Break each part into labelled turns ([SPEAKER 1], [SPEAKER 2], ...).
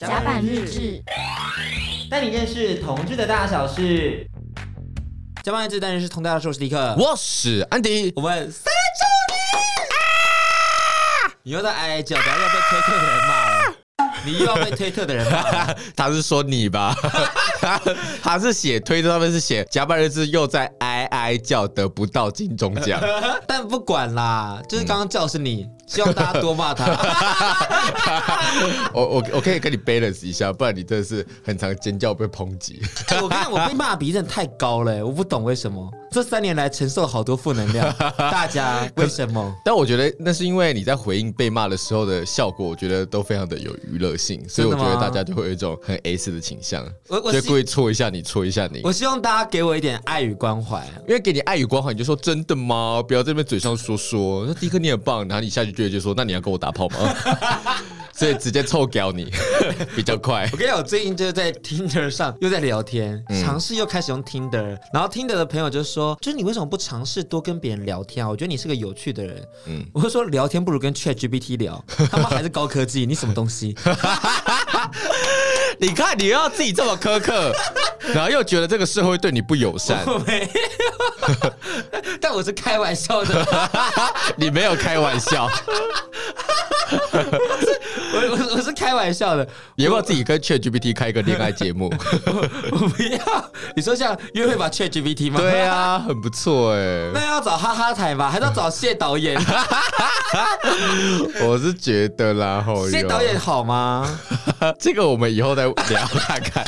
[SPEAKER 1] 甲板日志，
[SPEAKER 2] 带你认识同志的大小事。甲板日志，带你认识同大的时候是迪克。
[SPEAKER 3] 我是安迪，
[SPEAKER 2] 我们三周年，你又在哀哀叫，等下又被推特的人骂了。你又要被推特的人骂 了。
[SPEAKER 3] 他是说你吧？ 他是写推特上面是写甲板日志又在哀哀叫得不到金钟奖，
[SPEAKER 2] 但不管啦，就是刚刚叫的是你，希望大家多骂他。
[SPEAKER 3] 我我我可以跟你 balance 一下，不然你真的是很常尖叫被抨击。
[SPEAKER 2] 哎我跟你讲，我被骂的比例真的太高了、我不懂为什么这三年来承受好多负能量，大家为什么？
[SPEAKER 3] 但我觉得那是因为你在回应被骂的时候的效果，我觉得都非常的有娱乐性，所以我觉
[SPEAKER 2] 真
[SPEAKER 3] 得
[SPEAKER 2] 的吗
[SPEAKER 3] 大家就会有一种很 S 的倾向，
[SPEAKER 2] 我我
[SPEAKER 3] 就是故意戳一下你，戳一下你。
[SPEAKER 2] 我希望大家给我一点爱与关怀。
[SPEAKER 3] 因为给你爱与关怀，你就说真的吗？不要这边嘴上说说，那迪克你很棒，然后你下去就就说，那你要跟我打炮吗？所以直接臭屌你 比较快
[SPEAKER 2] 我。跟你讲，我最近就是在 Tinder 上又在聊天，
[SPEAKER 3] 嗯
[SPEAKER 2] 尝试又开始用 Tinder，然后 Tinder 的朋友就说，就是你为什么不尝试多跟别人聊天啊？我觉得你是个有趣的人。嗯，我就说聊天不如跟 ChatGPT 聊，他妈还是高科技，你什么东西？
[SPEAKER 3] 你看你又要自己这么苛刻，然后又觉得这个社会对你不友善，
[SPEAKER 2] 我没有， 但我是开玩笑的，
[SPEAKER 3] 你没有开玩笑，
[SPEAKER 2] 我我我是开玩笑的，
[SPEAKER 3] 你要不要自己跟 ChatGPT 开一个恋爱节目？
[SPEAKER 2] 我不要。你说像约会吧 ChatGPT 吗？
[SPEAKER 3] 对。啊， 很不错哎、
[SPEAKER 2] 那要找哈哈台吧，还是要找谢导演？
[SPEAKER 3] 我是觉得啦，吼
[SPEAKER 2] 谢
[SPEAKER 3] 有啊
[SPEAKER 2] 导演好吗？
[SPEAKER 3] 这个我们以后再聊看看，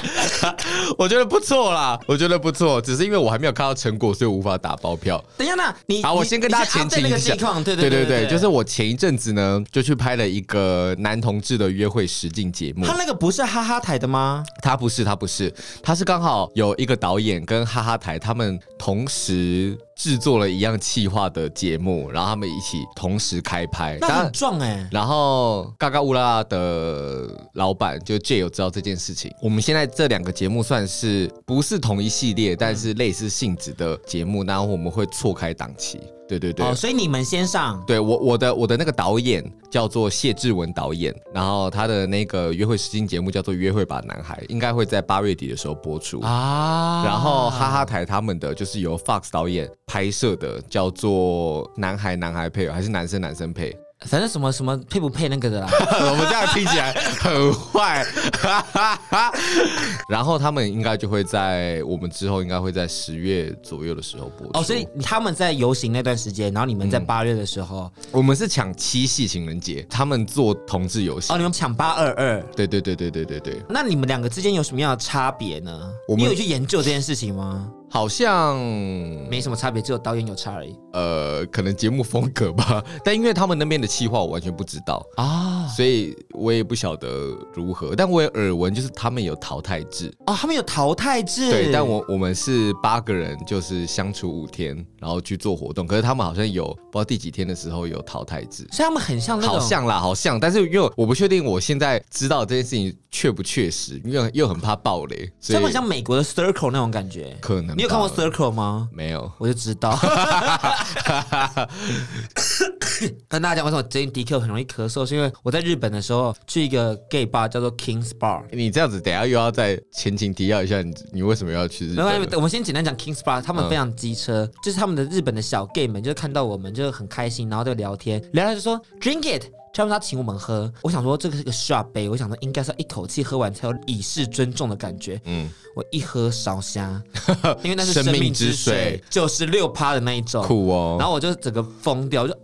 [SPEAKER 3] 我觉得不错啦，我觉得不错，只是因为我还没有看到成果，所以无法打包票。
[SPEAKER 2] 等一下，那你
[SPEAKER 3] 好，
[SPEAKER 2] 你
[SPEAKER 3] 我先跟大家前
[SPEAKER 2] 你先
[SPEAKER 3] 情
[SPEAKER 2] update 那
[SPEAKER 3] 一
[SPEAKER 2] 个
[SPEAKER 3] 下
[SPEAKER 2] 近况，，对
[SPEAKER 3] 对
[SPEAKER 2] 对对，
[SPEAKER 3] 就是我前一阵子呢，就去拍了一个男同志的约会实境节目
[SPEAKER 2] 他。那个不是哈哈台的吗？
[SPEAKER 3] 他不是，他不是，他是刚好有一个导演跟哈哈台他们同时制作了一样企划的节目，然后他们一起同时开拍。
[SPEAKER 2] 那
[SPEAKER 3] 当然
[SPEAKER 2] 很壮哎、
[SPEAKER 3] 然后嘎嘎乌拉拉的老板就借有知道这件事情。我们现在这两个节目算是不是同一系列，但是类似性质的节目，然后我们会错开档期。对对对。
[SPEAKER 2] 哦，所以你们先上，
[SPEAKER 3] 对我我的我的那个导演叫做谢志文导演，然后他的那个约会实境节目叫做《约会吧男孩》，应该会在八月底的时候播出
[SPEAKER 2] 啊
[SPEAKER 3] 然后哈哈台他们的就是由 Fox 导演拍摄的，叫做《男孩男孩配》还是男生男生配？
[SPEAKER 2] 反正什么什么配不配那个的 啦，
[SPEAKER 3] 我们这样听起来很坏。然后他们应该就会在我们之后，应该会在十月左右的时候播出。
[SPEAKER 2] 哦，所以他们在游行那段时间，然后你们在八月的时候，
[SPEAKER 3] 我们是抢七夕情人节，他们做同志游戏。
[SPEAKER 2] 哦，你们抢八二二，
[SPEAKER 3] 对对对对对对对，
[SPEAKER 2] 那你们两个之间有什么样的差别呢？
[SPEAKER 3] 我
[SPEAKER 2] 你
[SPEAKER 3] 们
[SPEAKER 2] 有去研究这件事情吗？
[SPEAKER 3] 好像
[SPEAKER 2] 没什么差别，只有导演有差而已
[SPEAKER 3] 呃，可能节目风格吧， 但因为他们那边的企划我完全不知道，
[SPEAKER 2] 啊
[SPEAKER 3] 所以我也不晓得如何。但我有耳闻，就是他们有淘汰制，
[SPEAKER 2] 哦，他们有淘汰制，
[SPEAKER 3] 对，但我我们是八个人，就是相处五天，然后去做活动。可是他们好像有不知道第几天的时候有淘汰制，
[SPEAKER 2] 所以他们很像那种
[SPEAKER 3] 好像啦，好像，但是因为我不确定我现在知道这件事情确不确实，因为又很怕爆雷，
[SPEAKER 2] 所以他
[SPEAKER 3] 所
[SPEAKER 2] 们
[SPEAKER 3] 以
[SPEAKER 2] 很像美国的 Circle 那种感觉。
[SPEAKER 3] 可能吧
[SPEAKER 2] 你有看过 Circle 吗？
[SPEAKER 3] 没有？
[SPEAKER 2] 我就知 道。跟大家讲，为什么最近迪克很容易咳嗽，是因为我在日本的时候去一个 gay bar 叫做 King's Bar。
[SPEAKER 3] 你这样子，等一下又要再前情提要一下你，你为什么要去日
[SPEAKER 2] 没
[SPEAKER 3] 本
[SPEAKER 2] 关系
[SPEAKER 3] 了？，
[SPEAKER 2] 我们先简单讲 King's Bar，他们非常机车，就是他们的日本的小 gay 们，就是看到我们就很开心，然后就聊天，聊聊就说 drink it，他们他请我们喝，我想说这个是个 shot 杯，我想说应该是要一口气喝完才有以示尊重的感觉，嗯，我一喝烧 瞎，因为那是
[SPEAKER 3] 生
[SPEAKER 2] 生
[SPEAKER 3] 命
[SPEAKER 2] 命
[SPEAKER 3] 之
[SPEAKER 2] 之水
[SPEAKER 3] 水，
[SPEAKER 2] 九十六趴的那一种，
[SPEAKER 3] 酷哦！
[SPEAKER 2] 然后我就整个疯掉，我就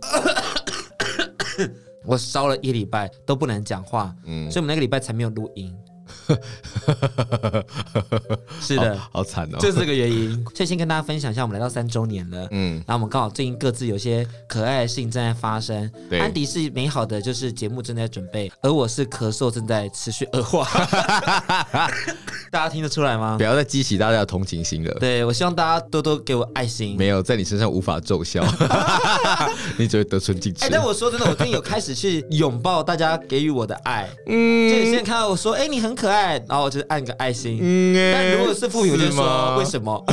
[SPEAKER 2] 我烧了一礼拜都不能讲话，
[SPEAKER 3] 嗯
[SPEAKER 2] 所以我们那个礼拜才没有录 音。是的，
[SPEAKER 3] 好好惨哦！
[SPEAKER 2] 就是这个原因。所以先跟大家分享一下，我们来到三周年了，嗯，然后我们刚好最近各自有些可爱的事情正在发生。
[SPEAKER 3] 对
[SPEAKER 2] 安迪是美好的，就是节目正在准备，而我是咳嗽正在持续恶 化。大家听得出来吗
[SPEAKER 3] 不？要再激起大家的同情心了。
[SPEAKER 2] 对，我希望大家多多给我爱心。
[SPEAKER 3] 没有，在你身上无法 奏效，你只会得寸进尺。
[SPEAKER 2] 哎、但我说真的，我最近有开始去拥抱大家给予我的爱。嗯，就有些人看到我说：“哎、你很可爱。”然后我就按个爱心。
[SPEAKER 3] 嗯哎
[SPEAKER 2] 但如果是父母，我就说：“为
[SPEAKER 3] 么？
[SPEAKER 2] 什么？”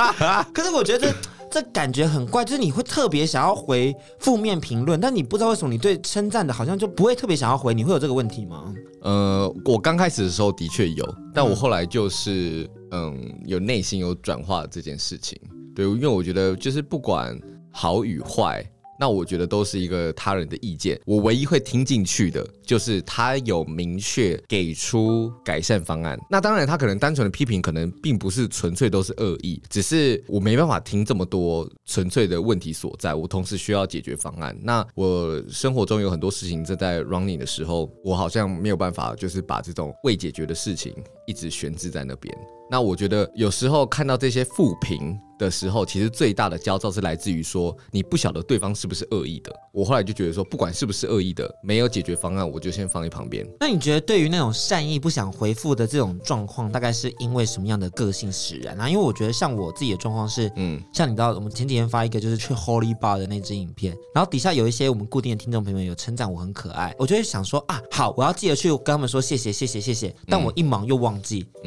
[SPEAKER 2] 可是我觉得这感觉很怪，就是你会特别想要回负面评论，但你不知道为什么你对称赞的好像就不会特别想要回，你会有这个问题吗？
[SPEAKER 3] 呃，我刚开始的时候的确有，但我
[SPEAKER 2] 嗯
[SPEAKER 3] 后来就是嗯，有内心有转化这件事情。对，因为我觉得就是不管好与坏，那我觉得都是一个他人的意见。我唯一会听进去的就是他有明确给出改善方案。那当然，他可能单纯的批评可能并不是纯粹都是恶意，只是我没办法听这么多纯粹的问题所在，我同时需要解决方案。那我生活中有很多事情正在 running 的时候，我好像没有办法就是把这种未解决的事情一直悬置在那边。那我觉得有时候看到这些负评的时候，其实最大的焦躁是来自于说你不晓得对方是不是恶意的。我后来就觉得说，不管是不是恶意的，没有解决方案，我就先放一旁边。
[SPEAKER 2] 那你觉得对于那种善意不想回复的这种状况，大概是因为什么样的个性使然啊？因为我觉得像我自己的状况是，
[SPEAKER 3] 嗯，
[SPEAKER 2] 像你知道，我们前几天发一个就是去 Holy Bar 的那支影片，然后底下有一些我们固定的听众朋友有称赞我很可爱，我就会想说啊，好，我要记得去跟他们说谢谢谢谢谢谢，但我一忙又忘记。
[SPEAKER 3] 嗯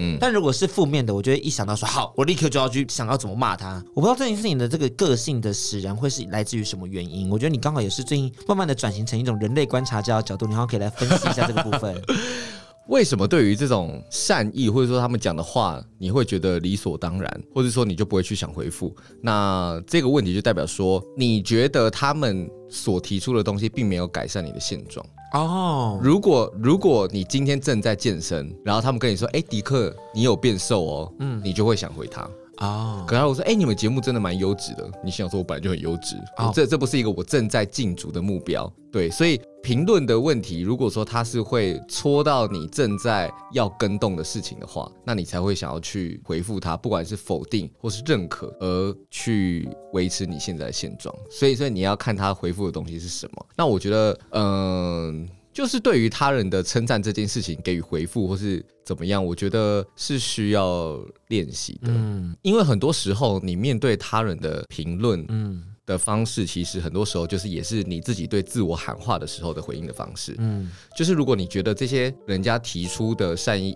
[SPEAKER 2] 嗯，但如果是负面的，我就会一想到说好，我立刻就要去想要怎么骂他。我不知道这件事情的这个个性的使然会是来自于什么原因。我觉得你刚好也是最近慢慢的转型成一种人类观察家的角度，你好像可以来分析一下这个部 分。
[SPEAKER 3] 为什么对于这种善意或者说他们讲的话，你会觉得理所当然，或者说你就不会去想回复？那这个问题就代表说，你觉得他们所提出的东西并没有改善你的现状。
[SPEAKER 2] 哦，
[SPEAKER 3] 如果如果你今天正在健身，然后他们跟你说：“哎、迪克，你有变瘦哦。”嗯，你就会想回他。
[SPEAKER 2] 哦，
[SPEAKER 3] 可是我说：“哎、你们节目真的蛮优质的。”你心想说：“我本来就很优质，
[SPEAKER 2] 哦
[SPEAKER 3] 这这不是一个我正在进逐的目标。”对，所以评论的问题，如果说它是会戳到你正在要跟动的事情的话，那你才会想要去回复它，不管是否定或是认可，而去维持你现在的现状。所以，所以你要看他回复的东西是什么。那我觉得，嗯、就是对于他人的称赞这件事情给予回复或是怎么样，我觉得是需要练习的。
[SPEAKER 2] 嗯
[SPEAKER 3] 因为很多时候你面对他人的评论
[SPEAKER 2] 嗯
[SPEAKER 3] 的方式，其实很多时候就是也是你自己对自我喊话的时候的回应的方式。
[SPEAKER 2] 嗯，
[SPEAKER 3] 就是如果你觉得这些人家提出的善意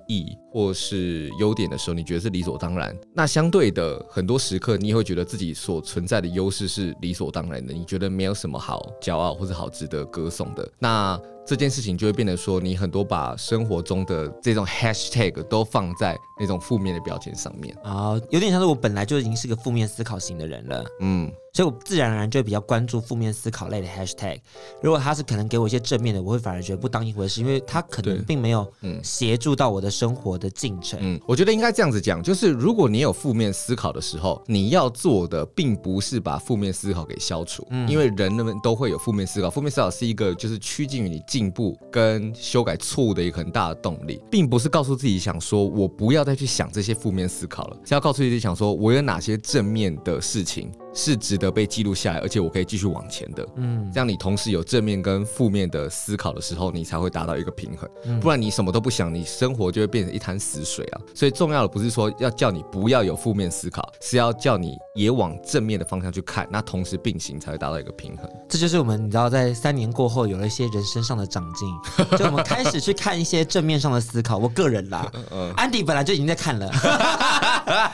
[SPEAKER 3] 或是优点的时候，你觉得是理所当然，那相对的很多时刻，你也会觉得自己所存在的优势是理所当然的，你觉得没有什么好骄傲或者好值得歌颂的。那这件事情就会变得说，你很多把生活中的这种 hashtag 都放在那种负面的标签上面。
[SPEAKER 2] 哦，有点像是我本来就已经是个负面思考型的人了。
[SPEAKER 3] 嗯，
[SPEAKER 2] 所以我自然而然就会比较关注负面思考类的 hashtag。如果他是可能给我一些正面的，我会反而觉得不当一回事，因为他可
[SPEAKER 3] 对
[SPEAKER 2] 能并没有
[SPEAKER 3] 嗯
[SPEAKER 2] 协助到我的生活的进程。
[SPEAKER 3] 嗯，我觉得应该这样子讲，就是如果你有负面思考的时候，你要做的并不是把负面思考给消除，因为人们都会有负面思考，负面思考是一个就是趋近于你进步跟修改错误的一个很大的动力，并不是告诉自己想说我不要再去想这些负面思考了，是要告诉自己想说我有哪些正面的事情是值得被记录下来，而且我可以继续往前的。
[SPEAKER 2] 嗯
[SPEAKER 3] 这样你同时有正面跟负面的思考的时候，你才会达到一个平衡。
[SPEAKER 2] 嗯
[SPEAKER 3] 不然你什么都不想，你生活就会变成一滩死水啊！所以重要的不是说要叫你不要有负面思考，是要叫你也往正面的方向去看，那同时并行才会达到一个平衡。
[SPEAKER 2] 这就是我们你知道，在三年过后有了一些人生上的长进， 就我们开始去看一些正面上的思考。我个人啦，安迪本来就已经在 看了，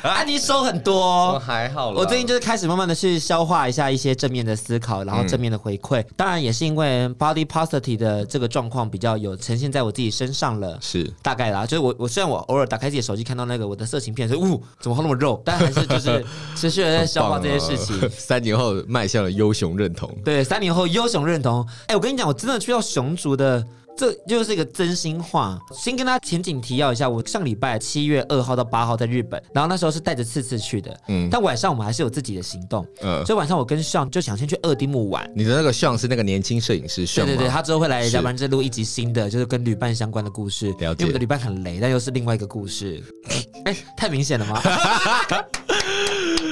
[SPEAKER 2] 安迪收很多哦、
[SPEAKER 3] 还好
[SPEAKER 2] 我最近就是开始慢慢的去消化一下一些正面的思考，然后正面的回馈。当然也是因为 body positivity 的这个状况比较有呈现在我自己身上了。
[SPEAKER 3] 是
[SPEAKER 2] 大概啦，就是我我虽然我偶尔打开自己的手机看到那个我的色情片，说呜怎么会那么肉，但还是就是持续的在消化这些事情。
[SPEAKER 3] 棒啊 三年后迈向了优雄认同。
[SPEAKER 2] 对，三年后优雄认同。哎、我跟你讲，我真的去到熊族的，这就是一个真心话。先跟大家前景提要一下，我上礼拜七月二号到八号在日本，然后那时候是带着次次去的，
[SPEAKER 3] 嗯
[SPEAKER 2] 但晚上我们还是有自己的行动，
[SPEAKER 3] 呃，
[SPEAKER 2] 所以晚上我跟上就想先去二丁目玩。
[SPEAKER 3] 你的那个像是那个年轻摄影师
[SPEAKER 2] 对
[SPEAKER 3] 像吗？
[SPEAKER 2] 对对，他之后会来
[SPEAKER 3] 是
[SPEAKER 2] 甲板再录一集新的，就是跟旅伴相关的故事。
[SPEAKER 3] 了解
[SPEAKER 2] 因为我们的旅伴很雷，但又是另外一个故事。 哎、太明显了吗？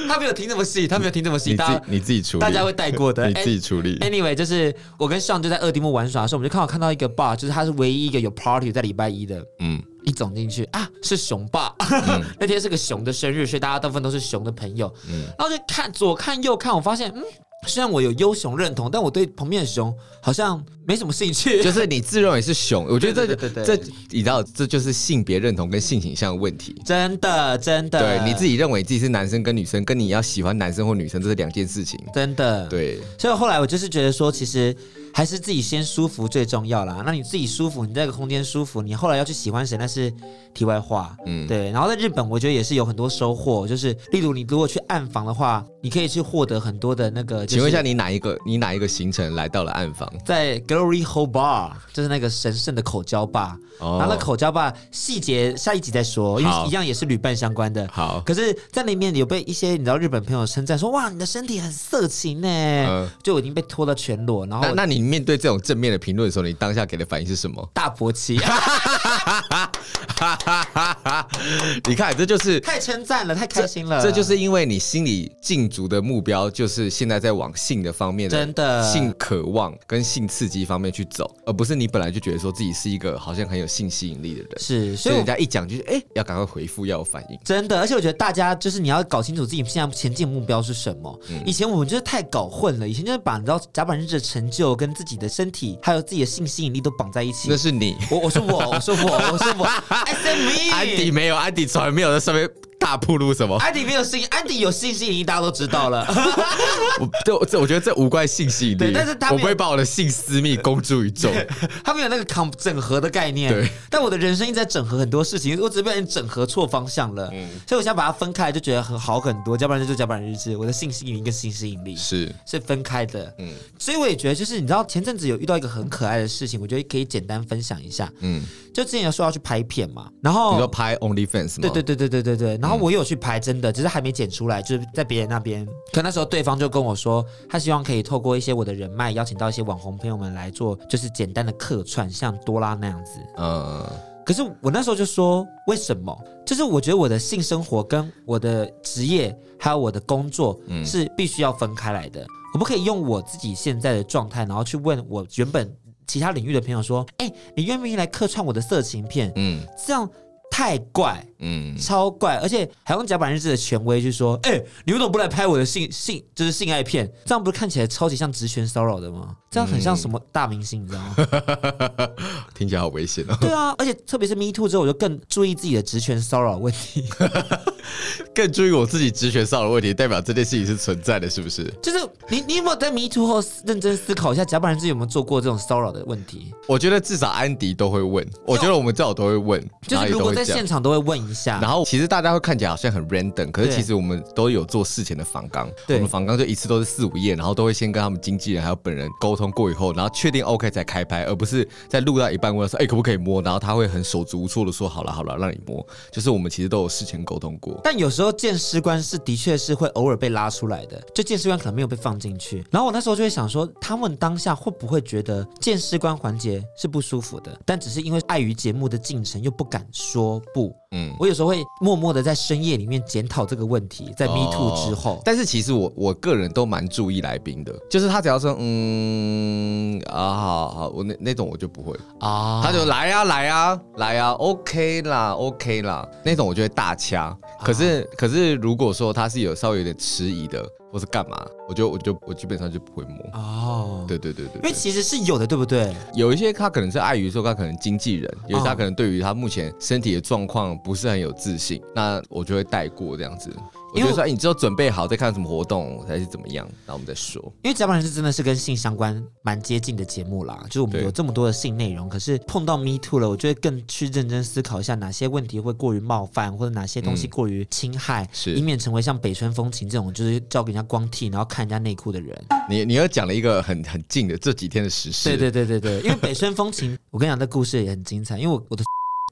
[SPEAKER 2] 他没有听这么细，他没有听这么细，
[SPEAKER 3] 你自
[SPEAKER 2] 大
[SPEAKER 3] 己
[SPEAKER 2] 家
[SPEAKER 3] 你自己处理，
[SPEAKER 2] 大家会带过的。
[SPEAKER 3] 你
[SPEAKER 2] 哎
[SPEAKER 3] 自己处理。
[SPEAKER 2] Anyway，就是我跟上就在二丁目玩耍的时候，我们就刚好看到一个 bar，就是它是唯一一个有 party 在礼拜一的。
[SPEAKER 3] 嗯，
[SPEAKER 2] 一走进去啊，是熊爸。 那
[SPEAKER 3] 嗯
[SPEAKER 2] 天是个熊的生日，所以大家大部分都是熊的朋友。然后就看左看右看，我发现嗯，虽然我有优熊认同，但我对旁边的熊好像没什么兴 趣。
[SPEAKER 3] 就是你自认为是熊，我觉得这
[SPEAKER 2] 对对对
[SPEAKER 3] 这
[SPEAKER 2] 对对，
[SPEAKER 3] 你知道，这就是性别认同跟性倾向的问题。
[SPEAKER 2] 真的，真的，
[SPEAKER 3] 对，你自己认为自己是男生跟女生，跟你要喜欢男生或女生，这是两件事情。
[SPEAKER 2] 真的。
[SPEAKER 3] 对，
[SPEAKER 2] 所以后来我就是觉得说，其实还是自己先舒服最重要啦。那你自己舒服，你在这个空间舒服，你后来要去喜欢谁那是题外话。嗯，对。然后在日本，我觉得也是有很多收获，就是例如你如果去暗访的话，你可以去获得很多的那个。
[SPEAKER 3] 请问一下，
[SPEAKER 2] 你，
[SPEAKER 3] 你哪一个你哪一个行程来到了暗房？
[SPEAKER 2] 在 Glory Hole Bar，就是那个神圣的口交吧。
[SPEAKER 3] 哦
[SPEAKER 2] 然后那口交吧细节下一集再说，因
[SPEAKER 3] 好
[SPEAKER 2] 为一样也是旅伴相关的。
[SPEAKER 3] 好，
[SPEAKER 2] 可是，在里面有被一些你知道日本朋友称赞说：“哇，你的身体很色情呢、
[SPEAKER 3] 嗯
[SPEAKER 2] 就我已经被脱到全裸，然后
[SPEAKER 3] 那那你面对这种正面的评论的时候，你当下给的反应是什么？
[SPEAKER 2] 大勃起，
[SPEAKER 3] 你看，这就 是
[SPEAKER 2] 太称赞了，太开心了，
[SPEAKER 3] 这就是因为你心里禁足的目标，就是现在在往性的方面
[SPEAKER 2] 真的
[SPEAKER 3] 性渴望跟性刺激方面去走，而不是你本来就觉得说自己是一个好像很有性吸引力的人，
[SPEAKER 2] 是，
[SPEAKER 3] 所
[SPEAKER 2] 所
[SPEAKER 3] 以
[SPEAKER 2] 以
[SPEAKER 3] 人
[SPEAKER 2] 我
[SPEAKER 3] 家一讲就是哎、要赶快回复，要有反应。
[SPEAKER 2] 真的，而且我觉得大家就是你要搞清楚自己现在前进目标是什么。以前我们就是太搞混了，以前就是把你知道甲板日志的成就跟自己的身体还有自己的性吸引力都绑在一起
[SPEAKER 3] 那。是你，
[SPEAKER 2] 我我是我，我是我，我是我，S M
[SPEAKER 3] 安迪
[SPEAKER 2] E。
[SPEAKER 3] 没有，安迪从来没有在上面大铺路 什么。
[SPEAKER 2] 安迪没有性，安迪有性吸引力，大家都知道了。
[SPEAKER 3] 我这这我觉得这无关性吸引力，
[SPEAKER 2] 对但是他没有
[SPEAKER 3] 我不会把我的性私密公诸 于众。
[SPEAKER 2] 他们有那个抗整合的概念，
[SPEAKER 3] 对。
[SPEAKER 2] 但我的人生一直在整合很多事情，我只是被人整合错方向了，
[SPEAKER 3] 嗯
[SPEAKER 2] 所以我现在把它分开，就觉得很好很多。要不然就甲板日志，我的性吸引力跟性吸引力
[SPEAKER 3] 是，
[SPEAKER 2] 是分开的，嗯。所以我也觉得，就是你知道前阵子有遇到一个很可爱的事情，我觉得可以简单分享一下。
[SPEAKER 3] 嗯，
[SPEAKER 2] 就之前有说要去拍片嘛，然
[SPEAKER 3] 你
[SPEAKER 2] 后
[SPEAKER 3] 说拍 OnlyFans 吗？
[SPEAKER 2] 哦对对对对对对对，然后我有去拍，真的，只是还没剪出来，就是在别人那边。可那时候对方就跟我说，他希望可以透过一些我的人脉，邀请到一些网红朋友们来做，就是简单的客串，像多拉那样子。
[SPEAKER 3] 嗯，
[SPEAKER 2] 可是我那时候就说，为什么？就是我觉得我的性生活跟我的职业还有我的工作嗯是必须要分开来的。我不可以用我自己现在的状态，然后去问我原本其他领域的朋友说：“哎、你愿不愿意来客串我的色情片？”
[SPEAKER 3] 嗯
[SPEAKER 2] 这样太怪。
[SPEAKER 3] 嗯，
[SPEAKER 2] 超怪，而且还用甲板日志的权威去说，哎、你为什么不来拍我的性性就是性爱片？这样不是看起来超级像职权骚扰的吗？这样很像什么大明星，你知道吗？
[SPEAKER 3] 嗯 听起来好危险哦。
[SPEAKER 2] 对啊，而且特别是 Me Too 之后，我就更注意自己的职权骚扰问 题。
[SPEAKER 3] 更注意我自己职权上的问题，代表这件事情是存在的，是不是？
[SPEAKER 2] 就是你你有没有在 Me Too 后认真思考一下甲板日志有没有做过这种骚扰的问题？
[SPEAKER 3] 我觉得至少安迪都会问，我觉得我们至少都会问，
[SPEAKER 2] 就
[SPEAKER 3] 然后
[SPEAKER 2] 是
[SPEAKER 3] 也
[SPEAKER 2] 如
[SPEAKER 3] 都
[SPEAKER 2] 果
[SPEAKER 3] 会
[SPEAKER 2] 在
[SPEAKER 3] 讲
[SPEAKER 2] 现。场都会问一下
[SPEAKER 3] 然，后其实大家会看起来好像很 random，可是
[SPEAKER 2] 对
[SPEAKER 3] 其实我们都有做事前的访纲，我
[SPEAKER 2] 对
[SPEAKER 3] 们访纲就一次都是四五页，然后都会先跟他们经纪人还有本人沟通过以后，然后确定 OK 才开拍，而不是在录到一半问他说哎、可不可以摸，然后他会很手足无措的说好了好了让你摸，就是我们其实都有事前沟通过。
[SPEAKER 2] 但有时候见识官是的确是会偶尔被拉出来的，就见识官可能没有被放进去。然后我那时候就会想说，他们当下会不会觉得见识官环节是不舒服的？但只是因为碍于节目的进程，又不敢说不。
[SPEAKER 3] 嗯
[SPEAKER 2] 嗯，我有时候会默默的在深夜里面检讨这个问题，在 Me Too 之后。
[SPEAKER 3] 但是其实我我个人都蛮注意来宾的，就是他只要说嗯啊好好，我那那种我就不会，
[SPEAKER 2] 啊
[SPEAKER 3] 他就来呀、啊、来呀、啊、来呀、啊、，OK 啦 OK 啦，那种我就会大掐。可是、可是如果说他是有稍微有点迟疑的，或是干嘛，我就我就我基本上就不会摸。
[SPEAKER 2] 哦，
[SPEAKER 3] 对对对对
[SPEAKER 2] 因为
[SPEAKER 3] 对，
[SPEAKER 2] 其实是有的，对不对？
[SPEAKER 3] 有一些他可能是碍于说他可能经纪人，有一些他可能对于他目前身体的状况不是很有自信，那我就会带过这样子。我
[SPEAKER 2] 因为
[SPEAKER 3] 就说，哎你只有准备好再看什么活动还是怎么样，然后我们再说。
[SPEAKER 2] 因为甲板人是真的是跟性相关蛮接近的节目啦，就是我们
[SPEAKER 3] 对
[SPEAKER 2] 有这么多的性内容，可是碰到 Me Too 了，我就会更去认真思考一下哪些问题会过于冒犯，或者哪些东西过于侵害，
[SPEAKER 3] 是
[SPEAKER 2] 以免成为像北川风情这种就是叫给人家光剃然后看人家内裤的人。
[SPEAKER 3] 你你又讲了一个很很近的这几天的时事，
[SPEAKER 2] 对对对对对，因为北川风情，我跟你讲，这故事也很精彩，因为我我的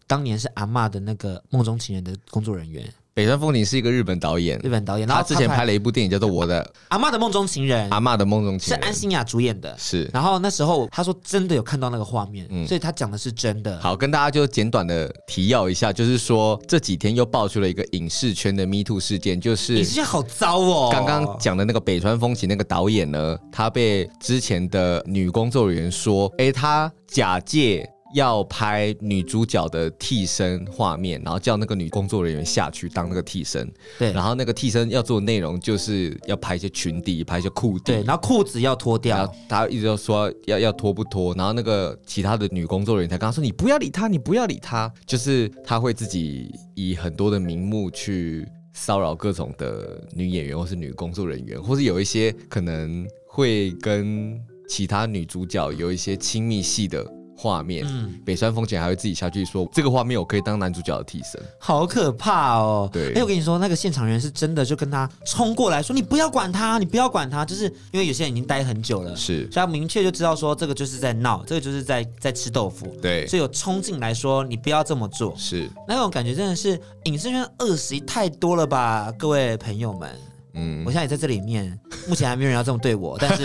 [SPEAKER 2] 当年是阿嬷的那个梦中情人的工作人员，
[SPEAKER 3] 北川风铃是一个日本导演
[SPEAKER 2] 日，本导演，然
[SPEAKER 3] 他
[SPEAKER 2] 后
[SPEAKER 3] 之前拍
[SPEAKER 2] 了
[SPEAKER 3] 了一部电影叫做《我的
[SPEAKER 2] 阿嬷的梦中情人，
[SPEAKER 3] 阿嬷的梦中
[SPEAKER 2] 是
[SPEAKER 3] 情
[SPEAKER 2] 安
[SPEAKER 3] 人》，
[SPEAKER 2] 心雅主演的。
[SPEAKER 3] 是
[SPEAKER 2] 然后那时候他说真的有看到那个画面，
[SPEAKER 3] 嗯
[SPEAKER 2] 所以他讲的是真的。
[SPEAKER 3] 好，跟大家就简短的提要一下，就是说这几天又爆出了一个影视圈的 Me Too 事件，就是
[SPEAKER 2] 你这些好糟哦！
[SPEAKER 3] 刚刚讲的那个北川风情那个导演呢，他被之前的女工作人员说，哎，他假借。要拍女主角的替身画面，然后叫那个女工作人员下去当那个替身，
[SPEAKER 2] 对
[SPEAKER 3] 然后那个替身要做的内容就是要拍一些裙底，拍一些裤底
[SPEAKER 2] 对，，然后裤子要脱
[SPEAKER 3] 嗯然
[SPEAKER 2] 掉
[SPEAKER 3] 后，他一直都说要要脱不脱，然后那个其他的女工作人员才跟他说你不要理他，你不要理他，就是他会自己以很多的名目去骚扰各种的女演员或是女工作人员，或是有一些可能会跟其他女主角有一些亲密戏的画面。
[SPEAKER 2] 嗯，
[SPEAKER 3] 北川风景还会自己下去说这个画面我可以当男主角的替身，
[SPEAKER 2] 好可怕哦。
[SPEAKER 3] 对
[SPEAKER 2] 哎，我跟你说，那个现场人是真的就跟他冲过来说：“你不要管他，你不要管他。”就是因为有些人已经待很久了，所
[SPEAKER 3] 是
[SPEAKER 2] 以他明确就知道说这个就是在闹，这个就是在在吃豆腐，
[SPEAKER 3] 对
[SPEAKER 2] 所以有冲进来说：“你不要这么做。”
[SPEAKER 3] 是
[SPEAKER 2] 那种感觉真的是影视圈恶习太多了吧，各位朋友们。
[SPEAKER 3] 嗯
[SPEAKER 2] 我现在也在这里面，目前还没有人要这么对我，但是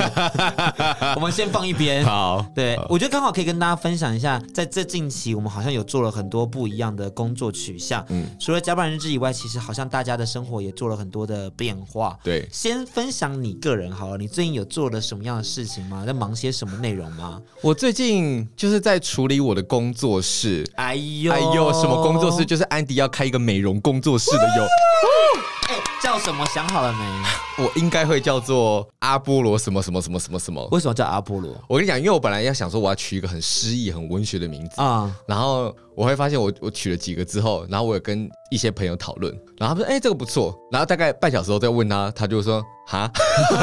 [SPEAKER 2] 我们先放一边。
[SPEAKER 3] 好
[SPEAKER 2] 对，我觉得刚好可以跟大家分享一下，在这近期我们好像有做了很多不一样的工作取向。嗯
[SPEAKER 3] 嗯，
[SPEAKER 2] 除了甲板日志以外，其实好像大家的生活也做了很多的变化。
[SPEAKER 3] 对
[SPEAKER 2] 先分享你个人好了，你最近有做了什么样的事情吗？在忙些什么内容吗？
[SPEAKER 3] 我最近就是在处理我的工作室，
[SPEAKER 2] 哎呦
[SPEAKER 3] 哎呦，什么工作室？？就是安迪要开一个美容工作室的有，
[SPEAKER 2] 哎叫什么？想好了没？
[SPEAKER 3] 我应该会叫做阿波罗什么什么什么什么什么。
[SPEAKER 2] 为什么叫阿波罗？
[SPEAKER 3] 我跟你讲，因为我本来要想说我要取一个很诗意、很文学的名字，
[SPEAKER 2] 啊、
[SPEAKER 3] 然后我会发现我我取了几个之后，然后我有跟一些朋友讨论，然后他们说哎、这个不错，然后大概半小时后再问他，他就说哈，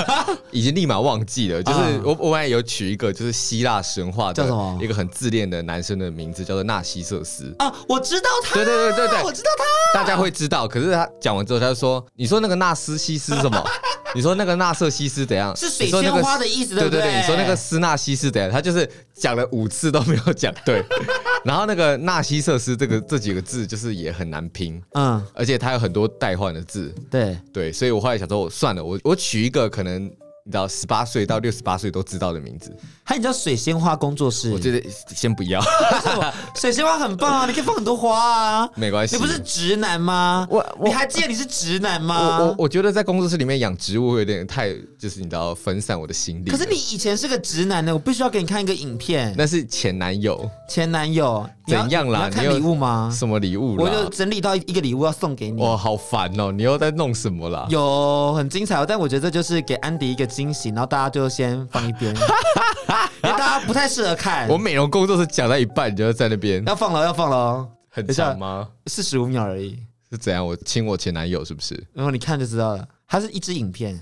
[SPEAKER 3] 已经立马忘记了。就是
[SPEAKER 2] 啊
[SPEAKER 3] 我我本来有取一个就是希腊神话
[SPEAKER 2] 叫
[SPEAKER 3] 的
[SPEAKER 2] 什么
[SPEAKER 3] 一个很自恋的男生的名字，叫做纳西瑟斯。
[SPEAKER 2] 啊，我知道他，
[SPEAKER 3] 对对对对对，
[SPEAKER 2] 我知道他。
[SPEAKER 3] 大家会知道。可是他讲完之后，他就说：“你说那个纳斯西斯 是什么？你说那个纳瑟西斯怎样？
[SPEAKER 2] 是水
[SPEAKER 3] 你说那个
[SPEAKER 2] 仙花的意思对
[SPEAKER 3] 对
[SPEAKER 2] 不对
[SPEAKER 3] 对，你说那个斯纳西斯怎样？他就是讲了五次都没有讲对。 然后那个纳西瑟斯这个这几个字就是也很难拼，
[SPEAKER 2] 嗯，
[SPEAKER 3] 而且它有很多代换的字。
[SPEAKER 2] 对，
[SPEAKER 3] 对，所以我后来想说，我算了，我我取一个可能你知道十八岁到六十八岁都知道的名字，
[SPEAKER 2] 还有你叫水仙花工作室
[SPEAKER 3] 我，觉得先不要，
[SPEAKER 2] 水仙花很棒啊，你可以放很多花啊。
[SPEAKER 3] 没关系。
[SPEAKER 2] 你不是直男吗？
[SPEAKER 3] 我我
[SPEAKER 2] 你还记得你是直男
[SPEAKER 3] 我我
[SPEAKER 2] 吗？
[SPEAKER 3] 我觉得在工作室里面养植物会有点太，就是你知道分散我的心力。
[SPEAKER 2] 可是你以前是个直男呢，我必须要给你看一个影片，
[SPEAKER 3] 那是前男友，
[SPEAKER 2] 前男友你要
[SPEAKER 3] 怎样啦
[SPEAKER 2] 你要看
[SPEAKER 3] 你又
[SPEAKER 2] 礼物吗？
[SPEAKER 3] 什么礼物
[SPEAKER 2] 啊我就
[SPEAKER 3] 啦？
[SPEAKER 2] 整理到一个礼物要送给你，
[SPEAKER 3] 哇，好烦哦！你又在弄什么啦？
[SPEAKER 2] 有很精彩哦，但我觉得这就是给安迪一个惊喜，然后大家就先放一 边，因为大家不太适合看
[SPEAKER 3] 我。美容工作室讲到一半，你就在那边
[SPEAKER 2] 要放了，要放了，
[SPEAKER 3] 很
[SPEAKER 2] 等一下
[SPEAKER 3] 长吗？
[SPEAKER 2] 四十五秒而已，
[SPEAKER 3] 是怎样？我亲我前男友是不是？
[SPEAKER 2] 然后你看就知道了，它是一支影片。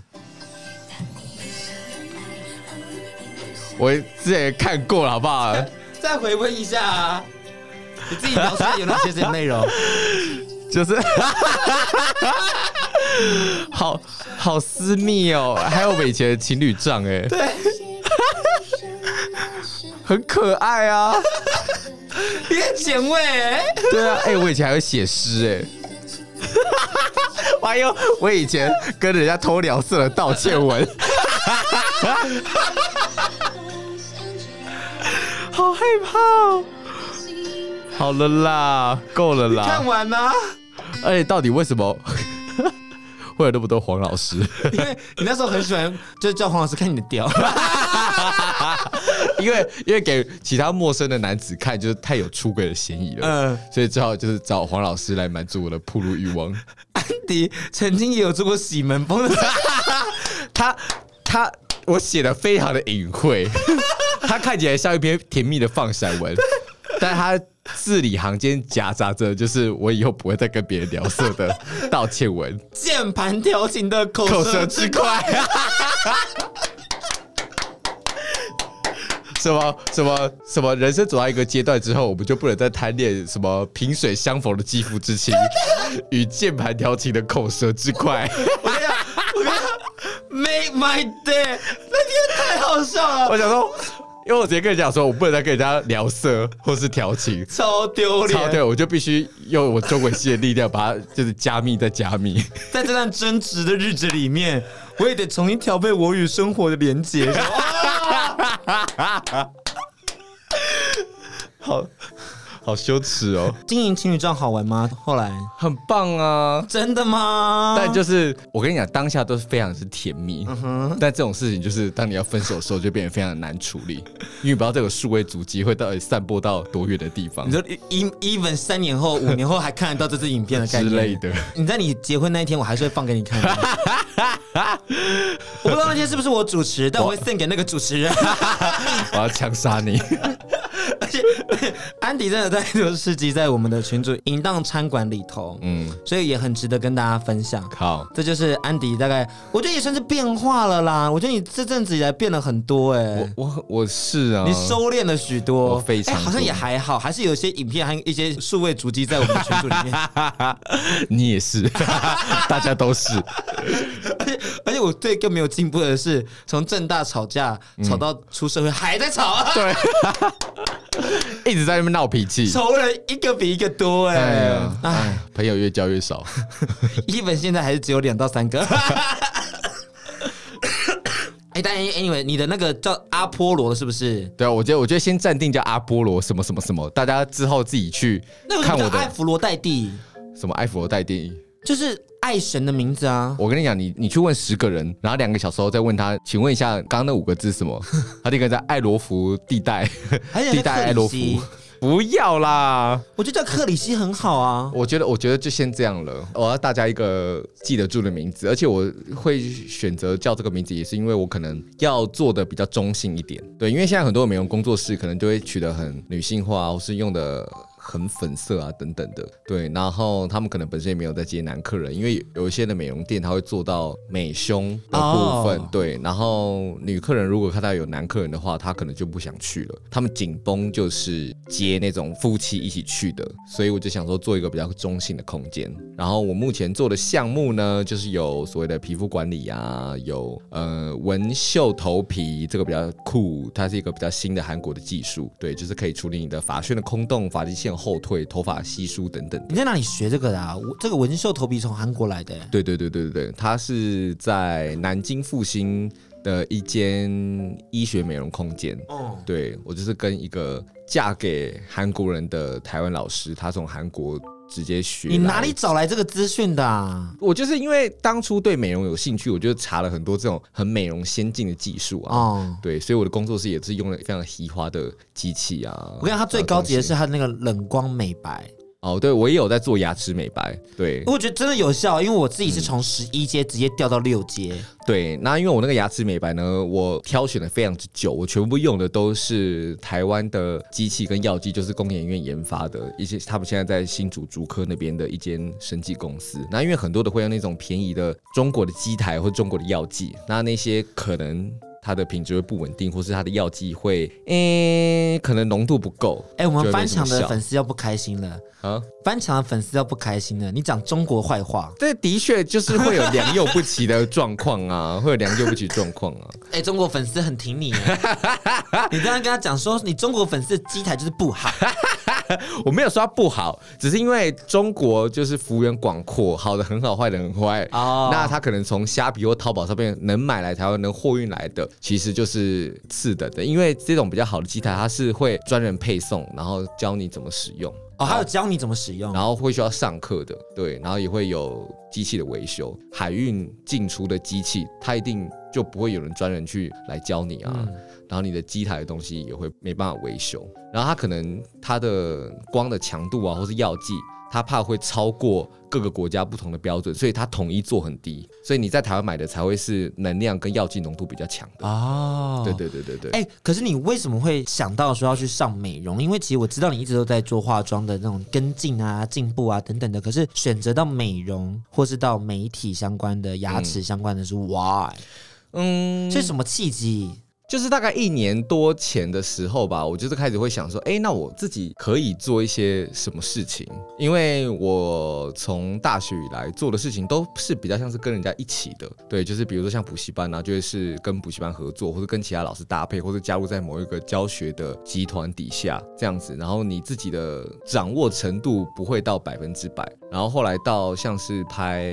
[SPEAKER 3] 我之前也看过了，好不 好？
[SPEAKER 2] 再回温一下啊！你自己描述有哪些什么内 容？
[SPEAKER 3] 就是 好好私密哦，还有我们以前的情侣账哎、对， 很可爱啊。
[SPEAKER 2] 你很前卫、欸，
[SPEAKER 3] 对啊，哎、我以前还会写诗 哎。我还有，我以前跟人家偷聊色的道歉文， 好害怕哦。好了啦，够了
[SPEAKER 2] 看
[SPEAKER 3] 啦。
[SPEAKER 2] 完吗、
[SPEAKER 3] 而且到底为什么 会有那么多黄老 师？
[SPEAKER 2] 因为你那时候很喜欢，就是叫黄老师看你的 屌，
[SPEAKER 3] 因为因为给其他陌生的男子看，就是太有出轨的嫌疑了，
[SPEAKER 2] 嗯
[SPEAKER 3] 所以只好就是找黄老师来满足我的铺路欲望。
[SPEAKER 2] 安迪曾经也有做过洗门风的，
[SPEAKER 3] 他他我写的非常的隐晦， 他看起来像一篇甜蜜的放闪文，但他字里行间夹杂着就是我以后不会再跟别人聊色的道歉文，
[SPEAKER 2] 键盘调情的口
[SPEAKER 3] 口
[SPEAKER 2] 舌
[SPEAKER 3] 舌
[SPEAKER 2] 之
[SPEAKER 3] 之
[SPEAKER 2] 快。
[SPEAKER 3] 快。 什么什么什么？人生走到一个阶段之后，我们就不能再贪恋什么萍水相逢的肌肤之亲，与键盘调情的口舌之快。
[SPEAKER 2] 我跟你讲，我跟你讲，Make my day，那天太好笑了，
[SPEAKER 3] 我想说，因为我直接跟人讲说，我不能再跟人家聊色或是调情，
[SPEAKER 2] 超丢
[SPEAKER 3] 超对，
[SPEAKER 2] 脸。
[SPEAKER 3] 我就必须用我中文系的力量把它就是加密再加密。
[SPEAKER 2] 在这段争执的日子里面，我也得重新调配我与生活的连 接。
[SPEAKER 3] 好好羞耻哦，
[SPEAKER 2] 经营情侣账好玩吗？后来
[SPEAKER 3] 很棒啊！
[SPEAKER 2] 真的吗？
[SPEAKER 3] 但就是我跟你讲，当下都是非常之甜蜜，但这种事情就是当你要分手的时候，就变得非常难处理，因为不知道这个数位足迹会到底散播到多远的地方
[SPEAKER 2] 你说 e even 三年后、五年后还看得到这支影片的概
[SPEAKER 3] 之
[SPEAKER 2] 念
[SPEAKER 3] 类的。
[SPEAKER 2] 你在你结婚那一天，我还是会放给你看 的。我不知道那天是不是我主持，但我会送给那个主 持人。
[SPEAKER 3] 我要枪杀你！
[SPEAKER 2] 而且安迪真的太多事迹在我们的群组淫荡餐馆里头，
[SPEAKER 3] 嗯，
[SPEAKER 2] 所以也很值得跟大家分享。
[SPEAKER 3] 靠，
[SPEAKER 2] 这就是安迪大概，我觉得也算是变化了啦。我觉得你这阵子以来变了很多哎、
[SPEAKER 3] 我我我是啊，
[SPEAKER 2] 你收敛了许多，
[SPEAKER 3] 我非常
[SPEAKER 2] 哎好像也还好，还是有些影片和一些数位足迹在我们的群组里面。
[SPEAKER 3] 你也是，大家都是。
[SPEAKER 2] 而且我对更没有进步的是，从正大吵架吵到出社会还在吵，啊，
[SPEAKER 3] 嗯对，一直在那边闹脾 气。
[SPEAKER 2] 仇人一个比一个多哎、
[SPEAKER 3] 哎呀，
[SPEAKER 2] 哎，
[SPEAKER 3] 哎，朋友越交越少。
[SPEAKER 2] 一本现在还是只有两到 三个。 哎，但 anyway，你的那个叫阿波罗的是不是？
[SPEAKER 3] 对啊，我觉得我觉得先暂定叫阿波罗什么什么什么，大家之后自己去
[SPEAKER 2] 那个
[SPEAKER 3] 看我
[SPEAKER 2] 叫艾
[SPEAKER 3] 的
[SPEAKER 2] 弗罗代蒂，
[SPEAKER 3] 什么艾佛代定义。
[SPEAKER 2] 就是爱神的名字啊。
[SPEAKER 3] 我跟你讲，你你去问十个人，然后两个小时后再问他，请问一下刚刚那五个字 是什么？他就跟在艾罗福地带，
[SPEAKER 2] 还有
[SPEAKER 3] 地带艾罗福。不要啦！
[SPEAKER 2] 我觉得叫克里希很好啊。
[SPEAKER 3] 我觉得，我觉得就先这样了。我要大家一个记得住的名字，而且我会选择叫这个名字，也是因为我可能要做的比较中性一点。对，因为现在很多美容工作室可能就会取得很女性化，或是用的。很粉色啊，等等的，对，然后他们可能本身也没有在接男客人，因为有一些的美容店他会做到美胸的部分
[SPEAKER 2] 哦
[SPEAKER 3] 对，然后女客人如果看到有男客人的话，她可能就不想去了。他们紧绷就是接那种夫妻一起去的，所以我就想说做一个比较中性的空间。然后我目前做的项目呢，就是有所谓的皮肤管理啊，有呃纹绣头皮，这个比较酷，它是一个比较新的韩国的技术，对，就是可以处理你的发旋的空洞、发际线后退、头发稀疏等等。
[SPEAKER 2] 你在哪里学这个的、啊？我这个纹绣头皮从韩国来的、欸。
[SPEAKER 3] 对对对对对对，它是在南京复兴的一间医学美容空间。
[SPEAKER 2] 哦，
[SPEAKER 3] 对我就是跟一个嫁给韩国人的台湾老师，他从韩国直接学。
[SPEAKER 2] 你哪里？找来这个资讯的、啊？
[SPEAKER 3] 我就是因为当初对美容有兴趣，我就查了很多这种很美容先进的技术啊。
[SPEAKER 2] 哦，
[SPEAKER 3] 对，所以我的工作室也是用了非常稀花的机器啊。
[SPEAKER 2] 我跟你讲，它最高级的是
[SPEAKER 3] 这种
[SPEAKER 2] 它那个冷光美白，
[SPEAKER 3] 东西哦，对我也有在做牙齿美白，对，
[SPEAKER 2] 我觉得真的有效，因为我自己是从十一阶直接掉到六阶。
[SPEAKER 3] 对，那因为我那个牙齿美白呢，我挑选的非常之久，我全部用的都是台湾的机器跟药剂，就是工研院研发的一些，他们现在在新竹竹科那边的一间生技公司。那因为很多的会用那种便宜的中国的机台或中国的药剂，那那些可能。它的品质会不稳定，或是它的药剂会，诶、可能浓度不够
[SPEAKER 2] 哎、我
[SPEAKER 3] 就
[SPEAKER 2] 们
[SPEAKER 3] 会没
[SPEAKER 2] 翻
[SPEAKER 3] 什么
[SPEAKER 2] 墙的
[SPEAKER 3] 效
[SPEAKER 2] 粉丝要不开心了，
[SPEAKER 3] 啊。
[SPEAKER 2] 翻墙的粉丝要不开心了，你讲中国坏话。
[SPEAKER 3] 这的确就是会有良莠不齐的状况啊，会有良莠不齐的状况啊。
[SPEAKER 2] 哎、中国粉丝很挺你欸， 你刚刚跟他讲说你中国粉丝的机台就是不好，
[SPEAKER 3] 我没有说它不好，只是因为中国就是幅员广阔，好的很好，坏的很坏。
[SPEAKER 2] 哦
[SPEAKER 3] 那他可能从虾皮或淘宝上面能买来台湾能货运来的，其实就是次等的，因为这种比较好的机台，它是会专人配送，然后教你怎么使用，
[SPEAKER 2] 哦，还有教你怎么使用
[SPEAKER 3] 然。后会需要上课的，对，然后也会有机器的维修，海运进出的机器，它一定就不会有人专人去来教你啊。
[SPEAKER 2] 嗯
[SPEAKER 3] 然后你的机台的东西也会没办法维修，然后它可能它的光的强度啊，或是药剂，它怕会超过各个国家不同的标准，所以它统一做很低，所以你在台湾买的才会是能量跟药剂浓度比较强的。
[SPEAKER 2] 哦，
[SPEAKER 3] 对。对对对对，
[SPEAKER 2] 哎、可是你为什么会想到说要去上美容？因为其实我知道你一直都在做化妆的那种跟进啊、进步啊等等的，可是选择到美容或是到媒体相关的、牙齿相关的是 why？、
[SPEAKER 3] 嗯，
[SPEAKER 2] 是什么契机？
[SPEAKER 3] 就是大概一年多前的时候吧，我就是开始会想说，哎、那我自己可以做一些什么事情？因为我从大学以来做的事情都是比较像是跟人家一起的，对，就是比如说像补习班啊，就会是跟补习班合作，或者跟其他老师搭配，或者加入在某一个教学的集团底下这样子，然后你自己的掌握程度不会到百分之百。然后后来到像是拍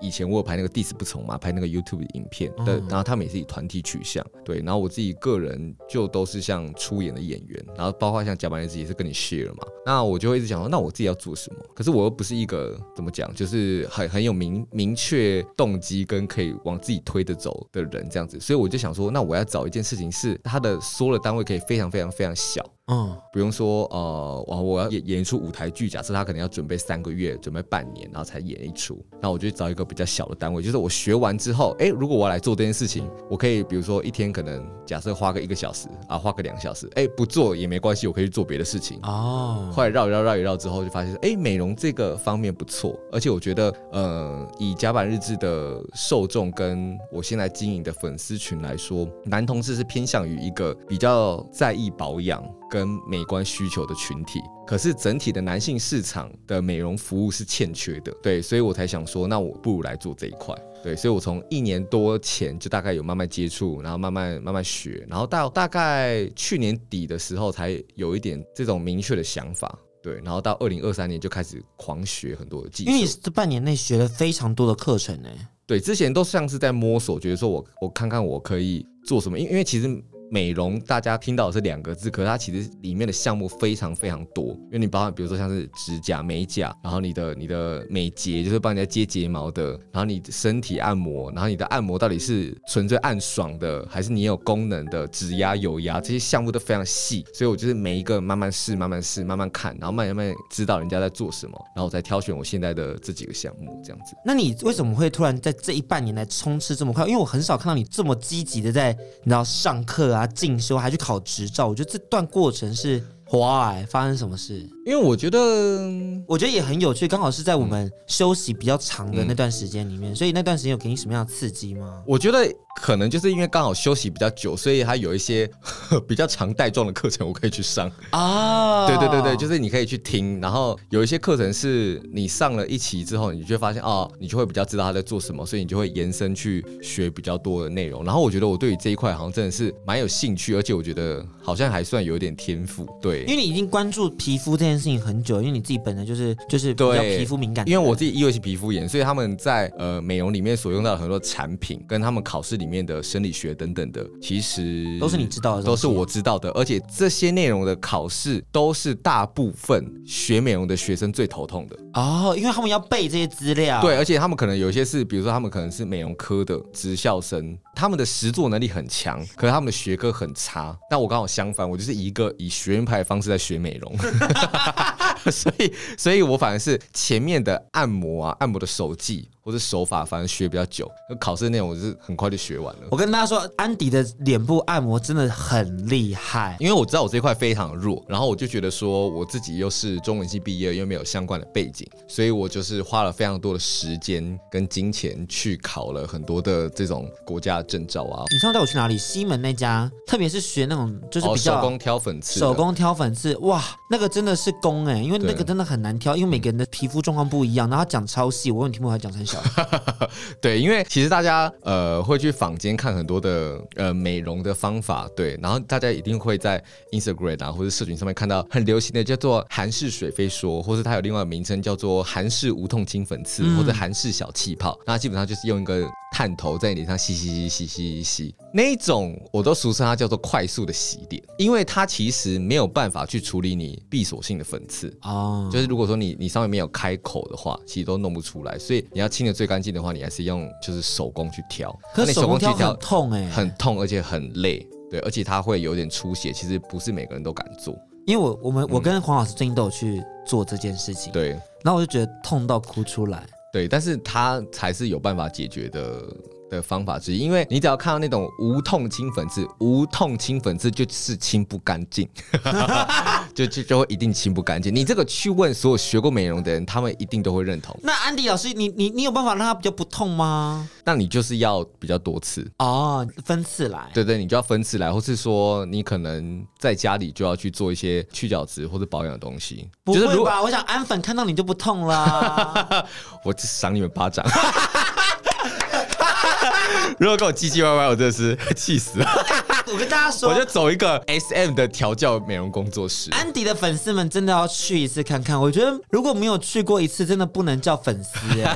[SPEAKER 3] 以前我有拍那个 diss 不从嘛，拍那个 YouTube 的影片的，
[SPEAKER 2] 嗯
[SPEAKER 3] 然后他们也是以团体取向，对，然后我自己个人就都是像出演的演员，然后包括像甲板日志也是跟你 share 嘛，那我就会一直想说，那我自己要做什么？可是我又不是一个怎么讲，就是很很有明明确动机跟可以往自己推着走的人这样子，所以我就想说，那我要找一件事情是它的缩的单位可以非常非常非常小。
[SPEAKER 2] 嗯，
[SPEAKER 3] 不用说，呃，我我要演演一出舞台剧，假设他可能要准备三个月，准备半年，然后才演一出。那我就找一个比较小的单位，就是我学完之后，哎，如果我要来做这件事情，我可以比如说一天可能假设花个一个小时啊，花个两个小时，哎，不做也没关系，我可以去做别的事情。
[SPEAKER 2] 哦，
[SPEAKER 3] 后来绕一绕绕一绕之后，就发现哎、诶美容这个方面不错，而且我觉得，呃，以甲板日志的受众跟我现在经营的粉丝群来说，男同志是偏向于一个比较在意保养跟美观需求的群体。可是整体的男性市场的美容服务是欠缺的，对，所以我才想说，那我不如来做这一块。对，所以我从一年多前就大概有慢慢接触，然后慢慢慢慢学，然后到大概去年底的时候才有一点这种明确的想法。对，然后到二零二三年就开始狂学很多的技
[SPEAKER 2] 因为你
[SPEAKER 3] 术。
[SPEAKER 2] 这半年内学了非常多的课程欸呢、
[SPEAKER 3] 对，之前都像是在摸索，觉得说我我看看我可以做什么，因因为其实。美容，大家听到的是两个字，可是它其实里面的项目非常非常多，因为你包含比如说像是指甲、美甲，然后你的你的美睫就是帮人家接睫毛的，然后你身体按摩，然后你的按摩到底是纯粹按爽的，还是你有功能的指压、油压，这些项目都非常细，所以我就是每一个慢慢试、慢慢试、慢慢看，然后慢慢慢慢知道人家在做什么，然后我再挑选我现在的这几个项目这样子。
[SPEAKER 2] 那你为什么会突然在这一半年来冲刺这么快？因为我很少看到你这么积极的在你知道上课啊、进修，还去考执照。我觉得这段过程是 why 发生什么事？
[SPEAKER 3] 因为我觉得嗯
[SPEAKER 2] 我觉得也很有趣，刚好是在我们休息比较长的那段时间里面，所以那段时间有给你什么样的刺激吗？
[SPEAKER 3] 我觉得可能就是因为刚好休息比较久，所以还有一些 比较常带状的课程我可以去上。
[SPEAKER 2] 啊，
[SPEAKER 3] 对对对对，就是是你可以去听，然后有一些课程是你上了一期之后，你就会发现哦，你就会比较知道他在做什么，所以你就会延伸去学比较多的内容。然后我觉得我对于这一块好像真的是蛮有兴趣，而且我觉得好像还算有一点天赋。对
[SPEAKER 2] 因，为你已经关注皮肤这件事情很久，因为你自己本来就是就是比较
[SPEAKER 3] 对
[SPEAKER 2] 皮肤敏感的
[SPEAKER 3] 因为
[SPEAKER 2] 人，
[SPEAKER 3] 我自己 E 因为是皮肤炎，所以他们在呃美容里面所用到的很多产品，跟他们考试里面的生理学等等的，其实
[SPEAKER 2] 都是你知道的东
[SPEAKER 3] 都
[SPEAKER 2] 西
[SPEAKER 3] 是我知道的，而且这些内容的考试都是大部分学美容的学生最头痛的。
[SPEAKER 2] 哦，因为他们要背这些资料，
[SPEAKER 3] 对，而且他们可能有一些是，比如说他们可能是美容科的职校生，他们的实作能力很强，可是他们的学科很差。但我刚好相反，我就是一个以学院派的方式在学美容。 所以，所以我反而是前面的按摩啊，按摩的手技或者手法，反而学比较久。考试内容我是很快就学完了。
[SPEAKER 2] 我跟大家说，安迪的脸部按摩真的很厉害。
[SPEAKER 3] 因为我知道我这一块非常弱，然后我就觉得说我自己又是中文系毕业，又没有相关的背景，所以我就是花了非常多的时间跟金钱去考了很多的这种国家的证照啊，
[SPEAKER 2] 你上次带我去哪里？西门那家，特别是学那种就是
[SPEAKER 3] 哦
[SPEAKER 2] 比
[SPEAKER 3] 手
[SPEAKER 2] 较
[SPEAKER 3] 工挑粉刺的，
[SPEAKER 2] 手工挑粉刺，哇，那个真的是工哎、因为那个
[SPEAKER 3] 对
[SPEAKER 2] 真的很难挑，因为每个人的皮肤状况不一样，然后他讲超细，我问题目还讲成小，
[SPEAKER 3] 对，因为其实大家呃会去坊间看很多的呃美容的方法，对，然后大家一定会在 Instagram 啊或者社群上面看到很流行的叫做韩式水飞梭，或是它有另外的名称叫做韩式无痛清粉刺、或者韩式小气泡，那基本上就是用一个探头在你脸上吸吸吸吸吸吸吸，那一种我都俗称它叫做快速的洗脸，因为它其实没有办法去处理你闭锁性的粉刺，
[SPEAKER 2] 哦，
[SPEAKER 3] 就是如果说你你上面没有开口的话，其实都弄不出来。所以你要清的最干净的话，你还是用就是手工去挑。
[SPEAKER 2] 可
[SPEAKER 3] 那
[SPEAKER 2] 是
[SPEAKER 3] 你
[SPEAKER 2] 手工
[SPEAKER 3] 去
[SPEAKER 2] 挑很痛哎、
[SPEAKER 3] 很痛，而且很累。对，而且它会有点出血，其实不是每个人都敢做。
[SPEAKER 2] 因为我我们我跟黄老师最近都有去做这件事情，
[SPEAKER 3] 嗯对
[SPEAKER 2] 然后我就觉得痛到哭出来，
[SPEAKER 3] 对，但是它才是有办法解决的的方法之一，因为你只要看到那种无痛清粉刺，无痛清粉刺就是清不干净， 就就就会一定清不干净。你这个去问所有学过美容的人，他们一定都会认同。
[SPEAKER 2] 那安迪老师，你你你有办法让他比较不痛吗？
[SPEAKER 3] 那你就是要比较多次。
[SPEAKER 2] 哦，分次来，
[SPEAKER 3] 对对，你就要分次来，或是说你可能在家里就要去做一些去角质或者保养的东西。
[SPEAKER 2] 不
[SPEAKER 3] 就是如
[SPEAKER 2] 会
[SPEAKER 3] 果
[SPEAKER 2] 吧？我想安粉看到你就不痛 啦。
[SPEAKER 3] 我只赏你们巴掌。如果跟我唧唧歪歪，我真的是气死了。
[SPEAKER 2] 我跟大家说
[SPEAKER 3] 我，就走一个 S M 的调教美容工作室。
[SPEAKER 2] 安迪的粉丝们真的要去一次看看。我觉得如果没有去过一次，真的不能叫粉丝、 欸，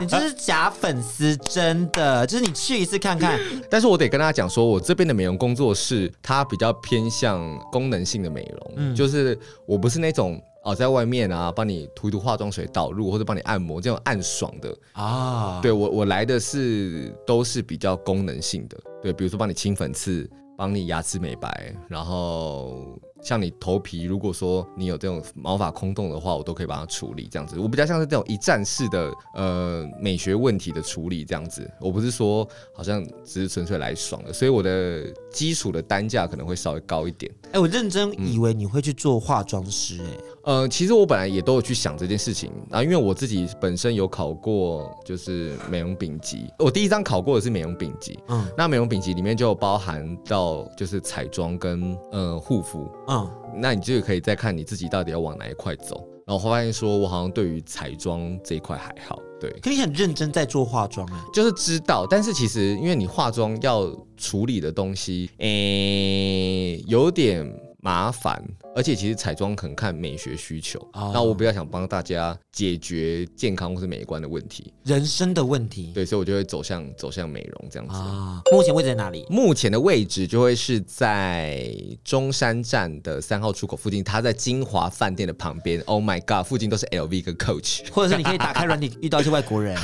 [SPEAKER 2] 你就是假粉丝，真的就是你去一次看看。
[SPEAKER 3] 但是我得跟大家讲说，我这边的美容工作室，它比较偏向功能性的美容，
[SPEAKER 2] 嗯
[SPEAKER 3] 就是我不是那种哦，在外面啊帮你涂一涂化妆水导入，或者帮你按摩这种暗爽的。
[SPEAKER 2] 啊，
[SPEAKER 3] 对我我来的是都是比较功能性的，对，比如说帮你清粉刺，帮你牙齿美白，然后。像你头皮，如果说你有这种毛发空洞的话，我都可以帮它处理。这样子，我比较像是这种一站式的呃美学问题的处理这样子。我不是说好像只是纯粹来爽的，所以我的基础的单价可能会稍微高一点。
[SPEAKER 2] 哎、我认真
[SPEAKER 3] 嗯
[SPEAKER 2] 以为你会去做化妆师、哎、
[SPEAKER 3] 呃，其实我本来也都有去想这件事情啊，因为我自己本身有考过就是美容丙级，我第一张考过的是美容丙级。
[SPEAKER 2] 嗯
[SPEAKER 3] 那美容丙级里面就有包含到就是彩妆跟呃护肤，
[SPEAKER 2] 嗯，
[SPEAKER 3] 那你就可以再看你自己到底要往哪一块走。然后我发现说我好像对于彩妆这一块还好，对，
[SPEAKER 2] 可你很认真在做化妆、哎，
[SPEAKER 3] 就是知道，但是其实因为你化妆要处理的东西，诶、有点麻烦，而且其实彩妆很看美学需求。
[SPEAKER 2] 哦
[SPEAKER 3] 那我比较想帮大家解决健康或是美观的问题，
[SPEAKER 2] 人生的问题。
[SPEAKER 3] 对，所以我就会走向走向美容这样子。
[SPEAKER 2] 啊，目前位置在哪里？
[SPEAKER 3] 目前的位置就会是在中山站的三号出口附近，它在金华饭店的旁边。Oh my god，附近都是 LV 跟 Coach，
[SPEAKER 2] 或者是你可以打开软体遇到一些外国 人，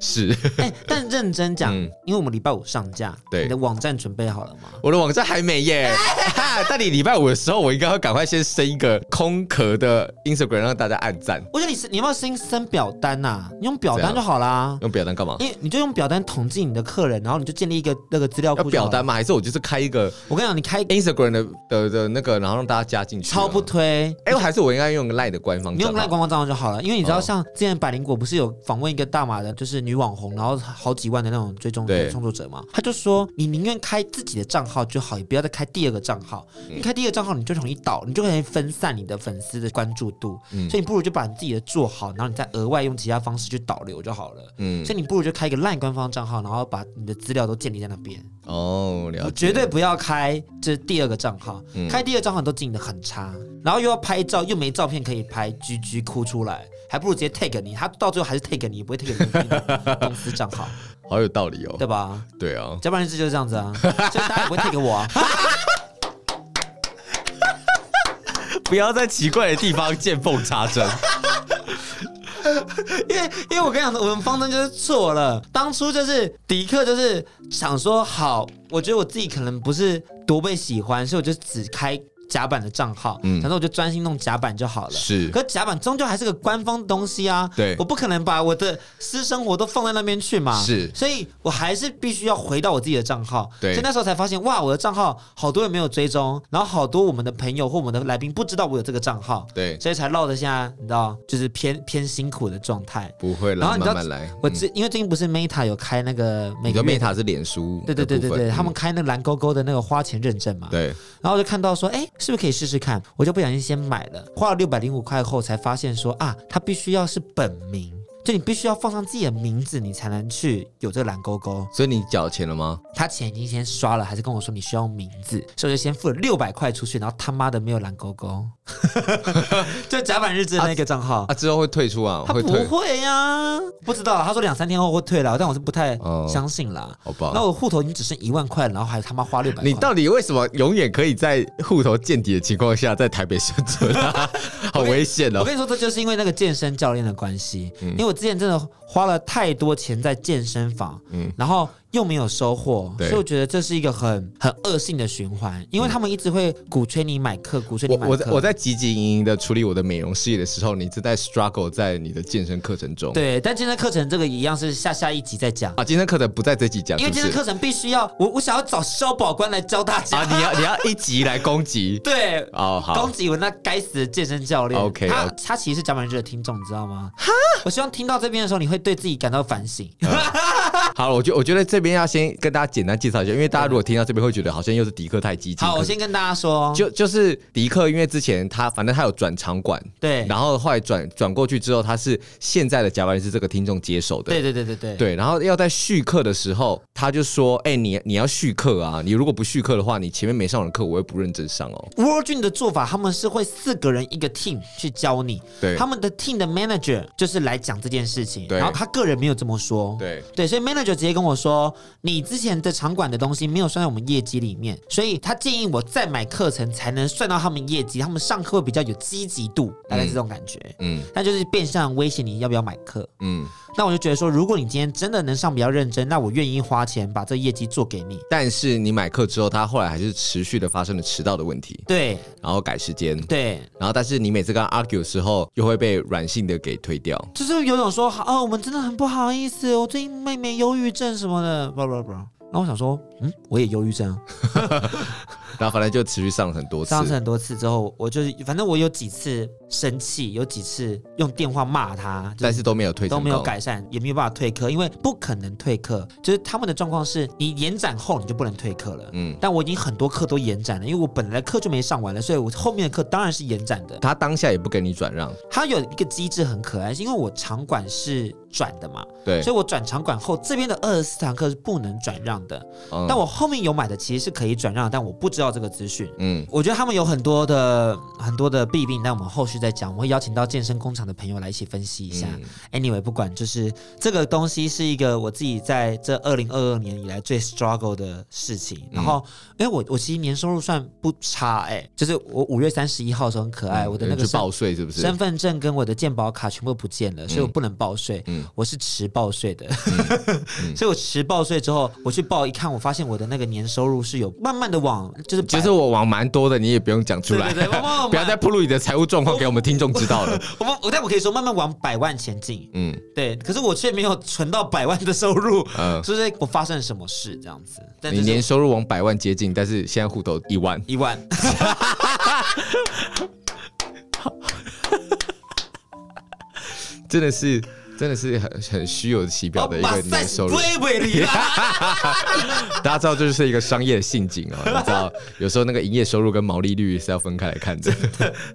[SPEAKER 3] 是
[SPEAKER 2] 哎、但认真讲，
[SPEAKER 3] 嗯
[SPEAKER 2] 因为我们礼拜五上架，
[SPEAKER 3] 对
[SPEAKER 2] 你的网站准备好了吗？
[SPEAKER 3] 我的网站还没 耶。哈哈但你礼拜五的时候，我应该会赶快先生一个空壳的 Instagram 让大家按赞，
[SPEAKER 2] 我觉得你是你要不要新生表单呐、你用表单
[SPEAKER 3] 怎样
[SPEAKER 2] 就好啦，
[SPEAKER 3] 用表单干嘛？
[SPEAKER 2] 因为你就用表单统计你的客人，然后你就建立一个那个资料
[SPEAKER 3] 要
[SPEAKER 2] 库。
[SPEAKER 3] 表单，哎吗？还是我就是开一个
[SPEAKER 2] 我跟你讲，你开
[SPEAKER 3] Instagram 的的的那个，然后让大家加进去啊？
[SPEAKER 2] 超不推。
[SPEAKER 3] 哎、还是我应该用 Line 的官方
[SPEAKER 2] 你用
[SPEAKER 3] 账
[SPEAKER 2] 赖
[SPEAKER 3] 号？
[SPEAKER 2] 官方账号就好了，因为你知道，
[SPEAKER 3] 哦
[SPEAKER 2] 像之前百灵果不是有访问一个大马的，就是女网红，然后好几万的那种追踪
[SPEAKER 3] 对
[SPEAKER 2] 创作者嘛，他就说你宁愿开自己的账号就好，也不要再开第二个账号。
[SPEAKER 3] 嗯
[SPEAKER 2] 你开第二个账号，你就容易倒，你就可以分散你的粉丝的关注度，
[SPEAKER 3] 嗯
[SPEAKER 2] 所以你不如就把你自己的做好，然后你再额外用其他方式去导流就好了。
[SPEAKER 3] 嗯，
[SPEAKER 2] 所以你不如就开一个烂官方账号，然后把你的资料都建立在那边。
[SPEAKER 3] 哦，了
[SPEAKER 2] 我
[SPEAKER 3] 解。嗯
[SPEAKER 2] 绝对不要开这第二个账号，开第二个账号你都经营的很差，然后又要拍照，又没照片可以拍，居居哭出来，还不如直接 tag 你，他到最后还是 tag 你，也不会 tag 你自己的公司账 号，
[SPEAKER 3] 好有道理哦
[SPEAKER 2] 对。吧？
[SPEAKER 3] 对啊，
[SPEAKER 2] 要不然这就是这样子啊，所以大家也不会 tag 我啊。
[SPEAKER 3] 不要在奇怪的地方见缝插针。
[SPEAKER 2] 因为因为我跟你讲，我们方针就是错了。当初就是迪克就是想说，好，我觉得我自己可能不是多被喜欢，所以我就只开甲板的账号，
[SPEAKER 3] 嗯
[SPEAKER 2] 然后我就专心弄甲板就好了。
[SPEAKER 3] 是
[SPEAKER 2] 可甲板终究还是个官方东西啊，
[SPEAKER 3] 对
[SPEAKER 2] 我不可能把我的私生活都放在那边去嘛，
[SPEAKER 3] 是
[SPEAKER 2] 所以我还是必须要回到我自己的账号，
[SPEAKER 3] 对
[SPEAKER 2] 所以那时候才发现，哇，我的账号好多人没有追踪，然后好多我们的朋友或我们的来宾不知道我有这个账号，
[SPEAKER 3] 对，
[SPEAKER 2] 所以才落得下，你知道，就是偏偏辛苦的状态。
[SPEAKER 3] 不会
[SPEAKER 2] 然
[SPEAKER 3] 啦，
[SPEAKER 2] 后你知道
[SPEAKER 3] 慢慢来。
[SPEAKER 2] 我最、因为最近不是 Meta 有开那个每
[SPEAKER 3] 嗯你
[SPEAKER 2] 个
[SPEAKER 3] 的
[SPEAKER 2] 月
[SPEAKER 3] Meta 是脸书
[SPEAKER 2] 对
[SPEAKER 3] 的
[SPEAKER 2] 对
[SPEAKER 3] 部分，
[SPEAKER 2] 对对对，他们
[SPEAKER 3] 嗯
[SPEAKER 2] 开那蓝勾勾的那个花钱认证嘛，
[SPEAKER 3] 对
[SPEAKER 2] 然后我就看到说，哎，是不是可以试试看？我就不小心先买了，花了六百零五块后才发现说啊，它必须要是本名，就你必须要放上自己的名字，你才能去有这个蓝勾勾。
[SPEAKER 3] 所以你缴钱了吗？
[SPEAKER 2] 他钱已经先刷了，还是跟我说你需要名字，所以我就先付了六百块出去，然后他妈的没有蓝勾勾， 就甲板日志的那个账号。
[SPEAKER 3] 啊，之后会退出啊，
[SPEAKER 2] 他
[SPEAKER 3] 会
[SPEAKER 2] 不
[SPEAKER 3] 退，
[SPEAKER 2] 会呀、不知道。他说两三天后会退了，但我是不太
[SPEAKER 3] 哦
[SPEAKER 2] 相信啦。
[SPEAKER 3] 好吧
[SPEAKER 2] 那。我户头已经只剩一万块了，然后还他妈花六百。
[SPEAKER 3] 你到底为什么永远可以在户头见底的情况下，在台北生存 啊？好危险
[SPEAKER 2] 我
[SPEAKER 3] 哦！
[SPEAKER 2] 跟你说，这就是因为那个健身教练的关系，
[SPEAKER 3] 嗯
[SPEAKER 2] 因为我之前真的花了太多钱在健身房，然后又没有收获，
[SPEAKER 3] 嗯对
[SPEAKER 2] 所以我觉得这是一个很很恶性的循环，因为他们一直会鼓吹你买课，鼓吹你
[SPEAKER 3] 嗯我
[SPEAKER 2] 买
[SPEAKER 3] 我在
[SPEAKER 2] 课。
[SPEAKER 3] 我在汲汲营营的处理我的美容事业的时候，你正在 struggle 在你的健身课程中。
[SPEAKER 2] 对，但健身课程这个一样是下下一集再讲，
[SPEAKER 3] 啊，健身课程不在这集讲，
[SPEAKER 2] 因为健
[SPEAKER 3] 是
[SPEAKER 2] 身
[SPEAKER 3] 不是
[SPEAKER 2] 课程必须要我我想要找肖保官来教大家，
[SPEAKER 3] 啊， 你要你要一集来攻击
[SPEAKER 2] 对，
[SPEAKER 3] 哦，好啊
[SPEAKER 2] 宫，崎文那该死的健身教练
[SPEAKER 3] OK，
[SPEAKER 2] 他
[SPEAKER 3] OK
[SPEAKER 2] 他其实是
[SPEAKER 3] 啊
[SPEAKER 2] 甲板日志的听众，你知道吗？我希望听到这边的时候，你会对自己感到反省。
[SPEAKER 3] 好了，我觉我觉得这边要先跟大家简单介绍一下，因为大家如果听到这边会觉得好像又是迪克太激进。
[SPEAKER 2] 好，
[SPEAKER 3] 可
[SPEAKER 2] 我
[SPEAKER 3] 是
[SPEAKER 2] 先跟大家说，
[SPEAKER 3] 就就是迪克，因为之前他反正他有转场馆，
[SPEAKER 2] 对
[SPEAKER 3] 然后后来转转过去之后，他是现在的甲板日是这个听众接手的，
[SPEAKER 2] 对对对对对
[SPEAKER 3] 对，然后要在续课的时候，他就说：“哎、你你要续课啊！你如果不续课的话，你前面没上我的课，我会不认真上哦。
[SPEAKER 2] World Dream 的做法，他们是会四个人一个 team 去教你，
[SPEAKER 3] 对
[SPEAKER 2] 他们的 team 的 manager 就是来讲这件事情，
[SPEAKER 3] 对
[SPEAKER 2] 然后他个人没有这么说，
[SPEAKER 3] 对
[SPEAKER 2] 对，所以 manager 直接跟我说，你之前的场馆的东西没有算在我们业绩里面，所以他建议我再买课程才能算到他们业绩，他们上课会比较有积极度，大概是这种感觉。”
[SPEAKER 3] 嗯
[SPEAKER 2] 那就是变相威胁你要不要买课。
[SPEAKER 3] 嗯，
[SPEAKER 2] 那我就觉得说，如果你今天真的能上比较认真，那我愿意花钱把这业绩做给你。
[SPEAKER 3] 但是你买课之后，他后来还是持续的发生了迟到的问题，
[SPEAKER 2] 对
[SPEAKER 3] 然后改时间，
[SPEAKER 2] 对，
[SPEAKER 3] 然后但是你每次跟他 argue 的时候，又会被软性的给推 掉。
[SPEAKER 2] 就是有种说，哦，我们真的很不好意思，我最近妹妹忧郁症什么的，不不不。然后我想说，嗯，我也忧郁症啊，
[SPEAKER 3] 然后反正就持续上了很多次。
[SPEAKER 2] 上次很多次之后，我就是反正我有几次生气，有几次用电话骂他，就
[SPEAKER 3] 但是都没有退，
[SPEAKER 2] 都没有。改善，也没有办法退课，因为不可能退课。就是他们的状况是你延展后你就不能退课了。
[SPEAKER 3] 嗯
[SPEAKER 2] 嗯，但我已经很多课都延展了，因为我本来课就没上完了，所以我后面的课当然是延展的。
[SPEAKER 3] 他当下也不给你转让，
[SPEAKER 2] 它有一个机制很可爱，是因为我场馆是转的嘛，
[SPEAKER 3] 对
[SPEAKER 2] 所，以我转场馆后这边的二十四堂课是不能转让的。
[SPEAKER 3] 嗯
[SPEAKER 2] 但我后面有买的其实是可以转让的，但我不知道这个资讯。
[SPEAKER 3] 嗯，
[SPEAKER 2] 我觉得他们有很多的很多的弊病，但我们后续再讲。我会邀请到健身工厂的朋友来一起分析一下。anyway，不
[SPEAKER 3] 嗯
[SPEAKER 2] 管就是这个东西是一个我自己在这二零二二年以来最 struggle 的事
[SPEAKER 3] 嗯
[SPEAKER 2] 情。然后，因为我我其实年收入算不差、哎，就是我五月三十一号的时候很可爱，我的那
[SPEAKER 3] 嗯有人
[SPEAKER 2] 个
[SPEAKER 3] 去
[SPEAKER 2] 身
[SPEAKER 3] 报税是不是？
[SPEAKER 2] 身份证跟我的健保卡全部不见了，所以我不能报税。
[SPEAKER 3] 嗯
[SPEAKER 2] 我是迟报税的， 所以我迟报税之后，我去报一看，我发现我的那个年收入是有慢慢的往就是百
[SPEAKER 3] 就是我网蛮多的，你也不用讲出来，
[SPEAKER 2] 对对对我我
[SPEAKER 3] 不要再暴露你的财务状况给我们听众知道 了。
[SPEAKER 2] 我我但我可以说慢慢往百万前进。
[SPEAKER 3] 嗯
[SPEAKER 2] 对，可是我却没有存到百万的收入，
[SPEAKER 3] 嗯，
[SPEAKER 2] 所以我发生了什么事这样子？但
[SPEAKER 3] 你
[SPEAKER 2] 这是
[SPEAKER 3] 年收入往百万接近，但是现在户头 一万，
[SPEAKER 2] 一万。
[SPEAKER 3] 真的是真的是很很虚有其 表的一个年收入。
[SPEAKER 2] 不会理 啦。
[SPEAKER 3] 大家知道，这就是一个商业的陷阱 哦。你知道，有时候那个营业收入跟毛利率是要分开来看 的。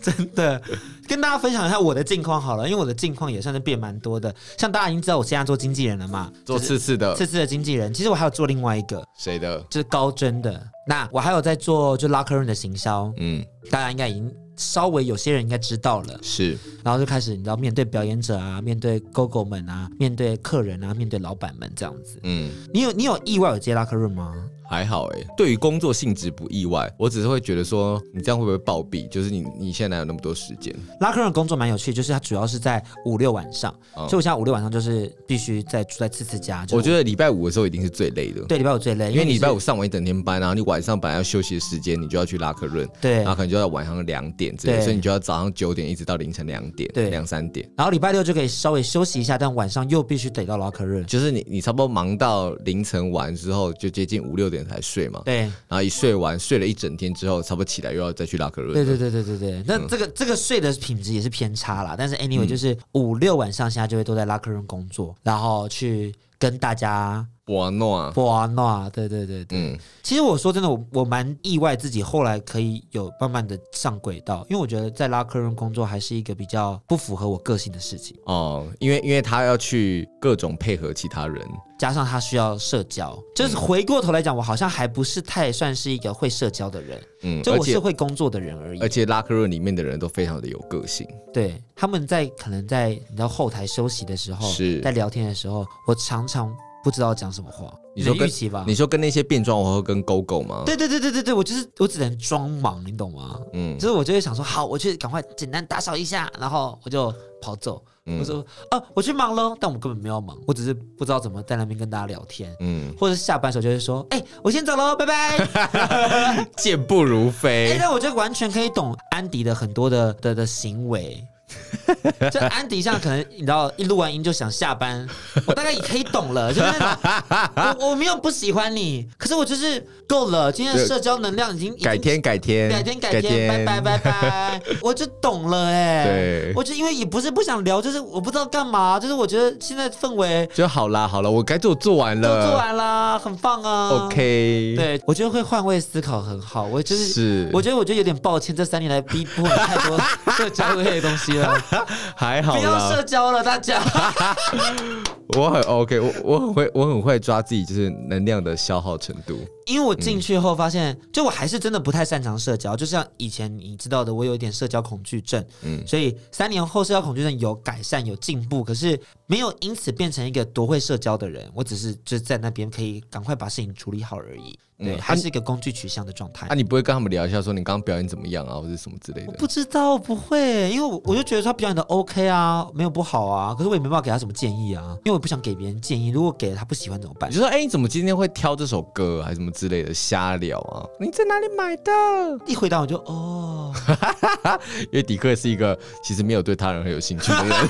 [SPEAKER 2] 真的，跟大家分享一下我的近况好了，因为我的近况也算是变蛮多的。像大家已经知道我现在做经纪人了嘛，
[SPEAKER 3] 做
[SPEAKER 2] 就是
[SPEAKER 3] 次次的
[SPEAKER 2] 次次的经纪人，其实我还有做另外一个，
[SPEAKER 3] 谁的？
[SPEAKER 2] 就是高真的。那我还有在做就 locker room 的行销，
[SPEAKER 3] 嗯，
[SPEAKER 2] 大家应该已经稍微有些人应该知道了。
[SPEAKER 3] 是
[SPEAKER 2] 然后就开始你知道面对表演者啊，面对 GoGo 们啊，面对客人啊，面对老板们这样子。
[SPEAKER 3] 嗯。
[SPEAKER 2] 你有你有意外有接 locker room 吗？
[SPEAKER 3] 还好哎、对于工作性质不意外，我只是会觉得说，你这样会不会暴毙？就是你你现在哪有那么多时间？
[SPEAKER 2] 拉客人工作蛮有趣，就是它主要是在五六晚上，
[SPEAKER 3] 哦
[SPEAKER 2] 所以我现在五六晚上就是必须在住在次次家。就是
[SPEAKER 3] 我觉得礼拜五的时候一定是最累的，
[SPEAKER 2] 对礼拜五最累，
[SPEAKER 3] 因为你礼拜
[SPEAKER 2] 是
[SPEAKER 3] 五上完一整天班，然啊后你晚上本来要休息的时间，你就要去拉客润，
[SPEAKER 2] 对
[SPEAKER 3] 然后，可能就要晚上两点之类，
[SPEAKER 2] 对
[SPEAKER 3] 所以你就要早上九点一直到凌晨两点，
[SPEAKER 2] 对
[SPEAKER 3] 两三点，
[SPEAKER 2] 然后礼拜六就可以稍微休息一下，但晚上又必须得到拉客人。
[SPEAKER 3] 就是你你差不多忙到凌晨完之后，就接近五六点才睡嘛，
[SPEAKER 2] 对
[SPEAKER 3] 然后一睡完睡了一整天之后，差不多起来又要再去拉客润，
[SPEAKER 2] 对对对对对对，那这个、这个睡的品质也是偏差啦。但是 anyway，、就是五六晚上现在就会都在拉客人工作，然后去跟大家
[SPEAKER 3] 哇诺啊，
[SPEAKER 2] 哇那，对对对对。
[SPEAKER 3] 嗯，
[SPEAKER 2] 其实我说真的，我我蛮意外自己后来可以有慢慢的上轨道，因为我觉得在拉客人工作还是一个比较不符合我个性的事情，
[SPEAKER 3] 哦，因为因为他要去各种配合其他人，
[SPEAKER 2] 加上他需要社交，就是回过头来讲，我好像还不是太算是一个会社交的人，
[SPEAKER 3] 嗯，
[SPEAKER 2] 就
[SPEAKER 3] 而
[SPEAKER 2] 我是
[SPEAKER 3] 且
[SPEAKER 2] 会工作的人而已
[SPEAKER 3] 而。且拉克润里面的人都非常的有个性，
[SPEAKER 2] 对，他们在可能在你知道后台休息的时候，
[SPEAKER 3] 是
[SPEAKER 2] 在聊天的时候，我常常不知道讲什么话，
[SPEAKER 3] 你说
[SPEAKER 2] 能
[SPEAKER 3] 跟
[SPEAKER 2] 预期吧
[SPEAKER 3] 你？说跟那些变装皇后跟狗狗吗？，
[SPEAKER 2] 对对对对对对，我就是我只能装忙，你懂吗？
[SPEAKER 3] 嗯
[SPEAKER 2] 就是我就会想说，好，我去赶快简单打扫一下，然后我就跑走。
[SPEAKER 3] 嗯
[SPEAKER 2] 我说，哦、我去忙喽，但我根本没有忙，我只是不知道怎么在那边跟大家聊天，
[SPEAKER 3] 嗯，
[SPEAKER 2] 或者是下班的时候就会说，哎、我先走喽，拜拜。
[SPEAKER 3] 健步如
[SPEAKER 2] 哎、
[SPEAKER 3] 飞。
[SPEAKER 2] 那我就完全可以懂安迪的很多的的的行为。就安迪像可能你知道一录完音就想下班，我大概也可以懂了， 就是那种我我没有不喜欢你，可是我就是够了，今天的社交能量已经已经
[SPEAKER 3] 改天改天
[SPEAKER 2] 改天改天，拜拜拜拜，我就懂了哎、
[SPEAKER 3] 对
[SPEAKER 2] 我就因为也不是不想聊，就是我不知道干嘛，就是我觉得现在氛围
[SPEAKER 3] 就好啦好了，我该做做完
[SPEAKER 2] 都
[SPEAKER 3] 了，
[SPEAKER 2] 做完啦，很棒啊。
[SPEAKER 3] ，OK，，
[SPEAKER 2] 对我觉得会换位思考很好，我就是
[SPEAKER 3] 是
[SPEAKER 2] 我觉得我觉得有点抱歉，这三年来逼迫你太 多社交类的东西了，
[SPEAKER 3] 还好
[SPEAKER 2] 不要
[SPEAKER 3] 啦
[SPEAKER 2] 社，交了，大 家。
[SPEAKER 3] 我很 OK，我我很会我很会抓自己就是能量的消耗程度，
[SPEAKER 2] 因为我进去后发现，就我还是真的不太擅长社交，就像以前你知道的，我有一点社交恐惧症，
[SPEAKER 3] 嗯
[SPEAKER 2] 所以三年后社交恐惧症有改善有进步，可是没有因此变成一个多会社交的人，我只是就在那边可以赶快把事情处理好而已，对，
[SPEAKER 3] 嗯
[SPEAKER 2] 还是一个工具取向的状态。
[SPEAKER 3] 啊，你不会跟他们聊一下说你刚刚表演怎么样啊，或者什么之类
[SPEAKER 2] 我
[SPEAKER 3] 的，
[SPEAKER 2] 不知道，不会，因为我我就觉得他表演的 OK 啊，没有不好啊，可是我也没办法给他什么建议啊，因为我不想给别人建议，如果给了他不喜欢怎么办
[SPEAKER 3] 你？就说哎、你怎么今天会挑这首歌啊还是什么之类的瞎聊啊？你在哪里买的？
[SPEAKER 2] 一回答我就哦，
[SPEAKER 3] 因为迪克是一个其实没有对他人很有兴趣 的人，
[SPEAKER 2] 我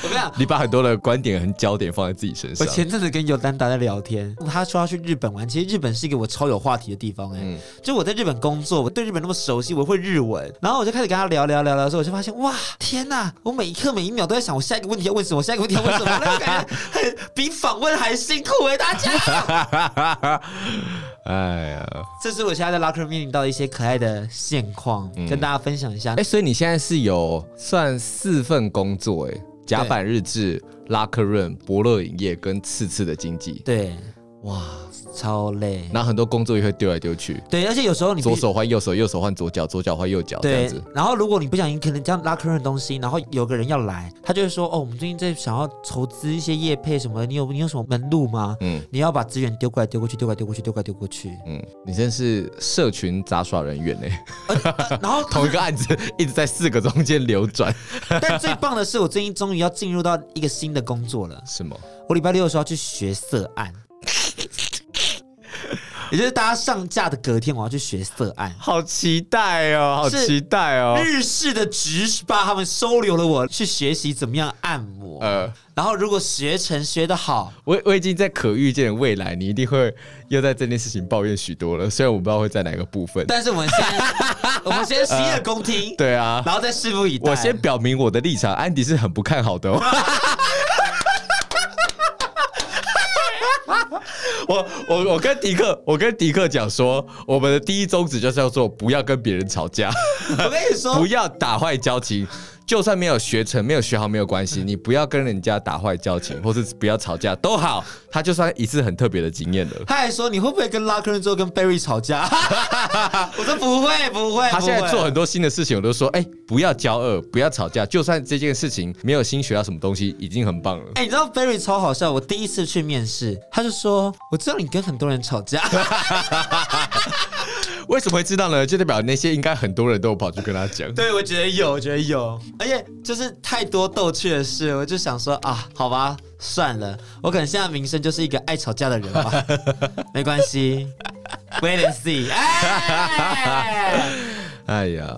[SPEAKER 2] 跟你讲，
[SPEAKER 3] 你把很多的观点很焦点放在自己身
[SPEAKER 2] 我
[SPEAKER 3] 上。
[SPEAKER 2] 前阵子跟尤丹达在聊天，他说要去日本玩。其实日本是一个我超有话题的地方、哎、
[SPEAKER 3] 嗯
[SPEAKER 2] 就我在日本工作，我对日本那么熟悉，我会日文，然后我就开始跟他聊聊聊聊的时候，我就发现哇，天呐，我每一刻每一秒都在想我下一个问题要问什么，我下一个问题要问什么，那种感觉很比访问还辛苦哎、大家。
[SPEAKER 3] 哎呀，
[SPEAKER 2] 这是我现在在 locker meeting 到的一些可爱的现况，跟大家分享一下。
[SPEAKER 3] 哎、所以你现在是有算四份工作哎、甲板日志、拉克润、伯乐影业跟次次的经济，
[SPEAKER 2] 对，
[SPEAKER 3] 哇，
[SPEAKER 2] 超累。
[SPEAKER 3] 然后很多工作也会丢来丢去，
[SPEAKER 2] 对，而且有时候你必须
[SPEAKER 3] 左手换右手，右手换左脚，左脚换右脚这样
[SPEAKER 2] 对
[SPEAKER 3] 子。，
[SPEAKER 2] 然后如果你不小心可能这样拉客人的东西，然后有个人要来，他就会说：“哦，我们最近在想要筹资一些业配什么的，你有你有什么门路吗？”
[SPEAKER 3] 嗯
[SPEAKER 2] 你要把资源丢过来，丢过去，丢过来，丢过去，丢过来，丢过 去。
[SPEAKER 3] 嗯，你真是社群杂耍人员哎、，
[SPEAKER 2] 呃然后
[SPEAKER 3] 同一个案子一直在四个中间流 转，
[SPEAKER 2] 但最棒的是，我最近终于要进入到一个新的工作了。
[SPEAKER 3] 是吗？
[SPEAKER 2] 我礼拜六的时候要去学色 案，也就是大家上架的隔天，我要去学色案。
[SPEAKER 3] 好期待哦，好
[SPEAKER 2] 是
[SPEAKER 3] 期待哦。
[SPEAKER 2] 日式的直吧，他们收留了我去学习怎么样按摩，
[SPEAKER 3] 呃，
[SPEAKER 2] 然后如果学成学得好，
[SPEAKER 3] 我我已经在可预见的未来，你一定会又在这件事情抱怨许多了。虽然我不知道会在哪个部分。
[SPEAKER 2] 但是我们先， 我们先洗耳恭听，
[SPEAKER 3] 对啊，
[SPEAKER 2] 然后再拭目以待。
[SPEAKER 3] 我先表明我的立场，安迪是很不看好的、哦。 我我我跟迪克，我跟迪克讲说，我们的第一宗旨就是要做不要跟别人吵架，
[SPEAKER 2] 我跟你
[SPEAKER 3] 不
[SPEAKER 2] 说，
[SPEAKER 3] 要打坏交情。就算没有学成、没有学好没有关系，你不要跟人家打坏交情，或是不要吵架都好。他就算一次很特别的经验了。
[SPEAKER 2] 他还说你会不会跟拉克人之后跟 Barry 吵架？ 我说不会，不会。
[SPEAKER 3] 他现在做
[SPEAKER 2] 不会
[SPEAKER 3] 很多新的事情，我都说，哎、不要骄傲，不要吵架。就算这件事情没有新学到什么东西，已经很棒了。
[SPEAKER 2] 哎、你知道 Barry 超好笑，我第一次去面试，他就说我知道你跟很多人吵架，。
[SPEAKER 3] 为什么会知道呢？就代表那些应该很多人都有跑去跟他 讲
[SPEAKER 2] 对我觉得有，我觉得有，而且就是太多逗趣的事，我就想说啊，好吧。算了，我可能现在名声就是一个爱吵架的人吧， 没关系，wait and see。哎，
[SPEAKER 3] 哎呀，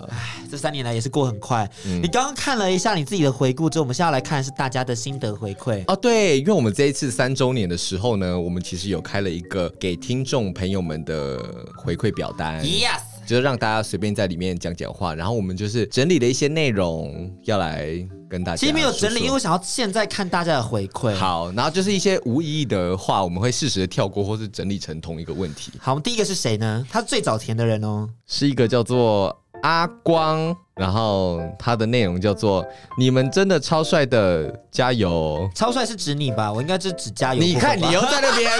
[SPEAKER 2] 这三年来也是过很快。
[SPEAKER 3] 嗯
[SPEAKER 2] 你刚刚看了一下你自己的回顾之后，我们现在来看是大家的心得回馈。
[SPEAKER 3] 哦对，因为我们这一次三周年的时候呢，我们其实有开了一个给听众朋友们的回馈表单。
[SPEAKER 2] Yes，
[SPEAKER 3] 就是让大家随便在里面讲讲话，然后我们就是整理了一些内容要来跟大家说说。
[SPEAKER 2] 其实没有整理，因为我想要现在看大家的回馈。，
[SPEAKER 3] 好，然后就是一些无意义的话，我们会适时的跳过，或是整理成同一个问题。
[SPEAKER 2] 好，我们第一个是谁呢？他是最早填的人哦。
[SPEAKER 3] 是一个叫做阿光，然后他的内容叫做“你们真的超帅的，加油
[SPEAKER 2] 超帅是指你吧？我应该是指加”。油。
[SPEAKER 3] 你看，你哦又在那 边，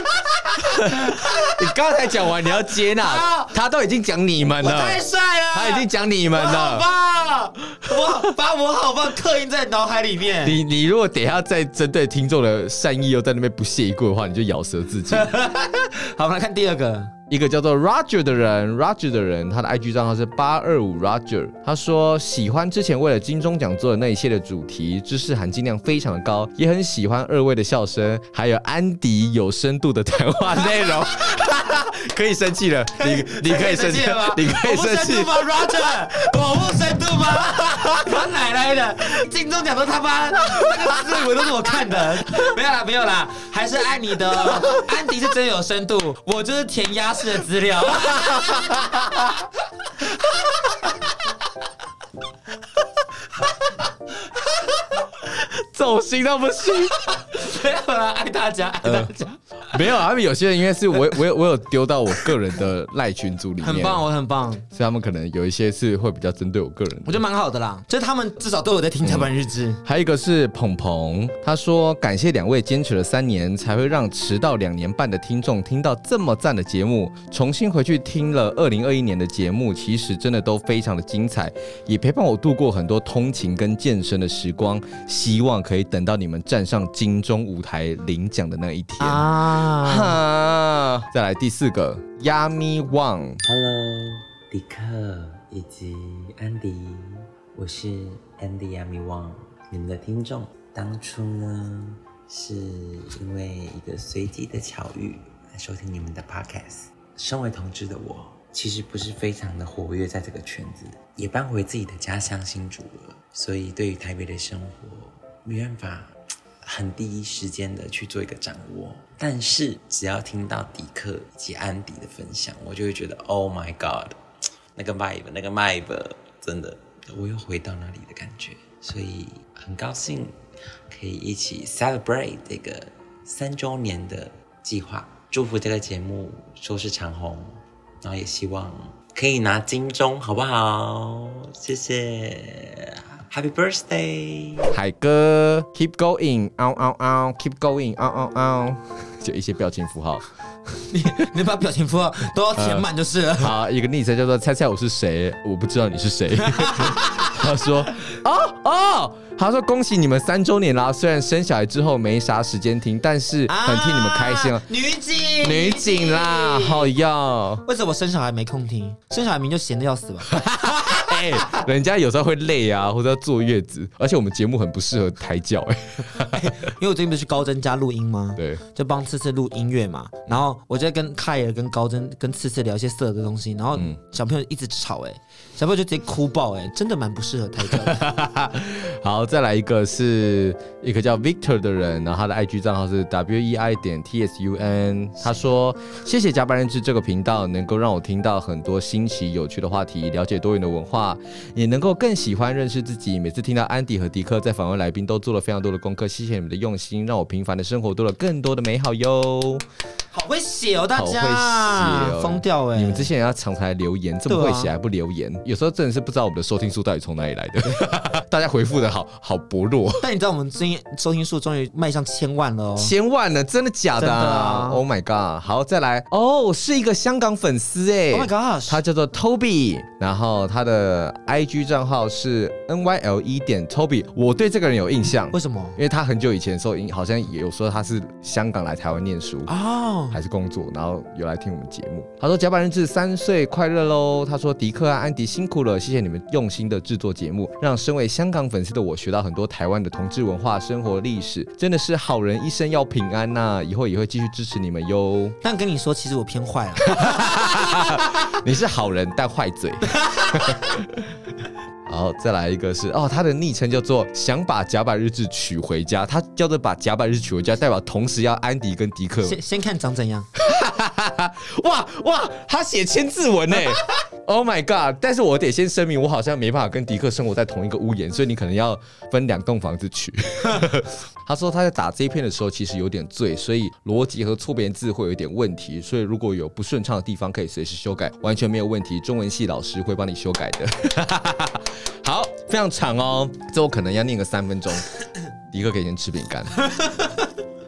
[SPEAKER 3] 你刚才讲完你要接纳，他都已经讲你们
[SPEAKER 2] 我
[SPEAKER 3] 了，
[SPEAKER 2] 太帅了，
[SPEAKER 3] 他已经讲你们
[SPEAKER 2] 我好
[SPEAKER 3] 了。
[SPEAKER 2] 棒，我把我好棒刻印在脑海里面。
[SPEAKER 3] 你你如果等一下再针对听众的善意又在那边不屑一顾的话，你就咬舌自尽。
[SPEAKER 2] 好，我们来看第二个。
[SPEAKER 3] 一个叫做 Roger 的人，Roger 的人，他的 IG 账号是八二五 Roger。他说喜欢之前为了金钟奖做的那一些的主题，知识含金量非常的高，也很喜欢二位的笑声，还有安迪有深度的谈话内容。 可以生气了，你你可以生气
[SPEAKER 2] 吗？
[SPEAKER 3] 你可以
[SPEAKER 2] 我不
[SPEAKER 3] 生
[SPEAKER 2] 深
[SPEAKER 3] 气
[SPEAKER 2] 度。吗，Roger？我 不深度吗？他奶奶的，金钟奖都他妈那个字幕都是我看的， 没有啦，没有啦，还是爱你的哦。 安迪是真有深度，我就是填鸭式的资 料。
[SPEAKER 3] 走心到不行。
[SPEAKER 2] 没有啦，爱大家，爱大家，
[SPEAKER 3] 没有，啊，他们有些人因为是我我有我有丢到我个人的赖群组里面，
[SPEAKER 2] 很棒，，我哦很棒。
[SPEAKER 3] 所以他们可能有一些是会比较针对我个人
[SPEAKER 2] 我觉
[SPEAKER 3] 的。
[SPEAKER 2] 得蛮好的啦，就是他们至少都有在听《甲板日志》
[SPEAKER 3] 还有一个是鹏鹏，他说感谢两位坚持了三年，才会让迟到两年半的听众听到这么赞的节目。重新回去听了二零二一年的节目，其实真的都非常的精彩，也陪伴我度过很多通勤跟健身的时光。希望可以等到你们站上金钟舞台领奖的那一天。
[SPEAKER 2] 啊。
[SPEAKER 3] 哈，再来第四个，Yummy Wang，
[SPEAKER 1] Hello，迪克以及安迪，我是 Andy Yami Wang，你们的听众。当初呢，是因为一个随机的巧遇来收听你们的 Podcast。身为同志的我，其实不是非常的活跃在这个圈子，也搬回自己的家乡新竹了，所以对于台北的生活，没办法很第一时间的去做一个掌握。但是只要听到迪克以及安迪的分享，我就会觉得 Oh my God，那个 vibe，那个 vibe，真的，我又回到那里的感觉。所以很高兴可以一起 celebrate 这个三周年的计划，祝福这个节目收视长虹，然后也希望可以拿金钟，好不好？谢谢，Happy Birthday！
[SPEAKER 3] 海哥，Keep going，嗷嗷嗷，Keep going，嗷嗷嗷， 就一些表情符号。
[SPEAKER 2] 你 你把表情符号都要填满就是了。
[SPEAKER 3] 好，一个昵称叫做“猜猜我是谁”，我不知道你是谁。他说：“哦哦。”他说：“恭喜你们三周年啦！虽然生小孩之后没啥时间听，但是很替你们开心哦
[SPEAKER 2] 啊。女警，
[SPEAKER 3] 女警啦，好要。
[SPEAKER 2] 为什么生小孩没空听？生小孩明就闲的要 死吧。
[SPEAKER 3] 哎、人家有时候会累啊，或者要坐月子，而且我们节目很不适合抬脚、哎，
[SPEAKER 2] 因为我最近不是去高真家录音吗？
[SPEAKER 3] 对，
[SPEAKER 2] 就帮次次录音乐嘛。然后我就在跟凯尔、跟高真、跟次次聊一些色的东西，然后
[SPEAKER 3] 嗯
[SPEAKER 2] 小朋友一直吵、哎，小朋友就直接哭爆、哎，真的蛮不适合抬脚的。
[SPEAKER 3] 好，再来一个是一个叫 Victor 的人，然后他的 IG 账号是 W E I 点 T S U N。他说：“谢谢加班日志这个频道，能够让我听到很多新奇有趣的话题，了解多元的文化，也能够更喜欢认识自己。每次听到安迪和迪克在访问来宾，都做了非常多的功课，谢谢你们的用心，让我平凡的生活多了更多的美好哟。
[SPEAKER 2] 好会写哦，大
[SPEAKER 3] 好会写
[SPEAKER 2] 家
[SPEAKER 3] 哦
[SPEAKER 2] 疯、掉哎、
[SPEAKER 3] 你们这些人要常常来留言，这么会写还不留言，有时候真的是不知道我们的收听数到底从哪里来的。大家回复的好好薄弱。”
[SPEAKER 2] 但你知道我们最近收听数终于迈向千万了哦。
[SPEAKER 3] 千万呢？真的假的,、
[SPEAKER 2] 真的啊
[SPEAKER 3] o h my god！好，再来哦，是一个香港粉丝哎
[SPEAKER 2] Oh my god！
[SPEAKER 3] 他叫做 Toby，然后他的 IG 账号是 nyle E 点 Toby，我对这个人有印象，
[SPEAKER 2] 为什么？
[SPEAKER 3] 因为他很久以前的时候，好像也有说他是香港来台湾念书。
[SPEAKER 2] 哦，
[SPEAKER 3] 还是工作，然后有来听我们节目。他说：“甲板日志三岁快乐喽！”他说：“迪克啊，安迪辛苦了，谢谢你们用心的制作节目，让身为香港粉丝的我学到很多台湾的同志文化、生活历史，真的是好人一生要平安呐、以后也会继续支持你们哟。
[SPEAKER 2] 但跟你说，其实我偏 坏啊。
[SPEAKER 3] 你是好人，但坏嘴。” 然后再来一个是哦，他的昵称叫做“想把甲板日志娶回家”，他叫做把甲板日志娶回家，代表同时要安迪跟迪克
[SPEAKER 2] 先先看长怎样，
[SPEAKER 3] 哇哇，他写千字文呢 ！Oh my god！但是我得先声明，我好像没办法跟迪克生活在同一个屋檐，所以你可能要分两栋房子 取。他说他在打这一篇的时候其实有点醉，所以逻辑和错别字会有一点问题，所以如果有不顺畅的地方可以随时修改，完全没有问题。中文系老师会帮你修 改的。好，非常长哦，这我可能要念个三分钟。迪克可以先吃饼干。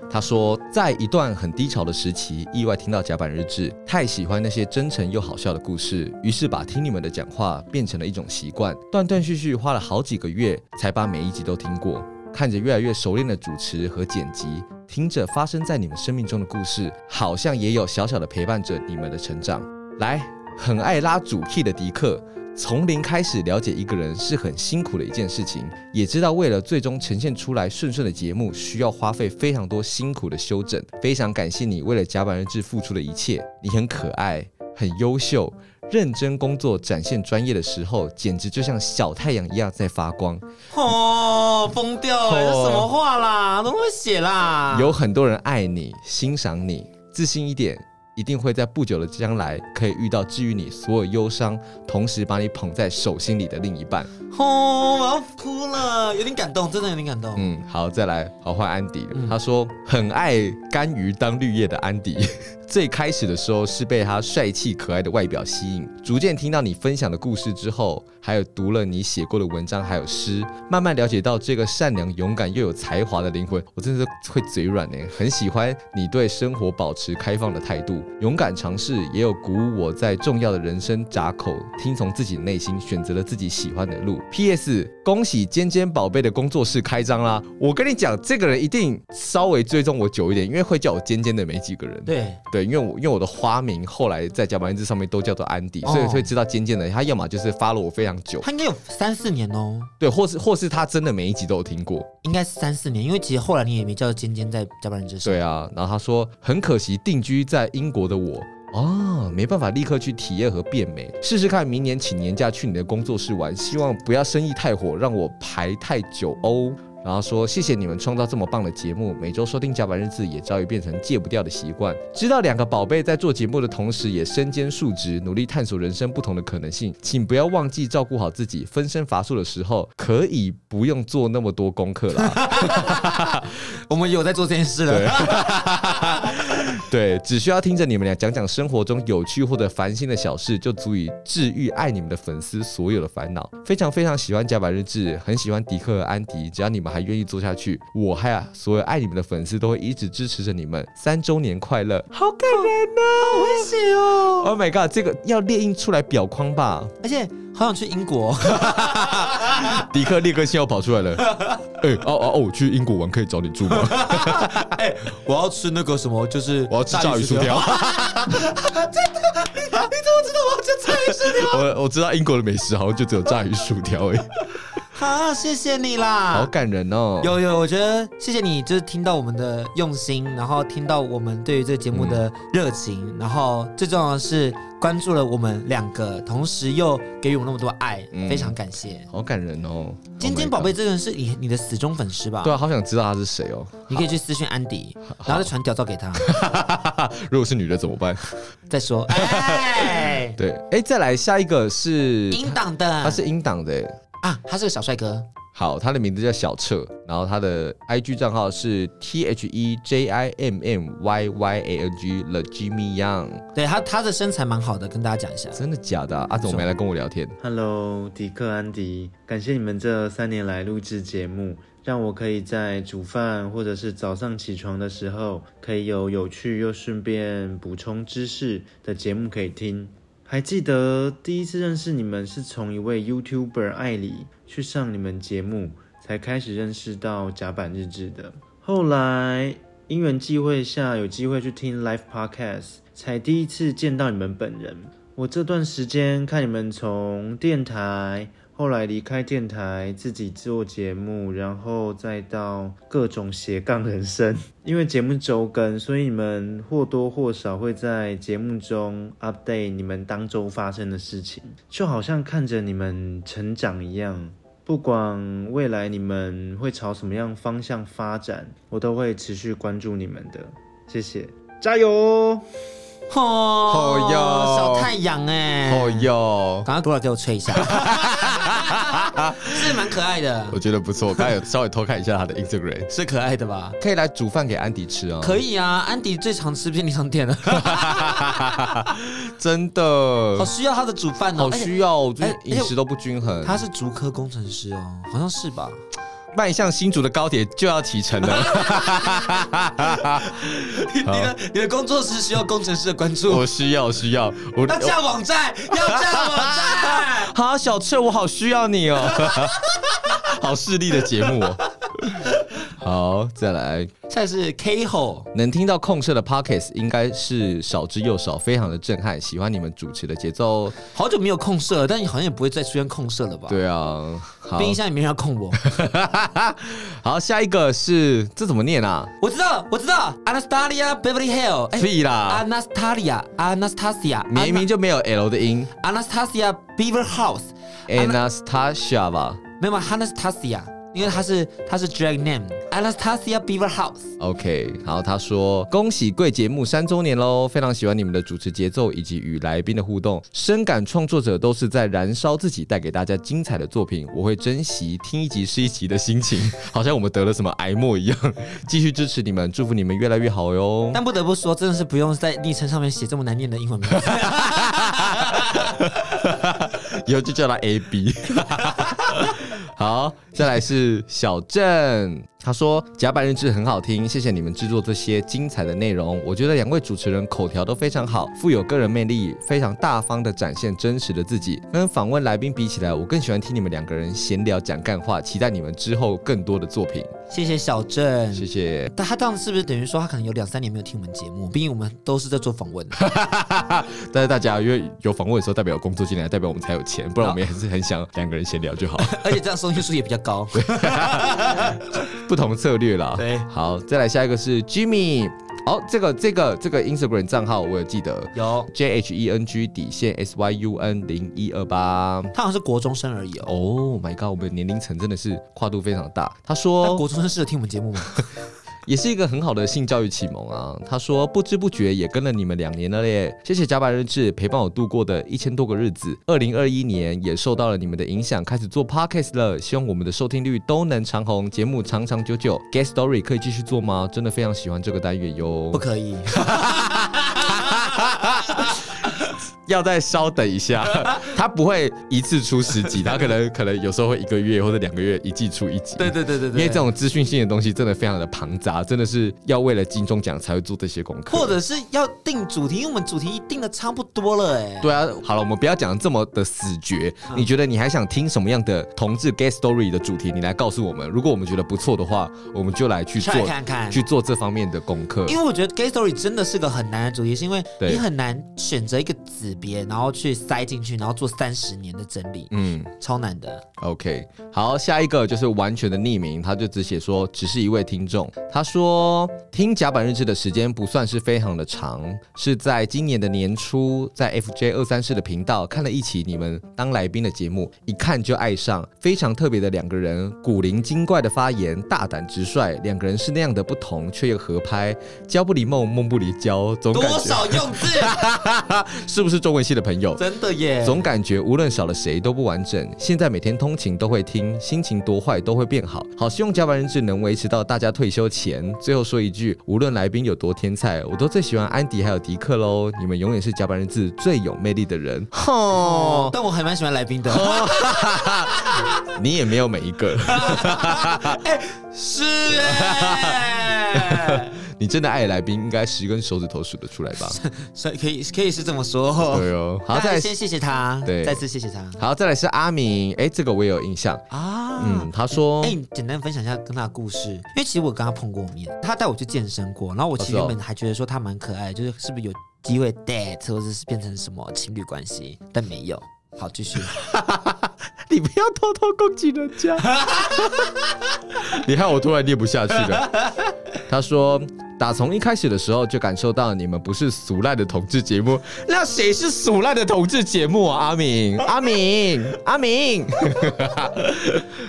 [SPEAKER 3] 他说，在一段很低潮的时期，意外听到《甲板日志》，太喜欢那些真诚又好笑的故事，于是把听你们的讲话变成了一种习惯，断断续续花了好几个月才把每一集都听过。看着越来越熟练的主持和剪辑，听着发生在你们生命中的故事，好像也有小小的陪伴着你们的成长。来，很爱拉主 key 的迪克，从零开始了解一个人是很辛苦的一件事情，也知道为了最终呈现出来顺顺的节目，需要花费非常多辛苦的修整。非常感谢你为了甲板日志付出的一切，你很可爱，很优秀，认真工作，展现专业的时候，简直就像小太阳一样在发光。
[SPEAKER 2] 哦，疯掉了，这
[SPEAKER 3] 哦
[SPEAKER 2] 什么话啦？都会写啦。
[SPEAKER 3] 有很多人爱你、欣赏你，自信一点，一定会在不久的将来可以遇到治愈你所有忧伤，同时把你捧在手心里的另一半。
[SPEAKER 2] 哦，我要哭了，有点感动，真的有点感动。
[SPEAKER 3] 嗯，好，再来，好换安迪了。他说很爱甘于当绿叶的安迪，最开始的时候是被他帅气可爱的外表吸引，逐渐听到你分享的故事之后，还有读了你写过的文章还有诗，慢慢了解到这个善良、勇敢又有才华的灵魂，我真的是会嘴软呢、很喜欢你对生活保持开放的态度，勇敢尝试，也有鼓舞我在重要的人生闸口，听从自己内心，选择了自己喜欢的路。P.S. 恭喜尖尖宝贝的工作室开张啦！我跟你讲，这个人一定稍微追踪我久一点，因为会叫我尖尖的没几个人。
[SPEAKER 2] 对，
[SPEAKER 3] 对，因为我因为我的花名后来在甲板日志上面都叫做安迪，所以
[SPEAKER 2] 哦
[SPEAKER 3] 会知道尖尖的。他要么就是发了我非常久，
[SPEAKER 2] 他应该有三四年哦，
[SPEAKER 3] 对，或是或是他真的每一集都有听过。
[SPEAKER 2] 应该是三四年，因为其实后来你也没叫尖尖在加班人之上。
[SPEAKER 3] 对啊，然后他说很可惜定居在英国的我。哦，没办法立刻去体验和变美，试试看明年请年假去你的工作室玩，希望不要生意太火，让我排太久哦。然后说谢谢你们创造这么棒的节目，每周收听甲板日志也早已变成戒不掉的习惯。知道两个宝贝在做节目的同时，也身兼数职，努力探索人生不同的可能性。请不要忘记照顾好自己，分身乏术的时候可以不用做那么多功课啦。
[SPEAKER 2] 我们有在做这件事了。
[SPEAKER 3] 对，只需要听着你们俩讲讲生活中有趣或者烦心的小事，就足以治愈爱你们的粉丝所有的烦恼。非常非常喜欢甲板日志，很喜欢迪克和安迪，只要你们还愿意做下去，我还有所有爱你们的粉丝都会一直支持着你们。三周年快乐！
[SPEAKER 2] 好感人
[SPEAKER 3] 啊
[SPEAKER 2] 哦，好危险哦！
[SPEAKER 3] Oh my god，这个要列印出来表框吧？
[SPEAKER 2] 而且好想去英国，
[SPEAKER 3] 迪克立刻信号跑出来 了。哎、哦哦哦，我去英国玩可以找你住吗？
[SPEAKER 2] 我要吃那个什么，就是
[SPEAKER 3] 我要吃 炸鱼薯条。。
[SPEAKER 2] 你怎么知道我要吃炸 鱼薯条？
[SPEAKER 3] 我我知道英国的美食好像就只有炸鱼薯条而已，
[SPEAKER 2] 好，谢谢你
[SPEAKER 3] 好
[SPEAKER 2] 啦。
[SPEAKER 3] 感人哦。
[SPEAKER 2] 有有，我觉得谢谢你，就是听到我们的用心，然后听到我们对于这个节目的热情，
[SPEAKER 3] 嗯
[SPEAKER 2] 然后最重要的是关注了我们两个，同时又给予我们那么多爱，
[SPEAKER 3] 嗯
[SPEAKER 2] 非常感谢。
[SPEAKER 3] 好感人哦。
[SPEAKER 2] 尖尖
[SPEAKER 3] Oh my
[SPEAKER 2] 宝
[SPEAKER 3] god
[SPEAKER 2] 贝，这个人是你你的死忠粉丝吧？
[SPEAKER 3] 对啊，好想知道他是谁哦。
[SPEAKER 2] 你可以去私讯安迪，然后再传屌照给 他，
[SPEAKER 3] 如果是女的怎么办？
[SPEAKER 2] 再说。哎，
[SPEAKER 3] 对，哎，再来下一个是，
[SPEAKER 2] 英党的，
[SPEAKER 3] 他是英党的诶。
[SPEAKER 2] 啊，他是个小帅哥，
[SPEAKER 3] 好，他的名字叫小彻，然后他的 IG 账号是 T H E J I M M Y Y A N G The Jimmy Young，
[SPEAKER 2] 对他他的身材蛮好的，跟大家讲一下。
[SPEAKER 3] 真的假的啊？阿总没来跟我聊天，
[SPEAKER 4] Hello，迪克、安迪，感谢你们这三年来录制节目，让我可以在煮饭或者是早上起床的时候，可以有有趣又顺便补充知识的节目可以听。还记得第一次认识你们是从一位 YouTuber 艾里去上你们节目，才开始认识到甲板日志的。后来因缘际会下，有机会去听 Live Podcast，才第一次见到你们本人。我这段时间看你们从电台，后来离开电台，自己做节目，然后再到各种斜杠人生。 因为节目周更，所以你们或多或少会在节目中 update 你们当周发生的事情，就好像看着你们成长一样。不管未来你们会朝什么样方向发展，我都会持续关注你们的。谢谢，加油哦！
[SPEAKER 2] 哦
[SPEAKER 3] 哦哟
[SPEAKER 2] 小太阳哎，
[SPEAKER 3] 哦，哟，
[SPEAKER 2] 赶快过来给我吹一下， 是蛮可爱的，
[SPEAKER 3] 我觉得不错，我刚才有稍微偷看一下他的 Instagram，
[SPEAKER 2] 是可爱的吧？
[SPEAKER 3] 可以来煮饭给安迪吃啊，
[SPEAKER 2] 可以啊，安迪最常吃便利商店了，
[SPEAKER 3] 真的
[SPEAKER 2] 好，需要他的煮饭哦，
[SPEAKER 3] 好
[SPEAKER 2] 而且
[SPEAKER 3] 需要哦，就是
[SPEAKER 2] 哎而且
[SPEAKER 3] 饮食都不均衡，
[SPEAKER 2] 他是竹科工程师哦，好像是吧？
[SPEAKER 3] 迈向新竹的高铁就要启程了。
[SPEAKER 2] 你的你的工作室需要工程师的关注，
[SPEAKER 3] 我需要，我需要，我
[SPEAKER 2] 要架网站，要架网 站。
[SPEAKER 3] 好， 小彻，我好需要你哦，好势力的节目哦。好，再来，
[SPEAKER 2] 再来是 K 吼，
[SPEAKER 3] 能听到控社的 Pockets 应该是少之又少，非常的震撼。喜欢你们主持的节奏，哦
[SPEAKER 2] 好久没有控射了，但好像也不会再出现控射了吧？，
[SPEAKER 3] 对啊，好
[SPEAKER 2] 冰箱里面要控 我，
[SPEAKER 3] 好，下一个是这怎么念啊？
[SPEAKER 2] 我知道，我知道，Anastasia Beverly Hill，哎
[SPEAKER 3] 屁啦，
[SPEAKER 2] ，Anastasia Anastasia，
[SPEAKER 3] 明明就没有 L 的音
[SPEAKER 2] Anastasia Beaver House，
[SPEAKER 3] ，Anastasia 吧
[SPEAKER 2] 没有 Anastasia，因为它是它是 drag name Anastasia Beaver House。
[SPEAKER 3] ？OK，然后他说恭喜贵节目三周年喽，非常喜欢你们的主持节奏以及与来宾的互动，深感创作者都是在燃烧自己，带给大家精彩的作品，我会珍惜听一集是一集的心情， 好像我们得了什么癌末一样，继续支持你们，祝福你们越来越好哟。
[SPEAKER 2] 但不得不说，真的是不用在昵称上面写这么难念的英文名 字。
[SPEAKER 3] 以后就叫他 A B。好，再来是小郑，他说《甲板日志》很好听，谢谢你们制作这些精彩的内容。我觉得两位主持人口条都非常好，富有个人魅力，非常大方的展现真实的自己。跟访问来宾比起来，我更喜欢听你们两个人闲聊讲干话，期待你们之后更多的作品。
[SPEAKER 2] 谢谢小郑。
[SPEAKER 3] 谢谢。
[SPEAKER 2] 但他这样是不是等于说他可能有两三年没有听我们节目？毕竟我们都是在做 访问的。
[SPEAKER 3] 但是大家因为有访问的时候，代表有工作进来，代表我们才有钱，不然我们也是很想两个人闲聊就好。
[SPEAKER 2] 而且这样收听数也比较高。
[SPEAKER 3] 不同策略啦。
[SPEAKER 2] 对
[SPEAKER 3] 好，再来下一个是 Jimmy。哦，这个这个这个 Instagram 账号我有记得
[SPEAKER 2] 有，
[SPEAKER 3] ，J H E N G 底线 S Y U N 零一二八。
[SPEAKER 2] 他好像是国中生而已哦。
[SPEAKER 3] Oh my god，我们的年龄层真的是跨度非常大。
[SPEAKER 2] 那
[SPEAKER 3] 他说，
[SPEAKER 2] 国中生适合听我们节目吗？
[SPEAKER 3] 也是一个很好的性教育启蒙啊。他说不知不觉也跟了你们两年了嘞，谢谢甲板日志陪伴我度过的一千多个日子。二零二一年也受到了你们的影响，开始做 podcast 了。希望我们的收听率都能长红，节目长长久久。Guest Story 可以继续做吗？真的非常喜欢这个单元哟
[SPEAKER 2] 不。可以。
[SPEAKER 3] 要再稍等一下， 他不会一次出十集，他可能可能有时候会一个月或者两个月一季出一 集。
[SPEAKER 2] 对对对
[SPEAKER 3] 因为这种资讯性的东西真的非常的庞杂，真的是要为了金钟奖才会做这些功课，
[SPEAKER 2] 或者是要定主题，因为我们主题定的差不多了哎。
[SPEAKER 3] 对啊，好了，我们不要讲这么的死绝。
[SPEAKER 2] 嗯
[SPEAKER 3] 你觉得你还想听什么样的同志 gay story 的主题？你来告诉我们。如果我们觉得不错的话，我们就来去做
[SPEAKER 2] 来看看
[SPEAKER 3] 去做这方面的功课。
[SPEAKER 2] 因为我觉得 gay story 真的是个很难的主题，是因为
[SPEAKER 3] 对
[SPEAKER 2] 你很难选择一个子别，然后去塞进去，然后做三十年的整理，
[SPEAKER 3] 嗯
[SPEAKER 2] 超难的。
[SPEAKER 3] ，OK，好，下一个就是完全的匿名，他就只写说只是一位听众。他说听甲板日志的时间不算是非常的长，是在今年的年初，在 FJ 二三四的频道看了一期你们当来宾的节目，一看就爱上，非常特别的两个人，古灵精怪的发言，大胆直率，两个人是那样的不同，却又合拍，交不离梦，梦不离交，总感
[SPEAKER 2] 多
[SPEAKER 3] 觉
[SPEAKER 2] 少用 字，
[SPEAKER 3] 是不是中文系的朋友？
[SPEAKER 2] 真的耶。
[SPEAKER 3] 总感觉无论少了谁都不完整。现在每天通勤都会听，心情多坏都会变好。好，希望加班日志能维持到大家退休前。最后说一句，无论来宾有多天才，我都最喜欢安迪还有迪克喽。你们永远是加班日志最有魅力的人。
[SPEAKER 2] 哦
[SPEAKER 3] 吼，
[SPEAKER 2] 但我还蛮喜欢来宾的。
[SPEAKER 3] 你也没有每一个，
[SPEAKER 2] 是哎，
[SPEAKER 3] 你真的爱来宾应该十根手指头数得出来吧？
[SPEAKER 2] 所以可以可以是这么说。
[SPEAKER 3] 对哦，好，
[SPEAKER 2] 那
[SPEAKER 3] 再来
[SPEAKER 2] 先谢谢他，
[SPEAKER 3] 对
[SPEAKER 2] 再次谢谢他
[SPEAKER 3] 好，再来是阿明，哎，这个我也有印象。
[SPEAKER 2] 啊。
[SPEAKER 3] 嗯，他说
[SPEAKER 2] 哎、，你简单分享一下跟他的故事，因为其实我跟他碰过面，他带我去健身过，然后我其实
[SPEAKER 3] 哦是哦
[SPEAKER 2] 原本还觉得说他蛮可爱，就是是不是有机会 date 或者是变成什么情侣关系，但没有。好，继续。
[SPEAKER 3] 你不要偷偷攻击人家。 你看我突然念不下去了。他说，打从一开始的时候就感受到你们不是俗烂的同志节目，那谁是俗烂的同志节目啊？阿明，阿明，阿明。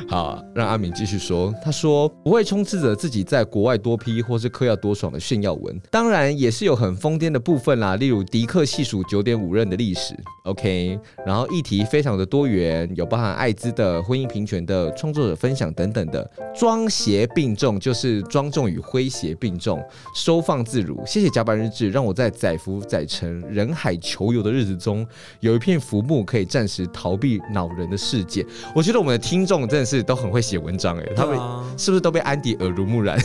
[SPEAKER 3] 好，让阿敏继续说。他说不会充斥着自己在国外多批或是嗑药多爽的炫耀文，当然也是有很疯癫的部分啦，例如迪克系数九点五任的历史，OK。然后议题非常的多元，有包含艾滋的、婚姻平权的、创作者分享等等的。装鞋并重就是庄重与诙谐并重，收放自如。谢谢甲板日志，让我在载浮载沉、人海求游的日子中，有一片浮木可以暂时逃避恼人的世界。我觉得我们的听众真的是都很会写文章、欸，
[SPEAKER 2] 啊
[SPEAKER 3] 哎，他们是不是都被安迪耳濡目染？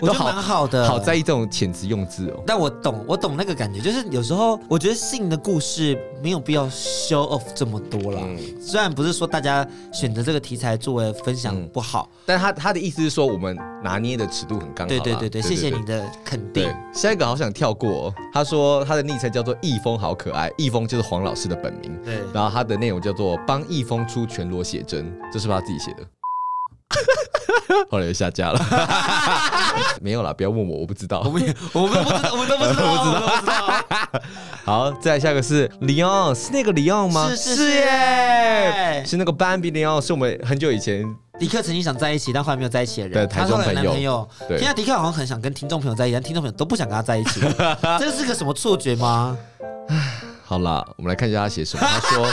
[SPEAKER 2] 我觉
[SPEAKER 3] 都
[SPEAKER 2] 得
[SPEAKER 3] 好
[SPEAKER 2] 蛮好的，
[SPEAKER 3] 好在意这种遣词用字哦。
[SPEAKER 2] 但我懂，我懂那个感觉，就是有时候我觉得性的故事没有必要 show off 这么多啦。虽然不是说大家选择这个题材作为分享不好，
[SPEAKER 3] 但他他的意思是说，我们拿捏的尺度很刚好啦。
[SPEAKER 2] 对嗯对对对，谢谢你的肯定
[SPEAKER 3] 对。，下一个好想跳过、哦。他说他的昵称叫做易峰，好可爱。易峰就是黄老师的本名。
[SPEAKER 2] 对，
[SPEAKER 3] 然后他的内容叫做帮易峰出全裸写真，这是不是他自己写 的。后来就下架了，没有啦，不要问我，我不知道。
[SPEAKER 2] 我们都不知 道，我们都不知道，我们都不知道。
[SPEAKER 3] 好，再来下一个是 Leon，是那个 Leon 吗？
[SPEAKER 2] 是是是
[SPEAKER 3] 耶，是那个斑比 Leon，是我们很久以前
[SPEAKER 2] 迪克曾经想在一起，但后来没有在一起的人，
[SPEAKER 3] 对
[SPEAKER 2] 他
[SPEAKER 3] 台中
[SPEAKER 2] 后来有男
[SPEAKER 3] 朋友
[SPEAKER 2] 朋友。
[SPEAKER 3] 对
[SPEAKER 2] 天啊，迪克好像很想跟听众朋友在一起，但听众朋友都不想跟他在一起，这是个什么错觉吗？
[SPEAKER 3] 好啦，我们来看一下他写什么。他说：“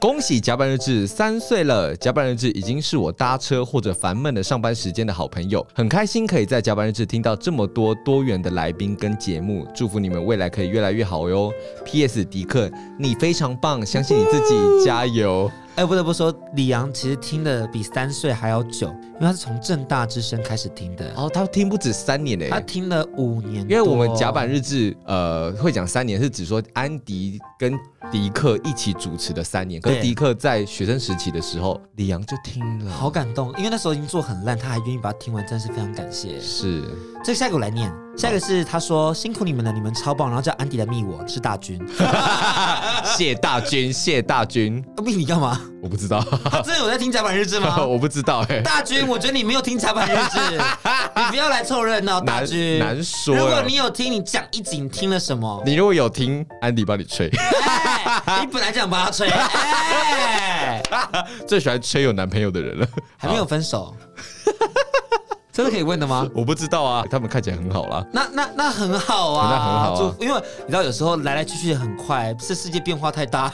[SPEAKER 3] 恭喜甲板日志三岁了，甲板日志已经是我搭车或者烦闷的上班时间的好朋友，很开心可以在甲板日志听到这么多多元的来宾跟节目，祝福你们未来可以越来越好哟。P.S. 迪克，你非常棒，相信你自己，加油！
[SPEAKER 2] 哎，不得不说，李阳其实听的比三岁还要久，因为他是从正大之声开始听的。
[SPEAKER 3] 哦，他听不止三年呢、欸
[SPEAKER 2] 他听了五年多，
[SPEAKER 3] 因为我们甲板日志，呃，会讲三年是指说安迪跟迪克一起主持的三年，可是
[SPEAKER 2] 对
[SPEAKER 3] 迪克在学生时期的时候，李阳就听了，
[SPEAKER 2] 好感动，因为那时候已经做很烂，他还愿意把它听完，真是非常感谢。
[SPEAKER 3] 是
[SPEAKER 2] 这个下一个我来念，下一个是他说辛苦你们了，你们超棒，然后叫安迪来密我是大军，
[SPEAKER 3] 谢大军，谢大军，
[SPEAKER 2] 密你干 嘛？
[SPEAKER 3] 我不知道，
[SPEAKER 2] 他真的有在听甲板日志吗？
[SPEAKER 3] 我不知道哎、
[SPEAKER 2] 啊大军，我觉得你没有听甲板日 志，你不要来凑热闹，大
[SPEAKER 3] 难
[SPEAKER 2] 军。
[SPEAKER 3] 难说啊
[SPEAKER 2] 如果
[SPEAKER 3] 了。
[SPEAKER 2] 你有听，你讲一集，你听了什 么？
[SPEAKER 3] 你如果有听，安迪帮你吹，
[SPEAKER 2] 哎你本来就想把他吹，哎，
[SPEAKER 3] 最喜欢吹有男朋友的人了。
[SPEAKER 2] 还没有分手，这是可以问的吗？
[SPEAKER 3] 我不知道啊，他们看起来很好啦。
[SPEAKER 2] 那那那很好啊，
[SPEAKER 3] 那很好啊
[SPEAKER 2] 就因为你知道有时候来来去去很快，这世界变化太 大。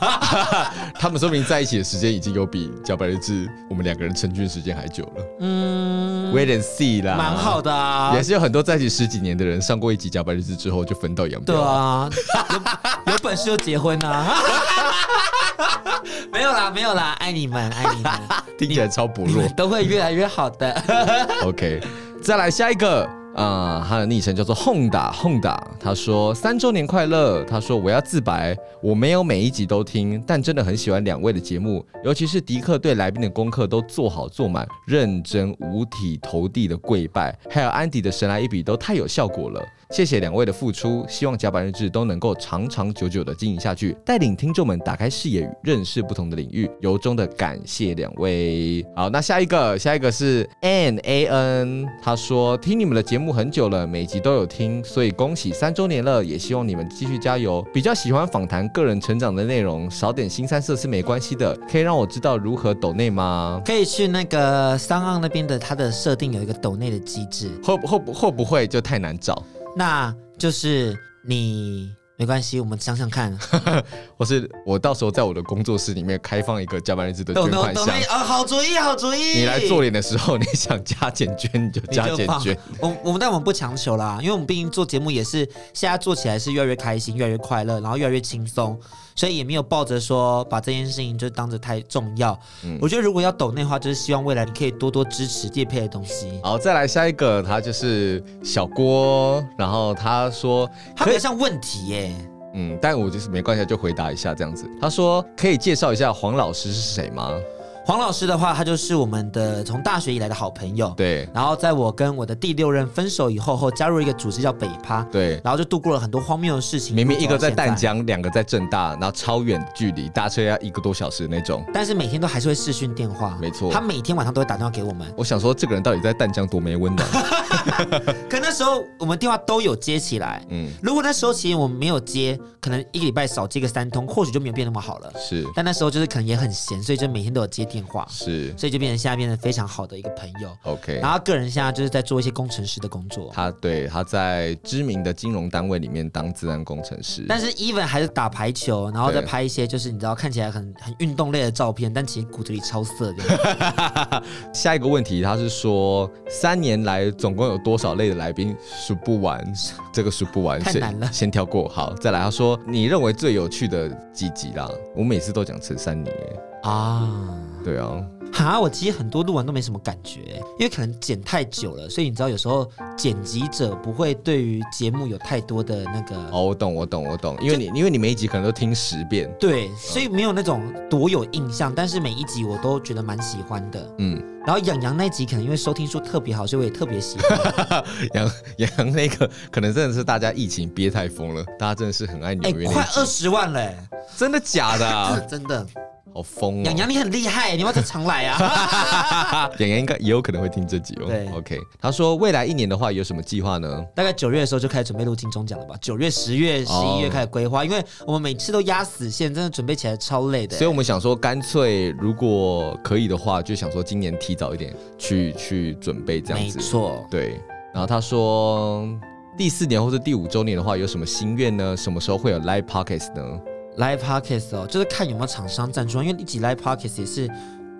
[SPEAKER 3] 他们说明在一起的时间已经有比《小白日志》我们两个人成军时间还久了。
[SPEAKER 2] 嗯，
[SPEAKER 3] Wait and see 啦，
[SPEAKER 2] 蛮好的啊
[SPEAKER 3] 也，是有很多在一起十几年的人，上过一集《假白日志》之后就分道扬镳。
[SPEAKER 2] 对，啊，有有本事就结婚 啊。没有啦，没有啦，爱你们，爱你 们，
[SPEAKER 3] 听起来超薄
[SPEAKER 2] 你
[SPEAKER 3] 弱
[SPEAKER 2] 们。都会越来越好的。
[SPEAKER 3] OK，再来下一个啊、他的昵称叫做 Honda Honda，他说三周年快乐，他说我要自白，我没有每一集都听，但真的很喜欢两位的节目，尤其是迪克对来宾的功课都做好做满，认真五体投地的跪拜，还有安迪的神来一笔都太有效果了。谢谢两位的付出，希望甲板日志都能够长长久久的经营下去，带领听众们打开视野，认识不同的领域。由衷的感谢两位。好，那下一个，下一个是 N A N，他说听你们的节目很久了，每集都有听，所以恭喜三周年了，也希望你们继续加油。比较喜欢访谈个人成长的内容，少点新三色是没关系的，可以让我知道如何抖内吗？
[SPEAKER 2] 可以去那个商岸那边的，它的设定有一个抖内的机制，
[SPEAKER 3] 会会不会不会就太难找，
[SPEAKER 2] 那就是你没关系，我们想想 看，
[SPEAKER 3] 或是我到时候在我的工作室里面开放一个加班日志的捐款箱
[SPEAKER 2] 内。啊，好主意，好主意，
[SPEAKER 3] 你来做脸的时候，你想加减捐你就
[SPEAKER 2] 你
[SPEAKER 3] 加
[SPEAKER 2] 就
[SPEAKER 3] 减
[SPEAKER 2] 放
[SPEAKER 3] 捐。。
[SPEAKER 2] 我我们但我们不强求啦，因为我们毕竟做节目也是现在做起来是越来越开心，越来越快乐，然后越来越轻松，所以也没有抱着说把这件事情就当着太重要。
[SPEAKER 3] 嗯
[SPEAKER 2] 我觉得如果要抖内的话，就是希望未来你可以多多支持叶配的东西。
[SPEAKER 3] 好，再来下一个，他就是小郭，然后他说
[SPEAKER 2] 它
[SPEAKER 3] 可
[SPEAKER 2] 比
[SPEAKER 3] 以
[SPEAKER 2] 较，像问题耶、
[SPEAKER 3] 嗯，但我就是没关系，就回答一下这样子。他说可以介绍一下黄老师是谁吗？
[SPEAKER 2] 黄老师的话，他就是我们的从大学以来的好朋友。。
[SPEAKER 3] 对
[SPEAKER 2] 然后在我跟我的第六任分手以后，后加入一个组织叫北趴，
[SPEAKER 3] 对，
[SPEAKER 2] 然后就度过了很多荒谬的事情。
[SPEAKER 3] 明明一个在
[SPEAKER 2] 度过到现
[SPEAKER 3] 淡江，两个在正大，然后超远的距离，搭车要一个多小时那种。
[SPEAKER 2] 但是每天都还是会视讯电话，
[SPEAKER 3] 没错
[SPEAKER 2] 他每天晚上都会打电话给我们。
[SPEAKER 3] 我想说，这个人到底在淡江多没温暖？
[SPEAKER 2] 可那时候我们电话都有接起来，
[SPEAKER 3] 嗯，
[SPEAKER 2] 如果那时候其实我们没有接，可能一个礼拜少接个三通，或许就没有变那么好了。
[SPEAKER 3] 是
[SPEAKER 2] 但那时候就是可能也很闲，所以就每天都有接电话，
[SPEAKER 3] 是
[SPEAKER 2] 所以就变成现在变成非常好的一个朋友。
[SPEAKER 3] OK。
[SPEAKER 2] 然后他个人现在就是在做一些工程师的工作，
[SPEAKER 3] 他对他在知名的金融单位里面当自然工程师，
[SPEAKER 2] 但是 even 还是打排球，然后再
[SPEAKER 3] 对
[SPEAKER 2] 拍一些就是你知道看起来很很运动类的照片，但其实骨子里超色 的。
[SPEAKER 3] 下一个问题，他是说三年来总共有多少类的来宾数不完，这个数不完，
[SPEAKER 2] 太
[SPEAKER 3] 先
[SPEAKER 2] 难了
[SPEAKER 3] 先跳过。好，再来，他说你认为最有趣的几集啦？我每次都讲陈珊妮耶，
[SPEAKER 2] 啊。
[SPEAKER 3] 对啊，
[SPEAKER 2] 哈，我其实很多录完都没什么感觉，因为可能剪太久了，所以你知道有时候剪辑者不会对于节目有太多的那个。
[SPEAKER 3] 哦，我懂，我懂，我懂，因为你因为你每一集可能都听十遍，
[SPEAKER 2] 对，所以没有那种多有印象，但是每一集我都觉得蛮喜欢的。
[SPEAKER 3] 嗯，
[SPEAKER 2] 然后养羊那一集可能因为收听数特别好，所以我也特别喜 欢。
[SPEAKER 3] 杨杨那个可能真的是大家疫情憋太疯了，大家真的是很爱
[SPEAKER 2] 哎、
[SPEAKER 3] 纽约那一集，
[SPEAKER 2] 快二十万嘞、
[SPEAKER 3] 真的假的、啊？
[SPEAKER 2] 真的，
[SPEAKER 3] 好疯哦！
[SPEAKER 2] 养羊你很厉害、你要不要再常来 啊？
[SPEAKER 3] 演员应该也有可能会听这集哦。
[SPEAKER 2] 对
[SPEAKER 3] OK，他说未来一年的话有什么计划呢？
[SPEAKER 2] 大概九月的时候就开始准备录金钟奖了吧？九月、十月、十
[SPEAKER 3] 哦
[SPEAKER 2] 一月开始规划，因为我们每次都压死线，真的准备起来超累的、
[SPEAKER 3] 所以我们想说，干脆如果可以的话，就想说今年提早一点去去准备这样
[SPEAKER 2] 没
[SPEAKER 3] 子。
[SPEAKER 2] 错，
[SPEAKER 3] 对，然后他说第四年或者第五周年的话有什么心愿呢？什么时候会有 live podcast 呢？
[SPEAKER 2] Live Podcast 哦，就是看有没有厂商赞助，因为一集 Live Podcast 也是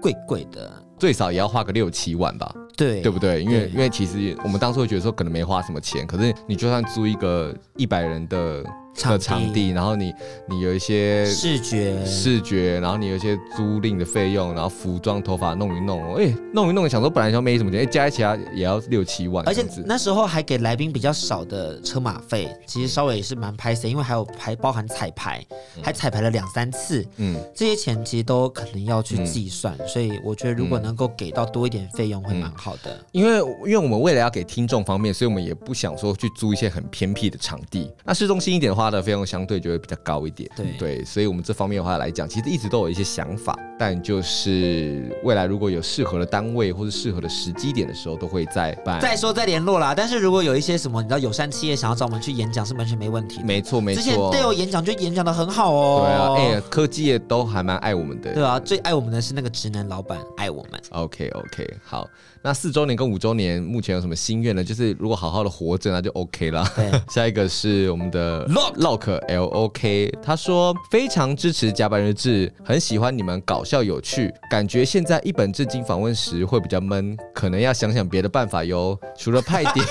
[SPEAKER 2] 贵贵的，
[SPEAKER 3] 最少也要花个六七万吧，
[SPEAKER 2] 对
[SPEAKER 3] 对不对？因为
[SPEAKER 2] 对
[SPEAKER 3] 因为其实我们当初会觉得说可能没花什么钱，可是你就算租一个一百人的的场地，然后你你有一些
[SPEAKER 2] 视觉
[SPEAKER 3] 视觉，然后你有一些租赁的费用，然后服装、头发弄一弄，哎、弄一弄，想说本来想没什么钱，哎、加起来也要六七万，
[SPEAKER 2] 而且
[SPEAKER 3] 这样子
[SPEAKER 2] 那时候还给来宾比较少的车马费，其实稍微也是蛮拍谁，因为还有还包含彩排，还彩排了两三次，
[SPEAKER 3] 嗯，
[SPEAKER 2] 这些钱其实都可能要去计算，所以我觉得
[SPEAKER 3] 嗯
[SPEAKER 2] 如果能够给到多一点费用会蛮好的。
[SPEAKER 3] 因为因为我们为了要给听众方面，所以我们也不想说去租一些很偏僻的场地。那市中心一点的话呢，费用相对就会比较高一点。
[SPEAKER 2] 对
[SPEAKER 3] 所以我们这方面的话来讲，其实一直都有一些想法，但就是未来如果有适合的单位或是适合的时机点的时候，都会再办。
[SPEAKER 2] 再说再联络啦，但是如果有一些什么你知道友善企业想要找我们去演讲是完全没问题的。
[SPEAKER 3] 没错没
[SPEAKER 2] 之前
[SPEAKER 3] 错，
[SPEAKER 2] 对我演讲就演讲的很好哦，
[SPEAKER 3] 对啊，哎、科技业都还蛮爱我们的。
[SPEAKER 2] 对啊，最爱我们的是那个直男老板，爱我们。
[SPEAKER 3] OK OK，好，那四周年跟五周年目前有什么心愿呢？就是如果好好的活着，那就 OK 啦。
[SPEAKER 2] 对，
[SPEAKER 3] 下一个是我们的 Lock Lock L O K，他说非常支持甲板日志，很喜欢你们搞笑有趣，感觉现在一本正经访问时会比较闷，可能要想想别的办法哟。除了派点，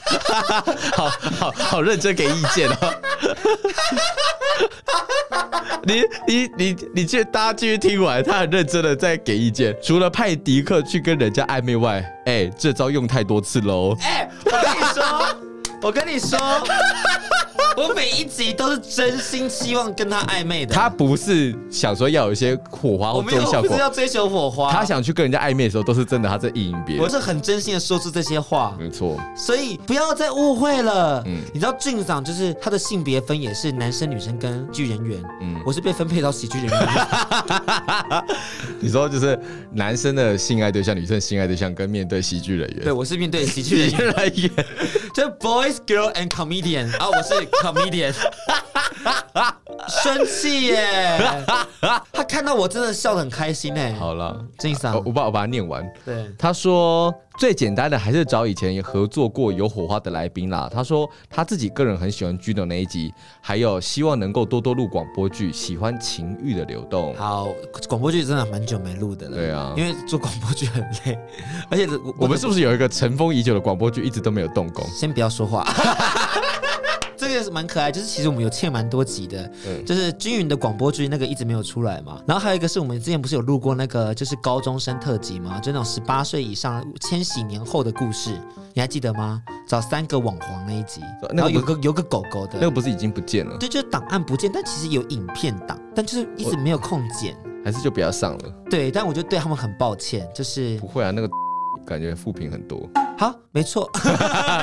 [SPEAKER 3] 好好好认真给意见哦。你你你你这大家继续听完，他很认真的在给意见。除了派迪克去跟人家暧昧外，哎、这招用太多次喽。
[SPEAKER 2] 哎、我跟你 说，我跟你说，我每一集都是真心希望跟他暧昧的，
[SPEAKER 3] 他不是想说要有一些火花
[SPEAKER 2] 我
[SPEAKER 3] 或
[SPEAKER 2] 没
[SPEAKER 3] 综
[SPEAKER 2] 有
[SPEAKER 3] 艺效
[SPEAKER 2] 我不
[SPEAKER 3] 果
[SPEAKER 2] 是，要追求火花，
[SPEAKER 3] 他，想去跟人家暧昧的时候，都是真的他在意淫别
[SPEAKER 2] 我
[SPEAKER 3] 人。
[SPEAKER 2] 是很真心的说出这些话，
[SPEAKER 3] 没错，
[SPEAKER 2] 所以不要再误会了。
[SPEAKER 3] 嗯
[SPEAKER 2] 你知道俊长就是他的性别分也是男生、女生跟剧人员，
[SPEAKER 3] 嗯
[SPEAKER 2] 我是被分配到喜剧人员，
[SPEAKER 3] 你说就是男生的性爱对象、女生性爱对象跟面对喜剧人员，
[SPEAKER 2] 对我是面对喜剧人员，
[SPEAKER 3] 人员，
[SPEAKER 2] 就是 boys, girl and comedian 啊，我是 comedian，生气耶！ 他看到我真的笑得很开心哎。
[SPEAKER 3] 好哦了，
[SPEAKER 2] 郑
[SPEAKER 3] 我
[SPEAKER 2] 桑，
[SPEAKER 3] 我把我把它念完。
[SPEAKER 2] 对，
[SPEAKER 3] 他说最简单的还是找以前也合作过有火花的来宾啦。他说他自己个人很喜欢 Gino 那一集，还有希望能够多多录广播剧，喜欢情欲的流动。
[SPEAKER 2] 好，广播剧真的蛮久没录的了，
[SPEAKER 3] 对啊
[SPEAKER 2] 因为做广播剧很累，而且我
[SPEAKER 3] 我们是不是有一个尘封已久的广播剧一直都没有动工？
[SPEAKER 2] 先不要说话。 这个也是蛮可爱，就是其实我们有欠蛮多集的，
[SPEAKER 3] 嗯
[SPEAKER 2] 就是均匀的广播剧那个一直没有出来嘛。然后还有一个是我们之前不是有录过那个就是高中生特辑嘛，就那种十八岁以上千禧年后的故事，你还记得吗？找三个网黄那一集，然
[SPEAKER 3] 那个
[SPEAKER 2] 后有
[SPEAKER 3] 不
[SPEAKER 2] 个有个狗狗的，
[SPEAKER 3] 那个不是已经不见了？
[SPEAKER 2] 对，就是档案不见，但其实有影片档，但就是一直没有空剪。
[SPEAKER 3] 还是就不要上了？
[SPEAKER 2] 对，但我就对他们很抱歉，就是
[SPEAKER 3] 不会啊，那个 感觉负评很多。
[SPEAKER 2] 好，没错，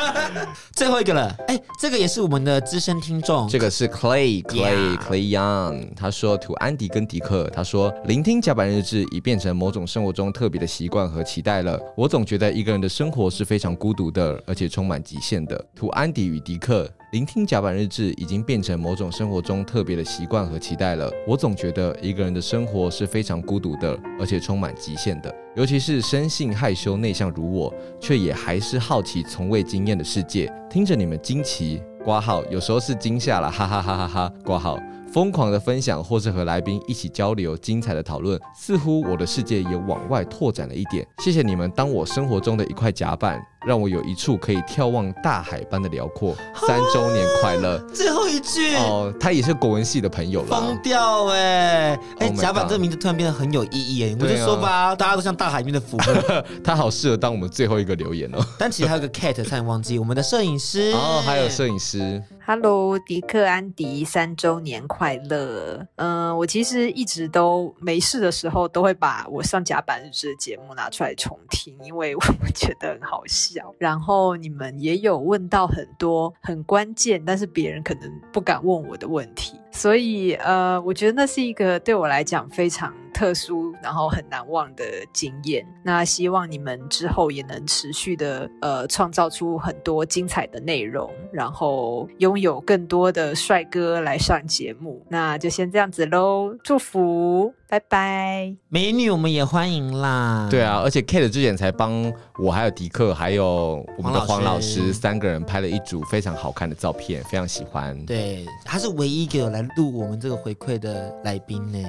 [SPEAKER 2] 最后一个了，哎，这个也是我们的资深听众，
[SPEAKER 3] 这个是 Clay Clay
[SPEAKER 2] Yeah
[SPEAKER 3] Clay Young，他说图安迪跟迪克，他说聆听甲板日志已变成某种生活中特别的习惯和期待了。我总觉得一个人的生活是非常孤独的，而且充满极限的。图安迪与迪克聆听甲板日志已经变成某种生活中特别的习惯和期待了。我总觉得一个人的生活是非常孤独的，而且充满极限的。尤其是生性害羞内向如我，却也还是好奇从未经验的世界。听着你们惊奇挂号，有时候是惊吓了，哈哈哈哈哈挂号。疯狂的分享，或是和来宾一起交流精彩的讨论，似乎我的世界也往外拓展了一点。谢谢你们，当我生活中的一块甲板，让我有一处可以眺望大海般的辽阔。
[SPEAKER 2] 哦
[SPEAKER 3] 三周年快乐！
[SPEAKER 2] 最后一句。
[SPEAKER 3] 哦，他也是国文系的朋友啦
[SPEAKER 2] 疯。掉哎、哎、
[SPEAKER 3] Oh my
[SPEAKER 2] 甲板
[SPEAKER 3] God
[SPEAKER 2] 这个名字突然变得很有意义哎、我就
[SPEAKER 3] 对啊
[SPEAKER 2] 说吧，大家都像大海里面的浮木。
[SPEAKER 3] 他好适合当我们最后一个留言哦。
[SPEAKER 2] 但其实还有个 cat 差点忘记，我们的摄影师
[SPEAKER 3] 哦，还有摄影师，
[SPEAKER 5] Hello，迪克安迪三周年快乐！嗯、我其实一直都没事的时候，都会把我上甲板日志的节目拿出来重听，因为我 觉得很好笑。然后你们也有问到很多很关键，但是别人可能不敢问我的问题，所以呃，我觉得那是一个对我来讲非常特殊，然后很难忘的经验。那希望你们之后也能持续的呃创造出很多精彩的内容，然后拥有更多的帅哥来上节目。那就先这样子喽，祝福，拜拜。
[SPEAKER 2] 美女，我们也欢迎啦。
[SPEAKER 3] 对，啊，而且 Kate 之前才帮我、还有迪克、还有我们的
[SPEAKER 2] 黄
[SPEAKER 3] 黄
[SPEAKER 2] 老
[SPEAKER 3] 老
[SPEAKER 2] 师
[SPEAKER 3] 师三个人拍了一组非常好看的照片，非常喜欢。
[SPEAKER 2] 对，他是唯一一个有来录我们这个回馈的来宾呢、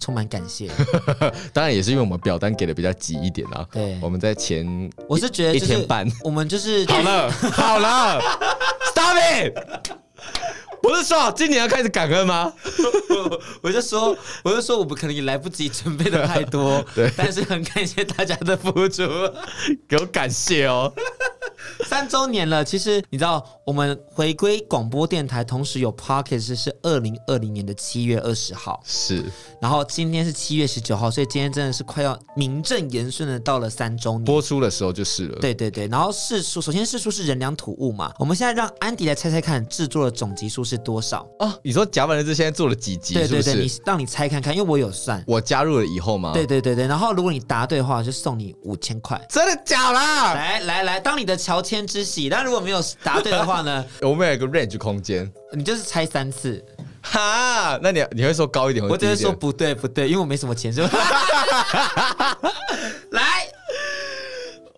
[SPEAKER 2] 充满感 谢。
[SPEAKER 3] 当然也是因为我们表单给的比较急一点啦。
[SPEAKER 2] 对
[SPEAKER 3] 我们在前
[SPEAKER 2] 我是觉得、
[SPEAKER 3] 一
[SPEAKER 2] 就是、
[SPEAKER 3] 天半
[SPEAKER 2] 我们 就是
[SPEAKER 3] 好了，好了，Stop it！不是说今年要开始感恩吗？
[SPEAKER 2] 我就说，我就说，我们可能也来不及准备的太 多，对，但是很感谢大家的付出。
[SPEAKER 3] 给我感谢哦！
[SPEAKER 2] 三周年了，其实你知道，我们回归广播电台，同时有 Pocket 是二零二零年的七月二十号，
[SPEAKER 3] 是
[SPEAKER 2] 然后今天是七月十九号，所以今天真的是快要名正言顺的到了三周年。
[SPEAKER 3] 播出的时候就是了。，
[SPEAKER 2] 对对对，然后试数，首先试数是人粮土物嘛，我们现在让安迪来猜猜看制作的总集数是多少？
[SPEAKER 3] 哦，你说甲板日志现在做了几集？
[SPEAKER 2] 对对
[SPEAKER 3] 是啊
[SPEAKER 2] 对，
[SPEAKER 3] 不
[SPEAKER 2] 你
[SPEAKER 3] 是？
[SPEAKER 2] 让你猜看看，因为我有算。
[SPEAKER 3] 我加入了以后吗？
[SPEAKER 2] 对，对对对，然后如果你答对的话，就送你五千块。
[SPEAKER 3] 真的假啦？
[SPEAKER 2] 来来来，当你的乔迁之喜。但如果没有答对的话呢，
[SPEAKER 3] 我们有一个 range 空间。
[SPEAKER 2] 你就是猜三次。
[SPEAKER 3] 哈，那你你会说高一点，
[SPEAKER 2] 我只
[SPEAKER 3] 低一
[SPEAKER 2] 会
[SPEAKER 3] 点
[SPEAKER 2] 说不对不对，因为我没什么钱，是吧？ 来，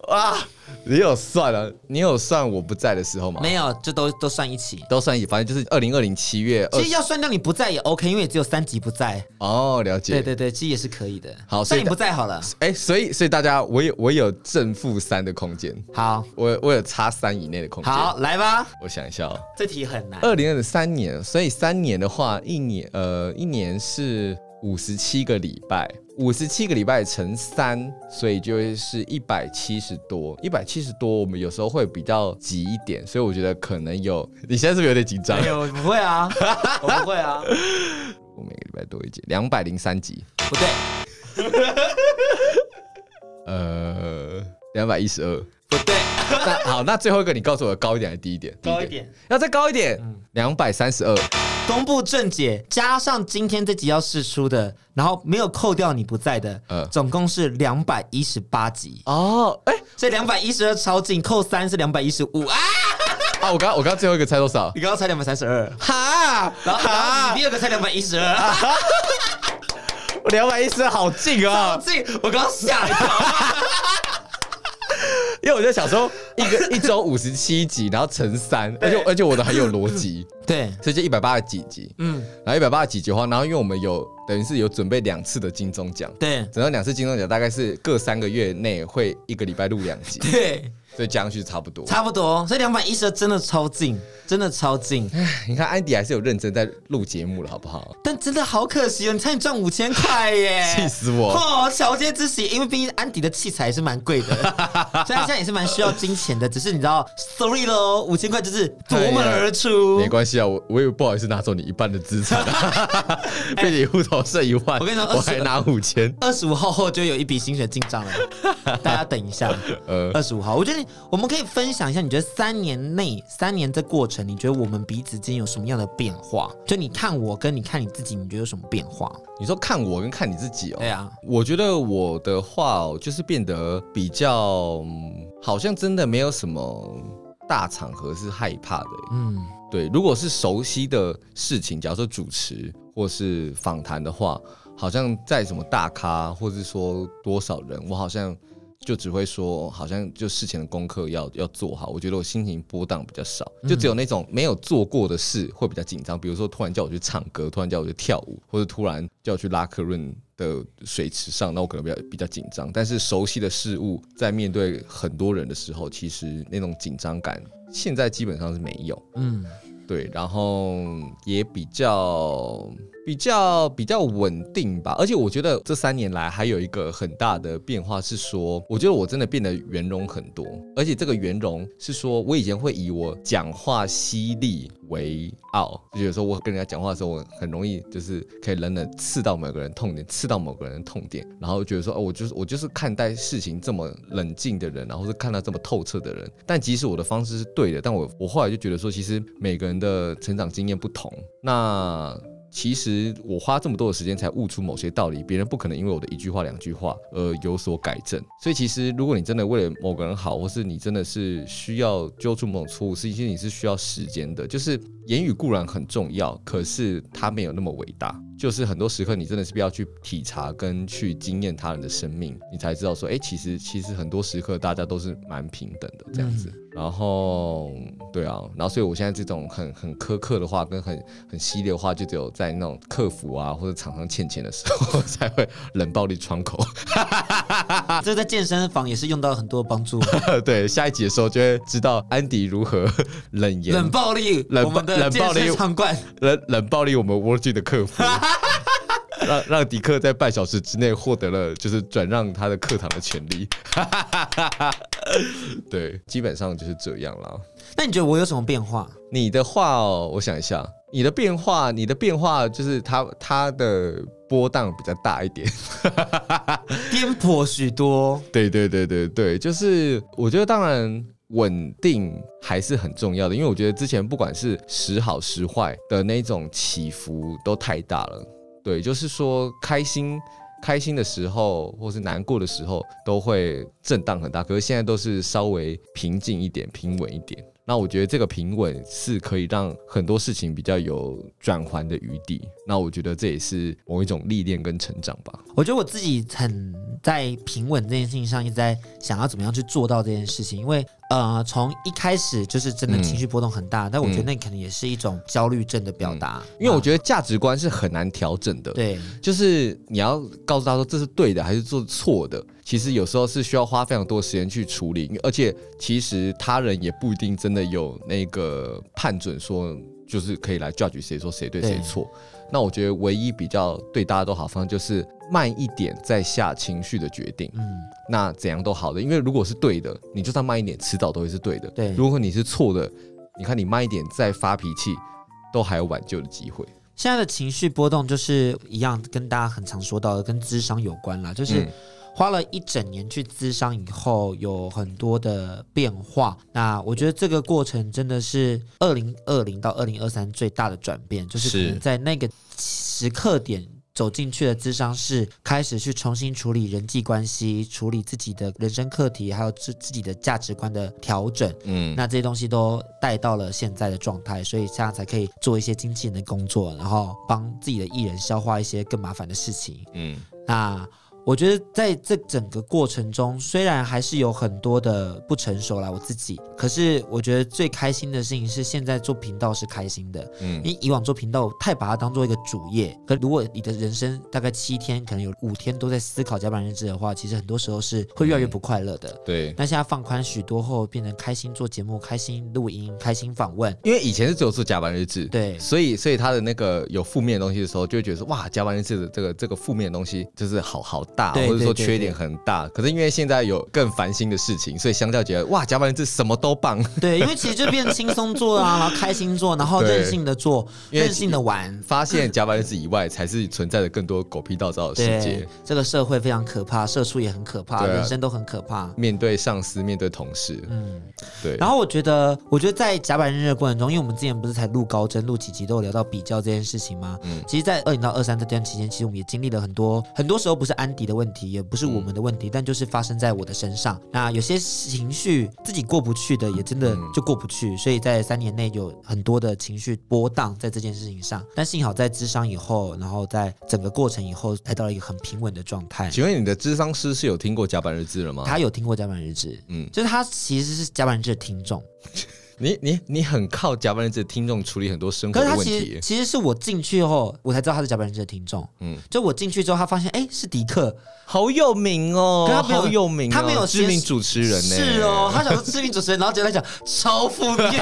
[SPEAKER 3] 啊，你有算了，你有算我不在的时候吗？
[SPEAKER 2] 没有，就都都算一起。
[SPEAKER 3] 都算一，反正就是二零二零七月二
[SPEAKER 2] 其实要算到你不在也 OK，因为只有三集不在。
[SPEAKER 3] 哦，了解。
[SPEAKER 2] 对对对，其实也是可以的。
[SPEAKER 3] 好所
[SPEAKER 2] 算
[SPEAKER 3] 以
[SPEAKER 2] 你不在好了。
[SPEAKER 3] 哎、所以所以大家，我有我有正负三的空间，
[SPEAKER 2] 好，
[SPEAKER 3] 我我有差三以内的空间。
[SPEAKER 2] 好，，来吧，
[SPEAKER 3] 我想一下哦，
[SPEAKER 2] 这题很难。
[SPEAKER 3] 二零二三年，所以三年的话，一年呃一年是五十七个礼拜，五十七个礼拜乘三，所以就会是一百七十多，一百七十多，我们有时候会比较急一点，所以我觉得可能有，你现在是不是有点紧张
[SPEAKER 2] 哎？呦，我不会 啊，我不会啊，
[SPEAKER 3] 我每个礼拜多一集，两百零三集，
[SPEAKER 2] 不对，
[SPEAKER 3] 呃，两百一十二。
[SPEAKER 2] 不对，
[SPEAKER 3] 那好，那最后一个你告诉我高一点还是低一点？
[SPEAKER 2] 高一点，
[SPEAKER 3] 要再高一点，两百三十二。
[SPEAKER 2] 公布正解，加上今天这集要试出的，然后没有扣掉你不在的，
[SPEAKER 3] 嗯
[SPEAKER 2] 总共是两百一十八集，
[SPEAKER 3] 哦，哎、
[SPEAKER 2] 所以两百一十二超近，扣三是两百一十五啊！
[SPEAKER 3] 啊，我刚我刚最后一个猜多少？
[SPEAKER 2] 你刚刚猜两百三十二，
[SPEAKER 3] 哈，
[SPEAKER 2] 然后然后你第二个猜两百一十二，
[SPEAKER 3] 两百一十好近
[SPEAKER 2] 好
[SPEAKER 3] 啊！
[SPEAKER 2] 近，我刚刚吓了一跳，
[SPEAKER 3] 因为我在想说，一 个一周五十七集，然后乘三，而且而且我的很有逻辑，
[SPEAKER 2] 对，
[SPEAKER 3] 所以就一百八十几集，
[SPEAKER 2] 嗯，
[SPEAKER 3] 然后一百八十几集的话，然后因为我们有等于是有准备两次的金钟奖，
[SPEAKER 2] 对
[SPEAKER 3] 整到两次金钟奖大概是各三个月内会一个礼拜录两集，
[SPEAKER 2] 对，
[SPEAKER 3] 所以加上去差不多。
[SPEAKER 2] 差不多，所以两百一十二真的超近，真的超近，
[SPEAKER 3] 你看安迪还是有认真在录节目了，好不好？
[SPEAKER 2] 但真的好可惜哦，你差点赚五千块耶，
[SPEAKER 3] 气死我！
[SPEAKER 2] 哦，桥接之喜，因为毕竟安迪的器材也是蛮贵的， 所以他现在也是蛮需要金钱的。只是你知道，sorry 喽，五千块就是夺门而出。
[SPEAKER 3] 没关系啊，我我也不好意思拿走你一半的资产、 啊，被你户头剩一万，
[SPEAKER 2] 我跟你说
[SPEAKER 3] 我还拿五千。
[SPEAKER 2] 二十五号后就有一笔薪水进账 了，大家等一下。
[SPEAKER 3] 呃，
[SPEAKER 2] 二十五号，我觉得我们可以分享一下，你觉得三年内三年这过程，你觉得我们彼此之间有什么样的变化？就你看我跟你看你自己，你觉得有什么变化？
[SPEAKER 3] 你说看我跟看你自己哦。
[SPEAKER 2] 对啊，
[SPEAKER 3] 我觉得我的话哦，就是变得比较，嗯好像真的没有什么。大场合是害怕的欸。
[SPEAKER 2] 嗯，
[SPEAKER 3] 对，如果是熟悉的事情，假如说主持或是访谈的话，好像在什么大咖，或是说多少人，我好像就只会说，好像就事前的功课要要做好。我觉得我心情波荡比较少，就只有那种没有做过的事会比较紧张，比如说突然叫我去唱歌，突然叫我去跳舞，或者突然叫我去拉客润。的水池上，那我可能比较比较紧张，但是熟悉的事物在面对很多人的时候，其实那种紧张感现在基本上是没有。
[SPEAKER 2] 嗯，
[SPEAKER 3] 对，然后也比较比较比较稳定吧。而且我觉得这三年来还有一个很大的变化是说，我觉得我真的变得圆融很多，而且这个圆融是说我以前会以我讲话犀利为傲，就觉得说我跟人家讲话的时候，我很容易就是可以冷冷刺到某个人痛点，刺到某个人痛点，然后觉得说，哦，我就是我就是看待事情这么冷静的人，然后是看到这么透彻的人。但即使我的方式是对的，但我我后来就觉得说，其实每个人的成长经验不同，那。其实我花这么多的时间才悟出某些道理，别人不可能因为我的一句话、两句话而有所改正。所以其实如果你真的为了某个人好，或是你真的是需要纠出某种错误，是其实你是需要时间的。就是言语固然很重要，可是它没有那么伟大。就是很多时刻你真的是不要去体察跟去经验他人的生命，你才知道说，哎、其实其实很多时刻大家都是蛮平等的这样子。然后对啊，然后所以我现在这种很很苛刻的话跟很很犀利的话，就只有在那种客服啊或者厂商欠钱的时候 才会冷暴力窗口。
[SPEAKER 2] 啊这在健身房也是用到很多 帮助。
[SPEAKER 3] 对，下一集的时候就会知道安迪如何 冷言
[SPEAKER 2] 冷暴力，
[SPEAKER 3] 冷暴
[SPEAKER 2] 我们的
[SPEAKER 3] 冷暴力
[SPEAKER 2] 健身场馆，
[SPEAKER 3] 冷冷暴力我们 w o r g 的客服， 让让迪克在半小时之内获得了就是转让他的课堂的权利。 对，基本上就是这样啦。
[SPEAKER 2] 那你觉得我有什么变化？
[SPEAKER 3] 你的话哦，我想一下，你的变化，你的变化就是它它的波荡比较大一点。
[SPEAKER 2] 颠簸许多，
[SPEAKER 3] 对对对对对，就是我觉得当然。稳定还是很重要的，因为我觉得之前不管是时好时坏的那种起伏都太大了。对，就是说开心开心的时候，或是难过的时候，都会震荡很大。可是现在都是稍微平静一点、平稳一点。那我觉得这个平稳是可以让很多事情比较有转圜的余地。那我觉得这也是某一种历练跟成长吧。
[SPEAKER 2] 我觉得我自己很在平稳这件事情上一直在想要怎么样去做到这件事情，因为呃，从一开始就是真的情绪波动很大，但我觉得那可能也是一种焦虑症的表达，
[SPEAKER 3] 嗯因为我
[SPEAKER 2] 得
[SPEAKER 3] 觉得价值观是很难调整的。
[SPEAKER 2] 啊对，
[SPEAKER 3] 就是你要告诉他说这是对的还是做错的，其实有时候是需要花非常多时间去处理，而且其实他人也不一定真的有那个判准说就是可以来 judge 谁说谁对谁错。那我觉得唯一比较对大家都好方就是慢一点再下情绪的决定，
[SPEAKER 2] 嗯，
[SPEAKER 3] 那怎样都好的，因为如果是对的，你就算慢一点，迟早都会是对的。
[SPEAKER 2] 对
[SPEAKER 3] 如果你是错的，你看你慢一点再发脾气，都还有挽救的机会。
[SPEAKER 2] 现在的情绪波动就是一样，跟大家很常说到的，跟智商有关啦，就是。
[SPEAKER 3] 嗯
[SPEAKER 2] 花了一整年去咨商以后，有很多的变化。那我觉得这个过程真的是二零二零到二零二三最大的转变，就是
[SPEAKER 3] 是
[SPEAKER 2] 可能在那个时刻点走进去的咨商室，开始去重新处理人际关系，处理自己的人生课题，还有自自己的价值观的调整。
[SPEAKER 3] 嗯
[SPEAKER 2] 那这些东西都带到了现在的状态，所以这样才可以做一些经纪人的工作，然后帮自己的艺人消化一些更麻烦的事情。
[SPEAKER 3] 嗯
[SPEAKER 2] 那我觉得在这整个过程中，虽然还是有很多的不成熟啦，我自己，可是我觉得最开心的事情是现在做频道是开心的，
[SPEAKER 3] 嗯
[SPEAKER 2] 因为以往做频道我太把它当做一个主业，可如果你的人生大概七天，可能有五天都在思考甲板日志的话，其实很多时候是会越来越不快乐的。
[SPEAKER 3] 对，
[SPEAKER 2] 那现在放宽许多后，变成开心做节目、开心录音、开心访问，
[SPEAKER 3] 因为以前是只有做甲板日志，
[SPEAKER 2] 对
[SPEAKER 3] 所以所以他的那个有负面的东西的时候，就会觉得说哇，甲板日志的这个这个负面的东西就是好好大哦，
[SPEAKER 2] 对
[SPEAKER 3] 或者说
[SPEAKER 2] 对对
[SPEAKER 3] 缺点很大。可是因为现在有更烦心的事情，所以相较觉得哇，甲板日志什么都棒，
[SPEAKER 2] 对，因为其实就变轻松做啊，然后开心做，然后
[SPEAKER 3] 对
[SPEAKER 2] 任性的做，
[SPEAKER 3] 因为
[SPEAKER 2] 任性的玩，
[SPEAKER 3] 发现甲板日志以外才是存在着更多狗屁倒灶的世界
[SPEAKER 2] 对。，这个社会非常可怕，社畜也很可怕，
[SPEAKER 3] 对啊
[SPEAKER 2] 人生都很可怕。
[SPEAKER 3] 面对上司，面对同事，
[SPEAKER 2] 嗯，
[SPEAKER 3] 对，
[SPEAKER 2] 然后我觉得，我觉得在甲板日的过程中，因为我们之前不是才录高真录几集都有聊到比较这件事情吗？
[SPEAKER 3] 嗯
[SPEAKER 2] 其实，在二零到二三这段期间，其实我们也经历了很多，很多时候不是安迪的问题，也不是我们的问题，
[SPEAKER 3] 嗯
[SPEAKER 2] 但就是发生在我的身上。那有些情绪自己过不去的，也真
[SPEAKER 3] 嗯
[SPEAKER 2] 的就过不去，所以在三年内有很多的情绪波荡在这件事情上。但幸好在智商以后，然后在整个过程以后，来到了一个很平稳的状态。
[SPEAKER 3] 请问你的智商师是有听过《甲板日志》了吗？
[SPEAKER 2] 他有听过《甲板日志》，
[SPEAKER 3] 嗯
[SPEAKER 2] 嗯，就是他其实是《甲板日志》的听众，
[SPEAKER 3] 你你你很靠《甲板日志》的听众处理很多生活
[SPEAKER 2] 可是
[SPEAKER 3] 的
[SPEAKER 2] 他
[SPEAKER 3] 问
[SPEAKER 2] 其
[SPEAKER 3] 题
[SPEAKER 2] 实。其实是我进去后，我才知道他是《甲板日志》的听众。
[SPEAKER 3] 嗯
[SPEAKER 2] 嗯，就我进去之后，他发现哎、是迪克，
[SPEAKER 3] 好有名哦，
[SPEAKER 2] 可他没有
[SPEAKER 3] 好有名哦、
[SPEAKER 2] 他没有
[SPEAKER 3] 知名
[SPEAKER 2] 先
[SPEAKER 3] 主持人呢、
[SPEAKER 2] 是哦，他想说知名主持人，然后结果他讲超负面，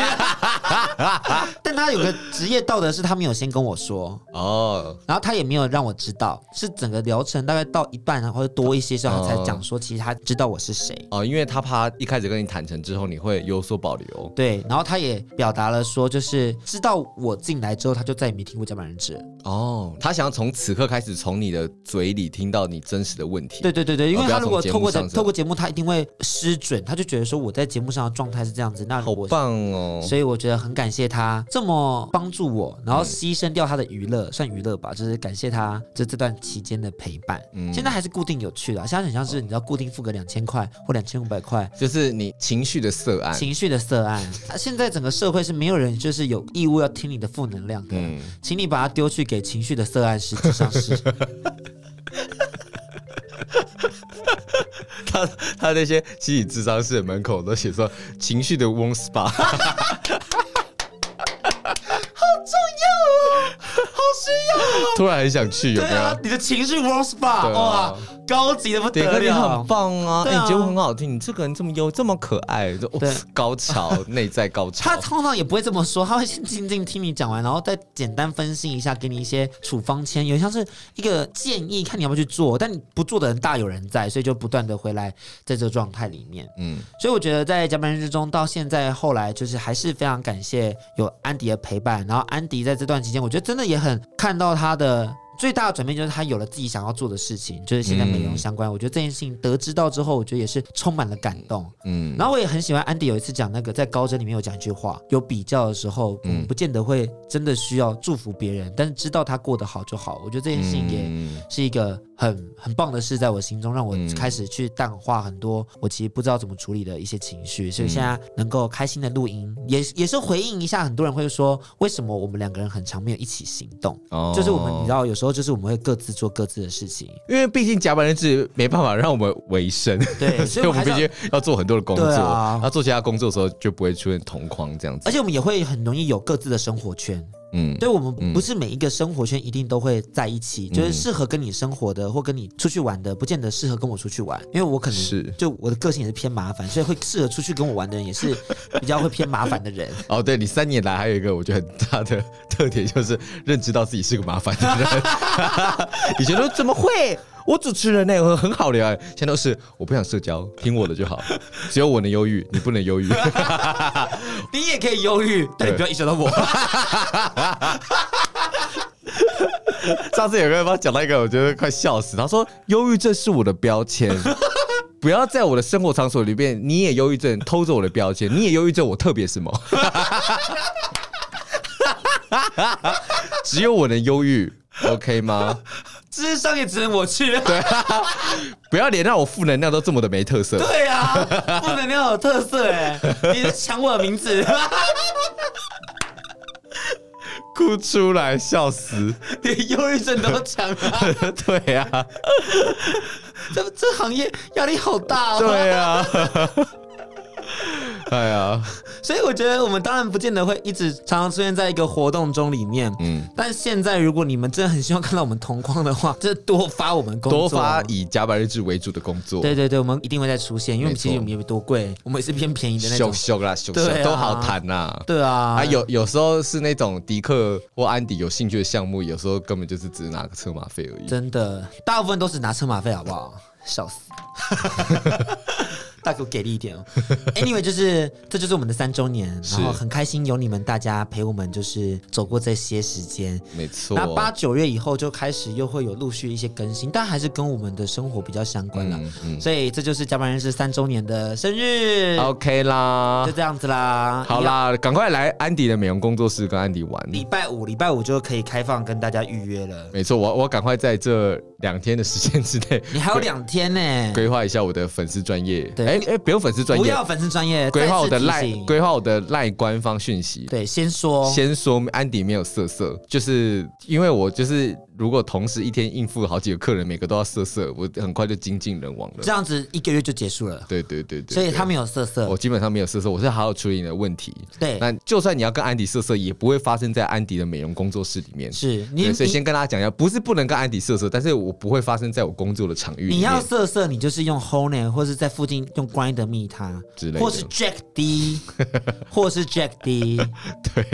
[SPEAKER 2] 但他有个职业道德是他没有先跟我说。
[SPEAKER 3] 哦，
[SPEAKER 2] 然后他也没有让我知道，是整个疗程大概到一半，然后多一些时候，他才讲说，其实他知道我是谁。
[SPEAKER 3] 哦，因为他怕一开始跟你坦诚之后，你会有所保留。
[SPEAKER 2] 对，然后他也表达了说，就是知道我进来之后，他就再也没听过《甲板日志》了。
[SPEAKER 3] 哦，他想要从此刻开始，从你的嘴里听到你真实的问题。
[SPEAKER 2] 对，对对对，因
[SPEAKER 3] 哦
[SPEAKER 2] 为
[SPEAKER 3] 不要
[SPEAKER 2] 他如果
[SPEAKER 3] 从节
[SPEAKER 2] 透过
[SPEAKER 3] 目上
[SPEAKER 2] 的
[SPEAKER 3] 是吧
[SPEAKER 2] 透过节目，他一定会失准，他就觉得说我在节目上的状态是这样子，那
[SPEAKER 3] 好
[SPEAKER 2] 我。
[SPEAKER 3] 棒哦。
[SPEAKER 2] 所以我觉得很感谢他这么帮助我，然后牺牲掉他的娱乐，算娱乐吧，就是感谢他这这段期间的陪伴。
[SPEAKER 3] 嗯
[SPEAKER 2] 现在还是固定有趣的，现在很像是你知道固定付个两千块或两千五百块，
[SPEAKER 3] 就是你情绪的色案，
[SPEAKER 2] 情绪的色案。啊现在整个社会是没有人就是有义务要听你的负能量的，
[SPEAKER 3] 嗯
[SPEAKER 2] 请你把它丢去给情绪的色案师、智商 师。
[SPEAKER 3] 他他那些心理智商室的门口都写说情绪的 won spa，突 然很想去，有
[SPEAKER 2] 哦对
[SPEAKER 3] 没
[SPEAKER 2] 啊
[SPEAKER 3] 有？，
[SPEAKER 2] 你的情绪 w o r s p a
[SPEAKER 3] 对啊
[SPEAKER 2] 哇，高级的不
[SPEAKER 3] 对，
[SPEAKER 2] 得
[SPEAKER 3] 可你
[SPEAKER 2] 了
[SPEAKER 3] 很。棒啊！
[SPEAKER 2] 对
[SPEAKER 3] 哎、
[SPEAKER 2] 啊
[SPEAKER 3] 你节目很好听，你这个人这么优，这么可爱，就、哦
[SPEAKER 2] 对、
[SPEAKER 3] 高潮， 内在高潮
[SPEAKER 2] 他。通常也不会这么说，他会先静静听你讲完，然后再简单分析一下，给你一些处方签，有点像是一个建议，看你要不要去做。但你不做的人大有人在，所以就不断的回来在这个状态里面。
[SPEAKER 3] 嗯，
[SPEAKER 2] 所以我觉得在《甲板日志》中到现在后来，就是还是非常感谢有安迪的陪伴。然后安迪在这段期间，我觉得真的也很看到他的最大的转变，就是他有了自己想要做的事情，就是现在美容相关。我觉得这件事情得知到之后，我觉得也是充满了感动。
[SPEAKER 3] 嗯
[SPEAKER 2] 嗯，然后我也很喜欢安迪有一次讲那个在高中里面有讲一句话，有比较的时候，我们不见得会真的需要祝福别人，但是知道他过得好就好。我觉得这件事情也。
[SPEAKER 3] 嗯
[SPEAKER 2] 是一个很很棒的事，在我心中让我开始去淡化很多我其实不知道怎么处理的一些情绪，所以现在能够开心的录音，也也是回应一下很多人会说，为什么我们两个人很常没有一起行动？
[SPEAKER 3] 哦
[SPEAKER 2] 就是我们你知道，有时候就是我们会各自做各自的事情，
[SPEAKER 3] 因为毕竟甲板日志没办法让我们维生，
[SPEAKER 2] 对
[SPEAKER 3] 所
[SPEAKER 2] 所
[SPEAKER 3] 以
[SPEAKER 2] 以
[SPEAKER 3] 我
[SPEAKER 2] 我们还
[SPEAKER 3] 们
[SPEAKER 2] 是
[SPEAKER 3] 必
[SPEAKER 2] 要
[SPEAKER 3] 须要做很多的工作。
[SPEAKER 2] 对啊
[SPEAKER 3] 要做其他工作的时候，就不会出现同框这样子。
[SPEAKER 2] 而且我们也会很容易有各自的生活圈。
[SPEAKER 3] 嗯，嗯
[SPEAKER 2] 对我们不是每一个生活圈一定都会在一起，就是适合跟你生活的或跟你出去玩的，不见得适合跟我出去玩，因为我可能
[SPEAKER 3] 是
[SPEAKER 2] 就我的个性也是偏麻烦，所以会适合出去跟我玩的人也是比较会偏麻烦的 人。
[SPEAKER 3] 哦，对你三年来还有一个我觉得很大的特点，就是认知到自己是个麻烦的人。 以前都怎么会？我主持人呢、我很好聊、欸。现在都是我不想社交，听我的就好。只有我能忧郁，你不能忧郁。
[SPEAKER 2] 你也可以忧郁，但你不要影响到我。
[SPEAKER 3] 上次有个人帮我讲到一个，我觉得快笑死。他说：“忧郁症是我的标 签，不要在我的生活场所里面，你也忧郁症，偷着我的标签，你也忧郁症，我特别什么？只有我能忧郁，OK 吗？
[SPEAKER 2] 智商也只能我去。
[SPEAKER 3] 不要连让我负能量都这么的没特色。
[SPEAKER 2] 对啊，不能量有特色 哎、你是抢我的名字，
[SPEAKER 3] 哭出来，笑死！
[SPEAKER 2] 连忧郁症都抢啊！
[SPEAKER 3] 对啊，
[SPEAKER 2] 这这行业压力好大哦。
[SPEAKER 3] 对啊， 哎呀，
[SPEAKER 2] 所以我觉得我们当然不见得会一直常常出现在一个活动中里面，
[SPEAKER 3] 嗯
[SPEAKER 2] 嗯。但现在如果你们真的很希望看到我们同框的话，就多发我们工作，
[SPEAKER 3] 多发。以甲板日志为主的工作，
[SPEAKER 2] 对对对，我们一定会再出现，因为我
[SPEAKER 3] 没
[SPEAKER 2] 们
[SPEAKER 3] 错
[SPEAKER 2] 其实我们也没多贵，我们也是偏便宜的那
[SPEAKER 3] 羞
[SPEAKER 2] 种。
[SPEAKER 3] 羞啦，羞羞、
[SPEAKER 2] 对啊
[SPEAKER 3] 都好谈呐。
[SPEAKER 2] 对啊，
[SPEAKER 3] 啊，有有时候是那种迪克或安迪有兴趣的项目，有时候根本就只只拿个车马费而已。
[SPEAKER 2] 真的，大部分都是拿车马费，好不好？笑死。 大哥给力一点哦。Anyway，就是这就是我们的三周年，然后很开心有你们大家陪我们，就是走过这些时间。
[SPEAKER 3] 没错
[SPEAKER 2] 那，八九月以后就开始又会有陆续一些更新，但还是跟我们的生活比较相关了。
[SPEAKER 3] 嗯嗯
[SPEAKER 2] 所以这就是甲板日志三周年的生日，
[SPEAKER 3] ，OK 啦
[SPEAKER 2] 就，这样子啦。
[SPEAKER 3] 好啦，赶快来安迪的美容工作室跟安迪玩。
[SPEAKER 2] 礼拜五，礼拜五就可以开放跟大家预约了。
[SPEAKER 3] 没错，我我赶快在这两天的时间之 内
[SPEAKER 2] 你还有两天呢、
[SPEAKER 3] 规划一下我的粉丝专业。
[SPEAKER 2] 嗯对
[SPEAKER 3] 哎哎，不用粉丝专
[SPEAKER 2] 不
[SPEAKER 3] 业，
[SPEAKER 2] 要粉丝专业，
[SPEAKER 3] 规划我的
[SPEAKER 2] 再次
[SPEAKER 3] 赖
[SPEAKER 2] 提醒，
[SPEAKER 3] 规划我的赖官方讯息。
[SPEAKER 2] 对，先说，
[SPEAKER 3] 先说安迪没有色色，就是因为我就是如果同时一天应付好几个客人，每个都要色色，我很快就精尽人亡了
[SPEAKER 2] 这。样子一个月就结束了，
[SPEAKER 3] 对对对对，
[SPEAKER 2] 所以
[SPEAKER 3] 对
[SPEAKER 2] 他没有色色
[SPEAKER 3] 我。基本上没有色色，我是好好处理你的问题。
[SPEAKER 2] 对
[SPEAKER 3] 那就算你要跟安迪色色，也不会发生在安迪的美容工作室里面。
[SPEAKER 2] 是你
[SPEAKER 3] 对，所以
[SPEAKER 2] 你
[SPEAKER 3] 先跟大家讲一下，不是不能跟安迪色色，但是我不会发生在我工作的场域里面。
[SPEAKER 2] 你要色色，你就是用 h o n e 或是在附近用 Grind m 他
[SPEAKER 3] 之类的
[SPEAKER 2] 或是 Jack D，或 是 Jack D，
[SPEAKER 3] 对，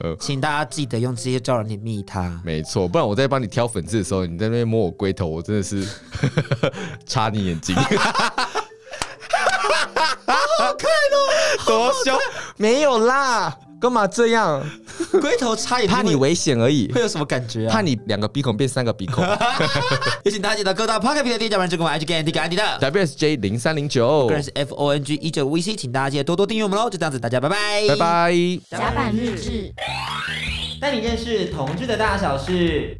[SPEAKER 3] 呃
[SPEAKER 2] 对，请大家记得用这些招人去密他。
[SPEAKER 3] 没错，不然我在帮你挑粉刺的时候，你在那边摸我龟头，我真的是 插你眼睛。好看哦，多凶！没有啦，干嘛这样？
[SPEAKER 2] 龟头插也
[SPEAKER 3] 怕你危险而已
[SPEAKER 2] 会，有什么感觉啊？
[SPEAKER 3] 怕你两个鼻孔变三个鼻孔。
[SPEAKER 2] 有请大家记得各大 p o c k e t 平台订阅甲板日志，跟我们 IG 跟 Andy 跟 Andy
[SPEAKER 3] 哦
[SPEAKER 2] 的。
[SPEAKER 3] WSJ 零三零九
[SPEAKER 2] 个，人是 F O N G 一九 V C，请大家记得多多订阅我们喽。就这样子，大家拜拜，
[SPEAKER 3] 拜。拜。
[SPEAKER 6] 甲板日志。
[SPEAKER 2] 带你认识同志的大小事。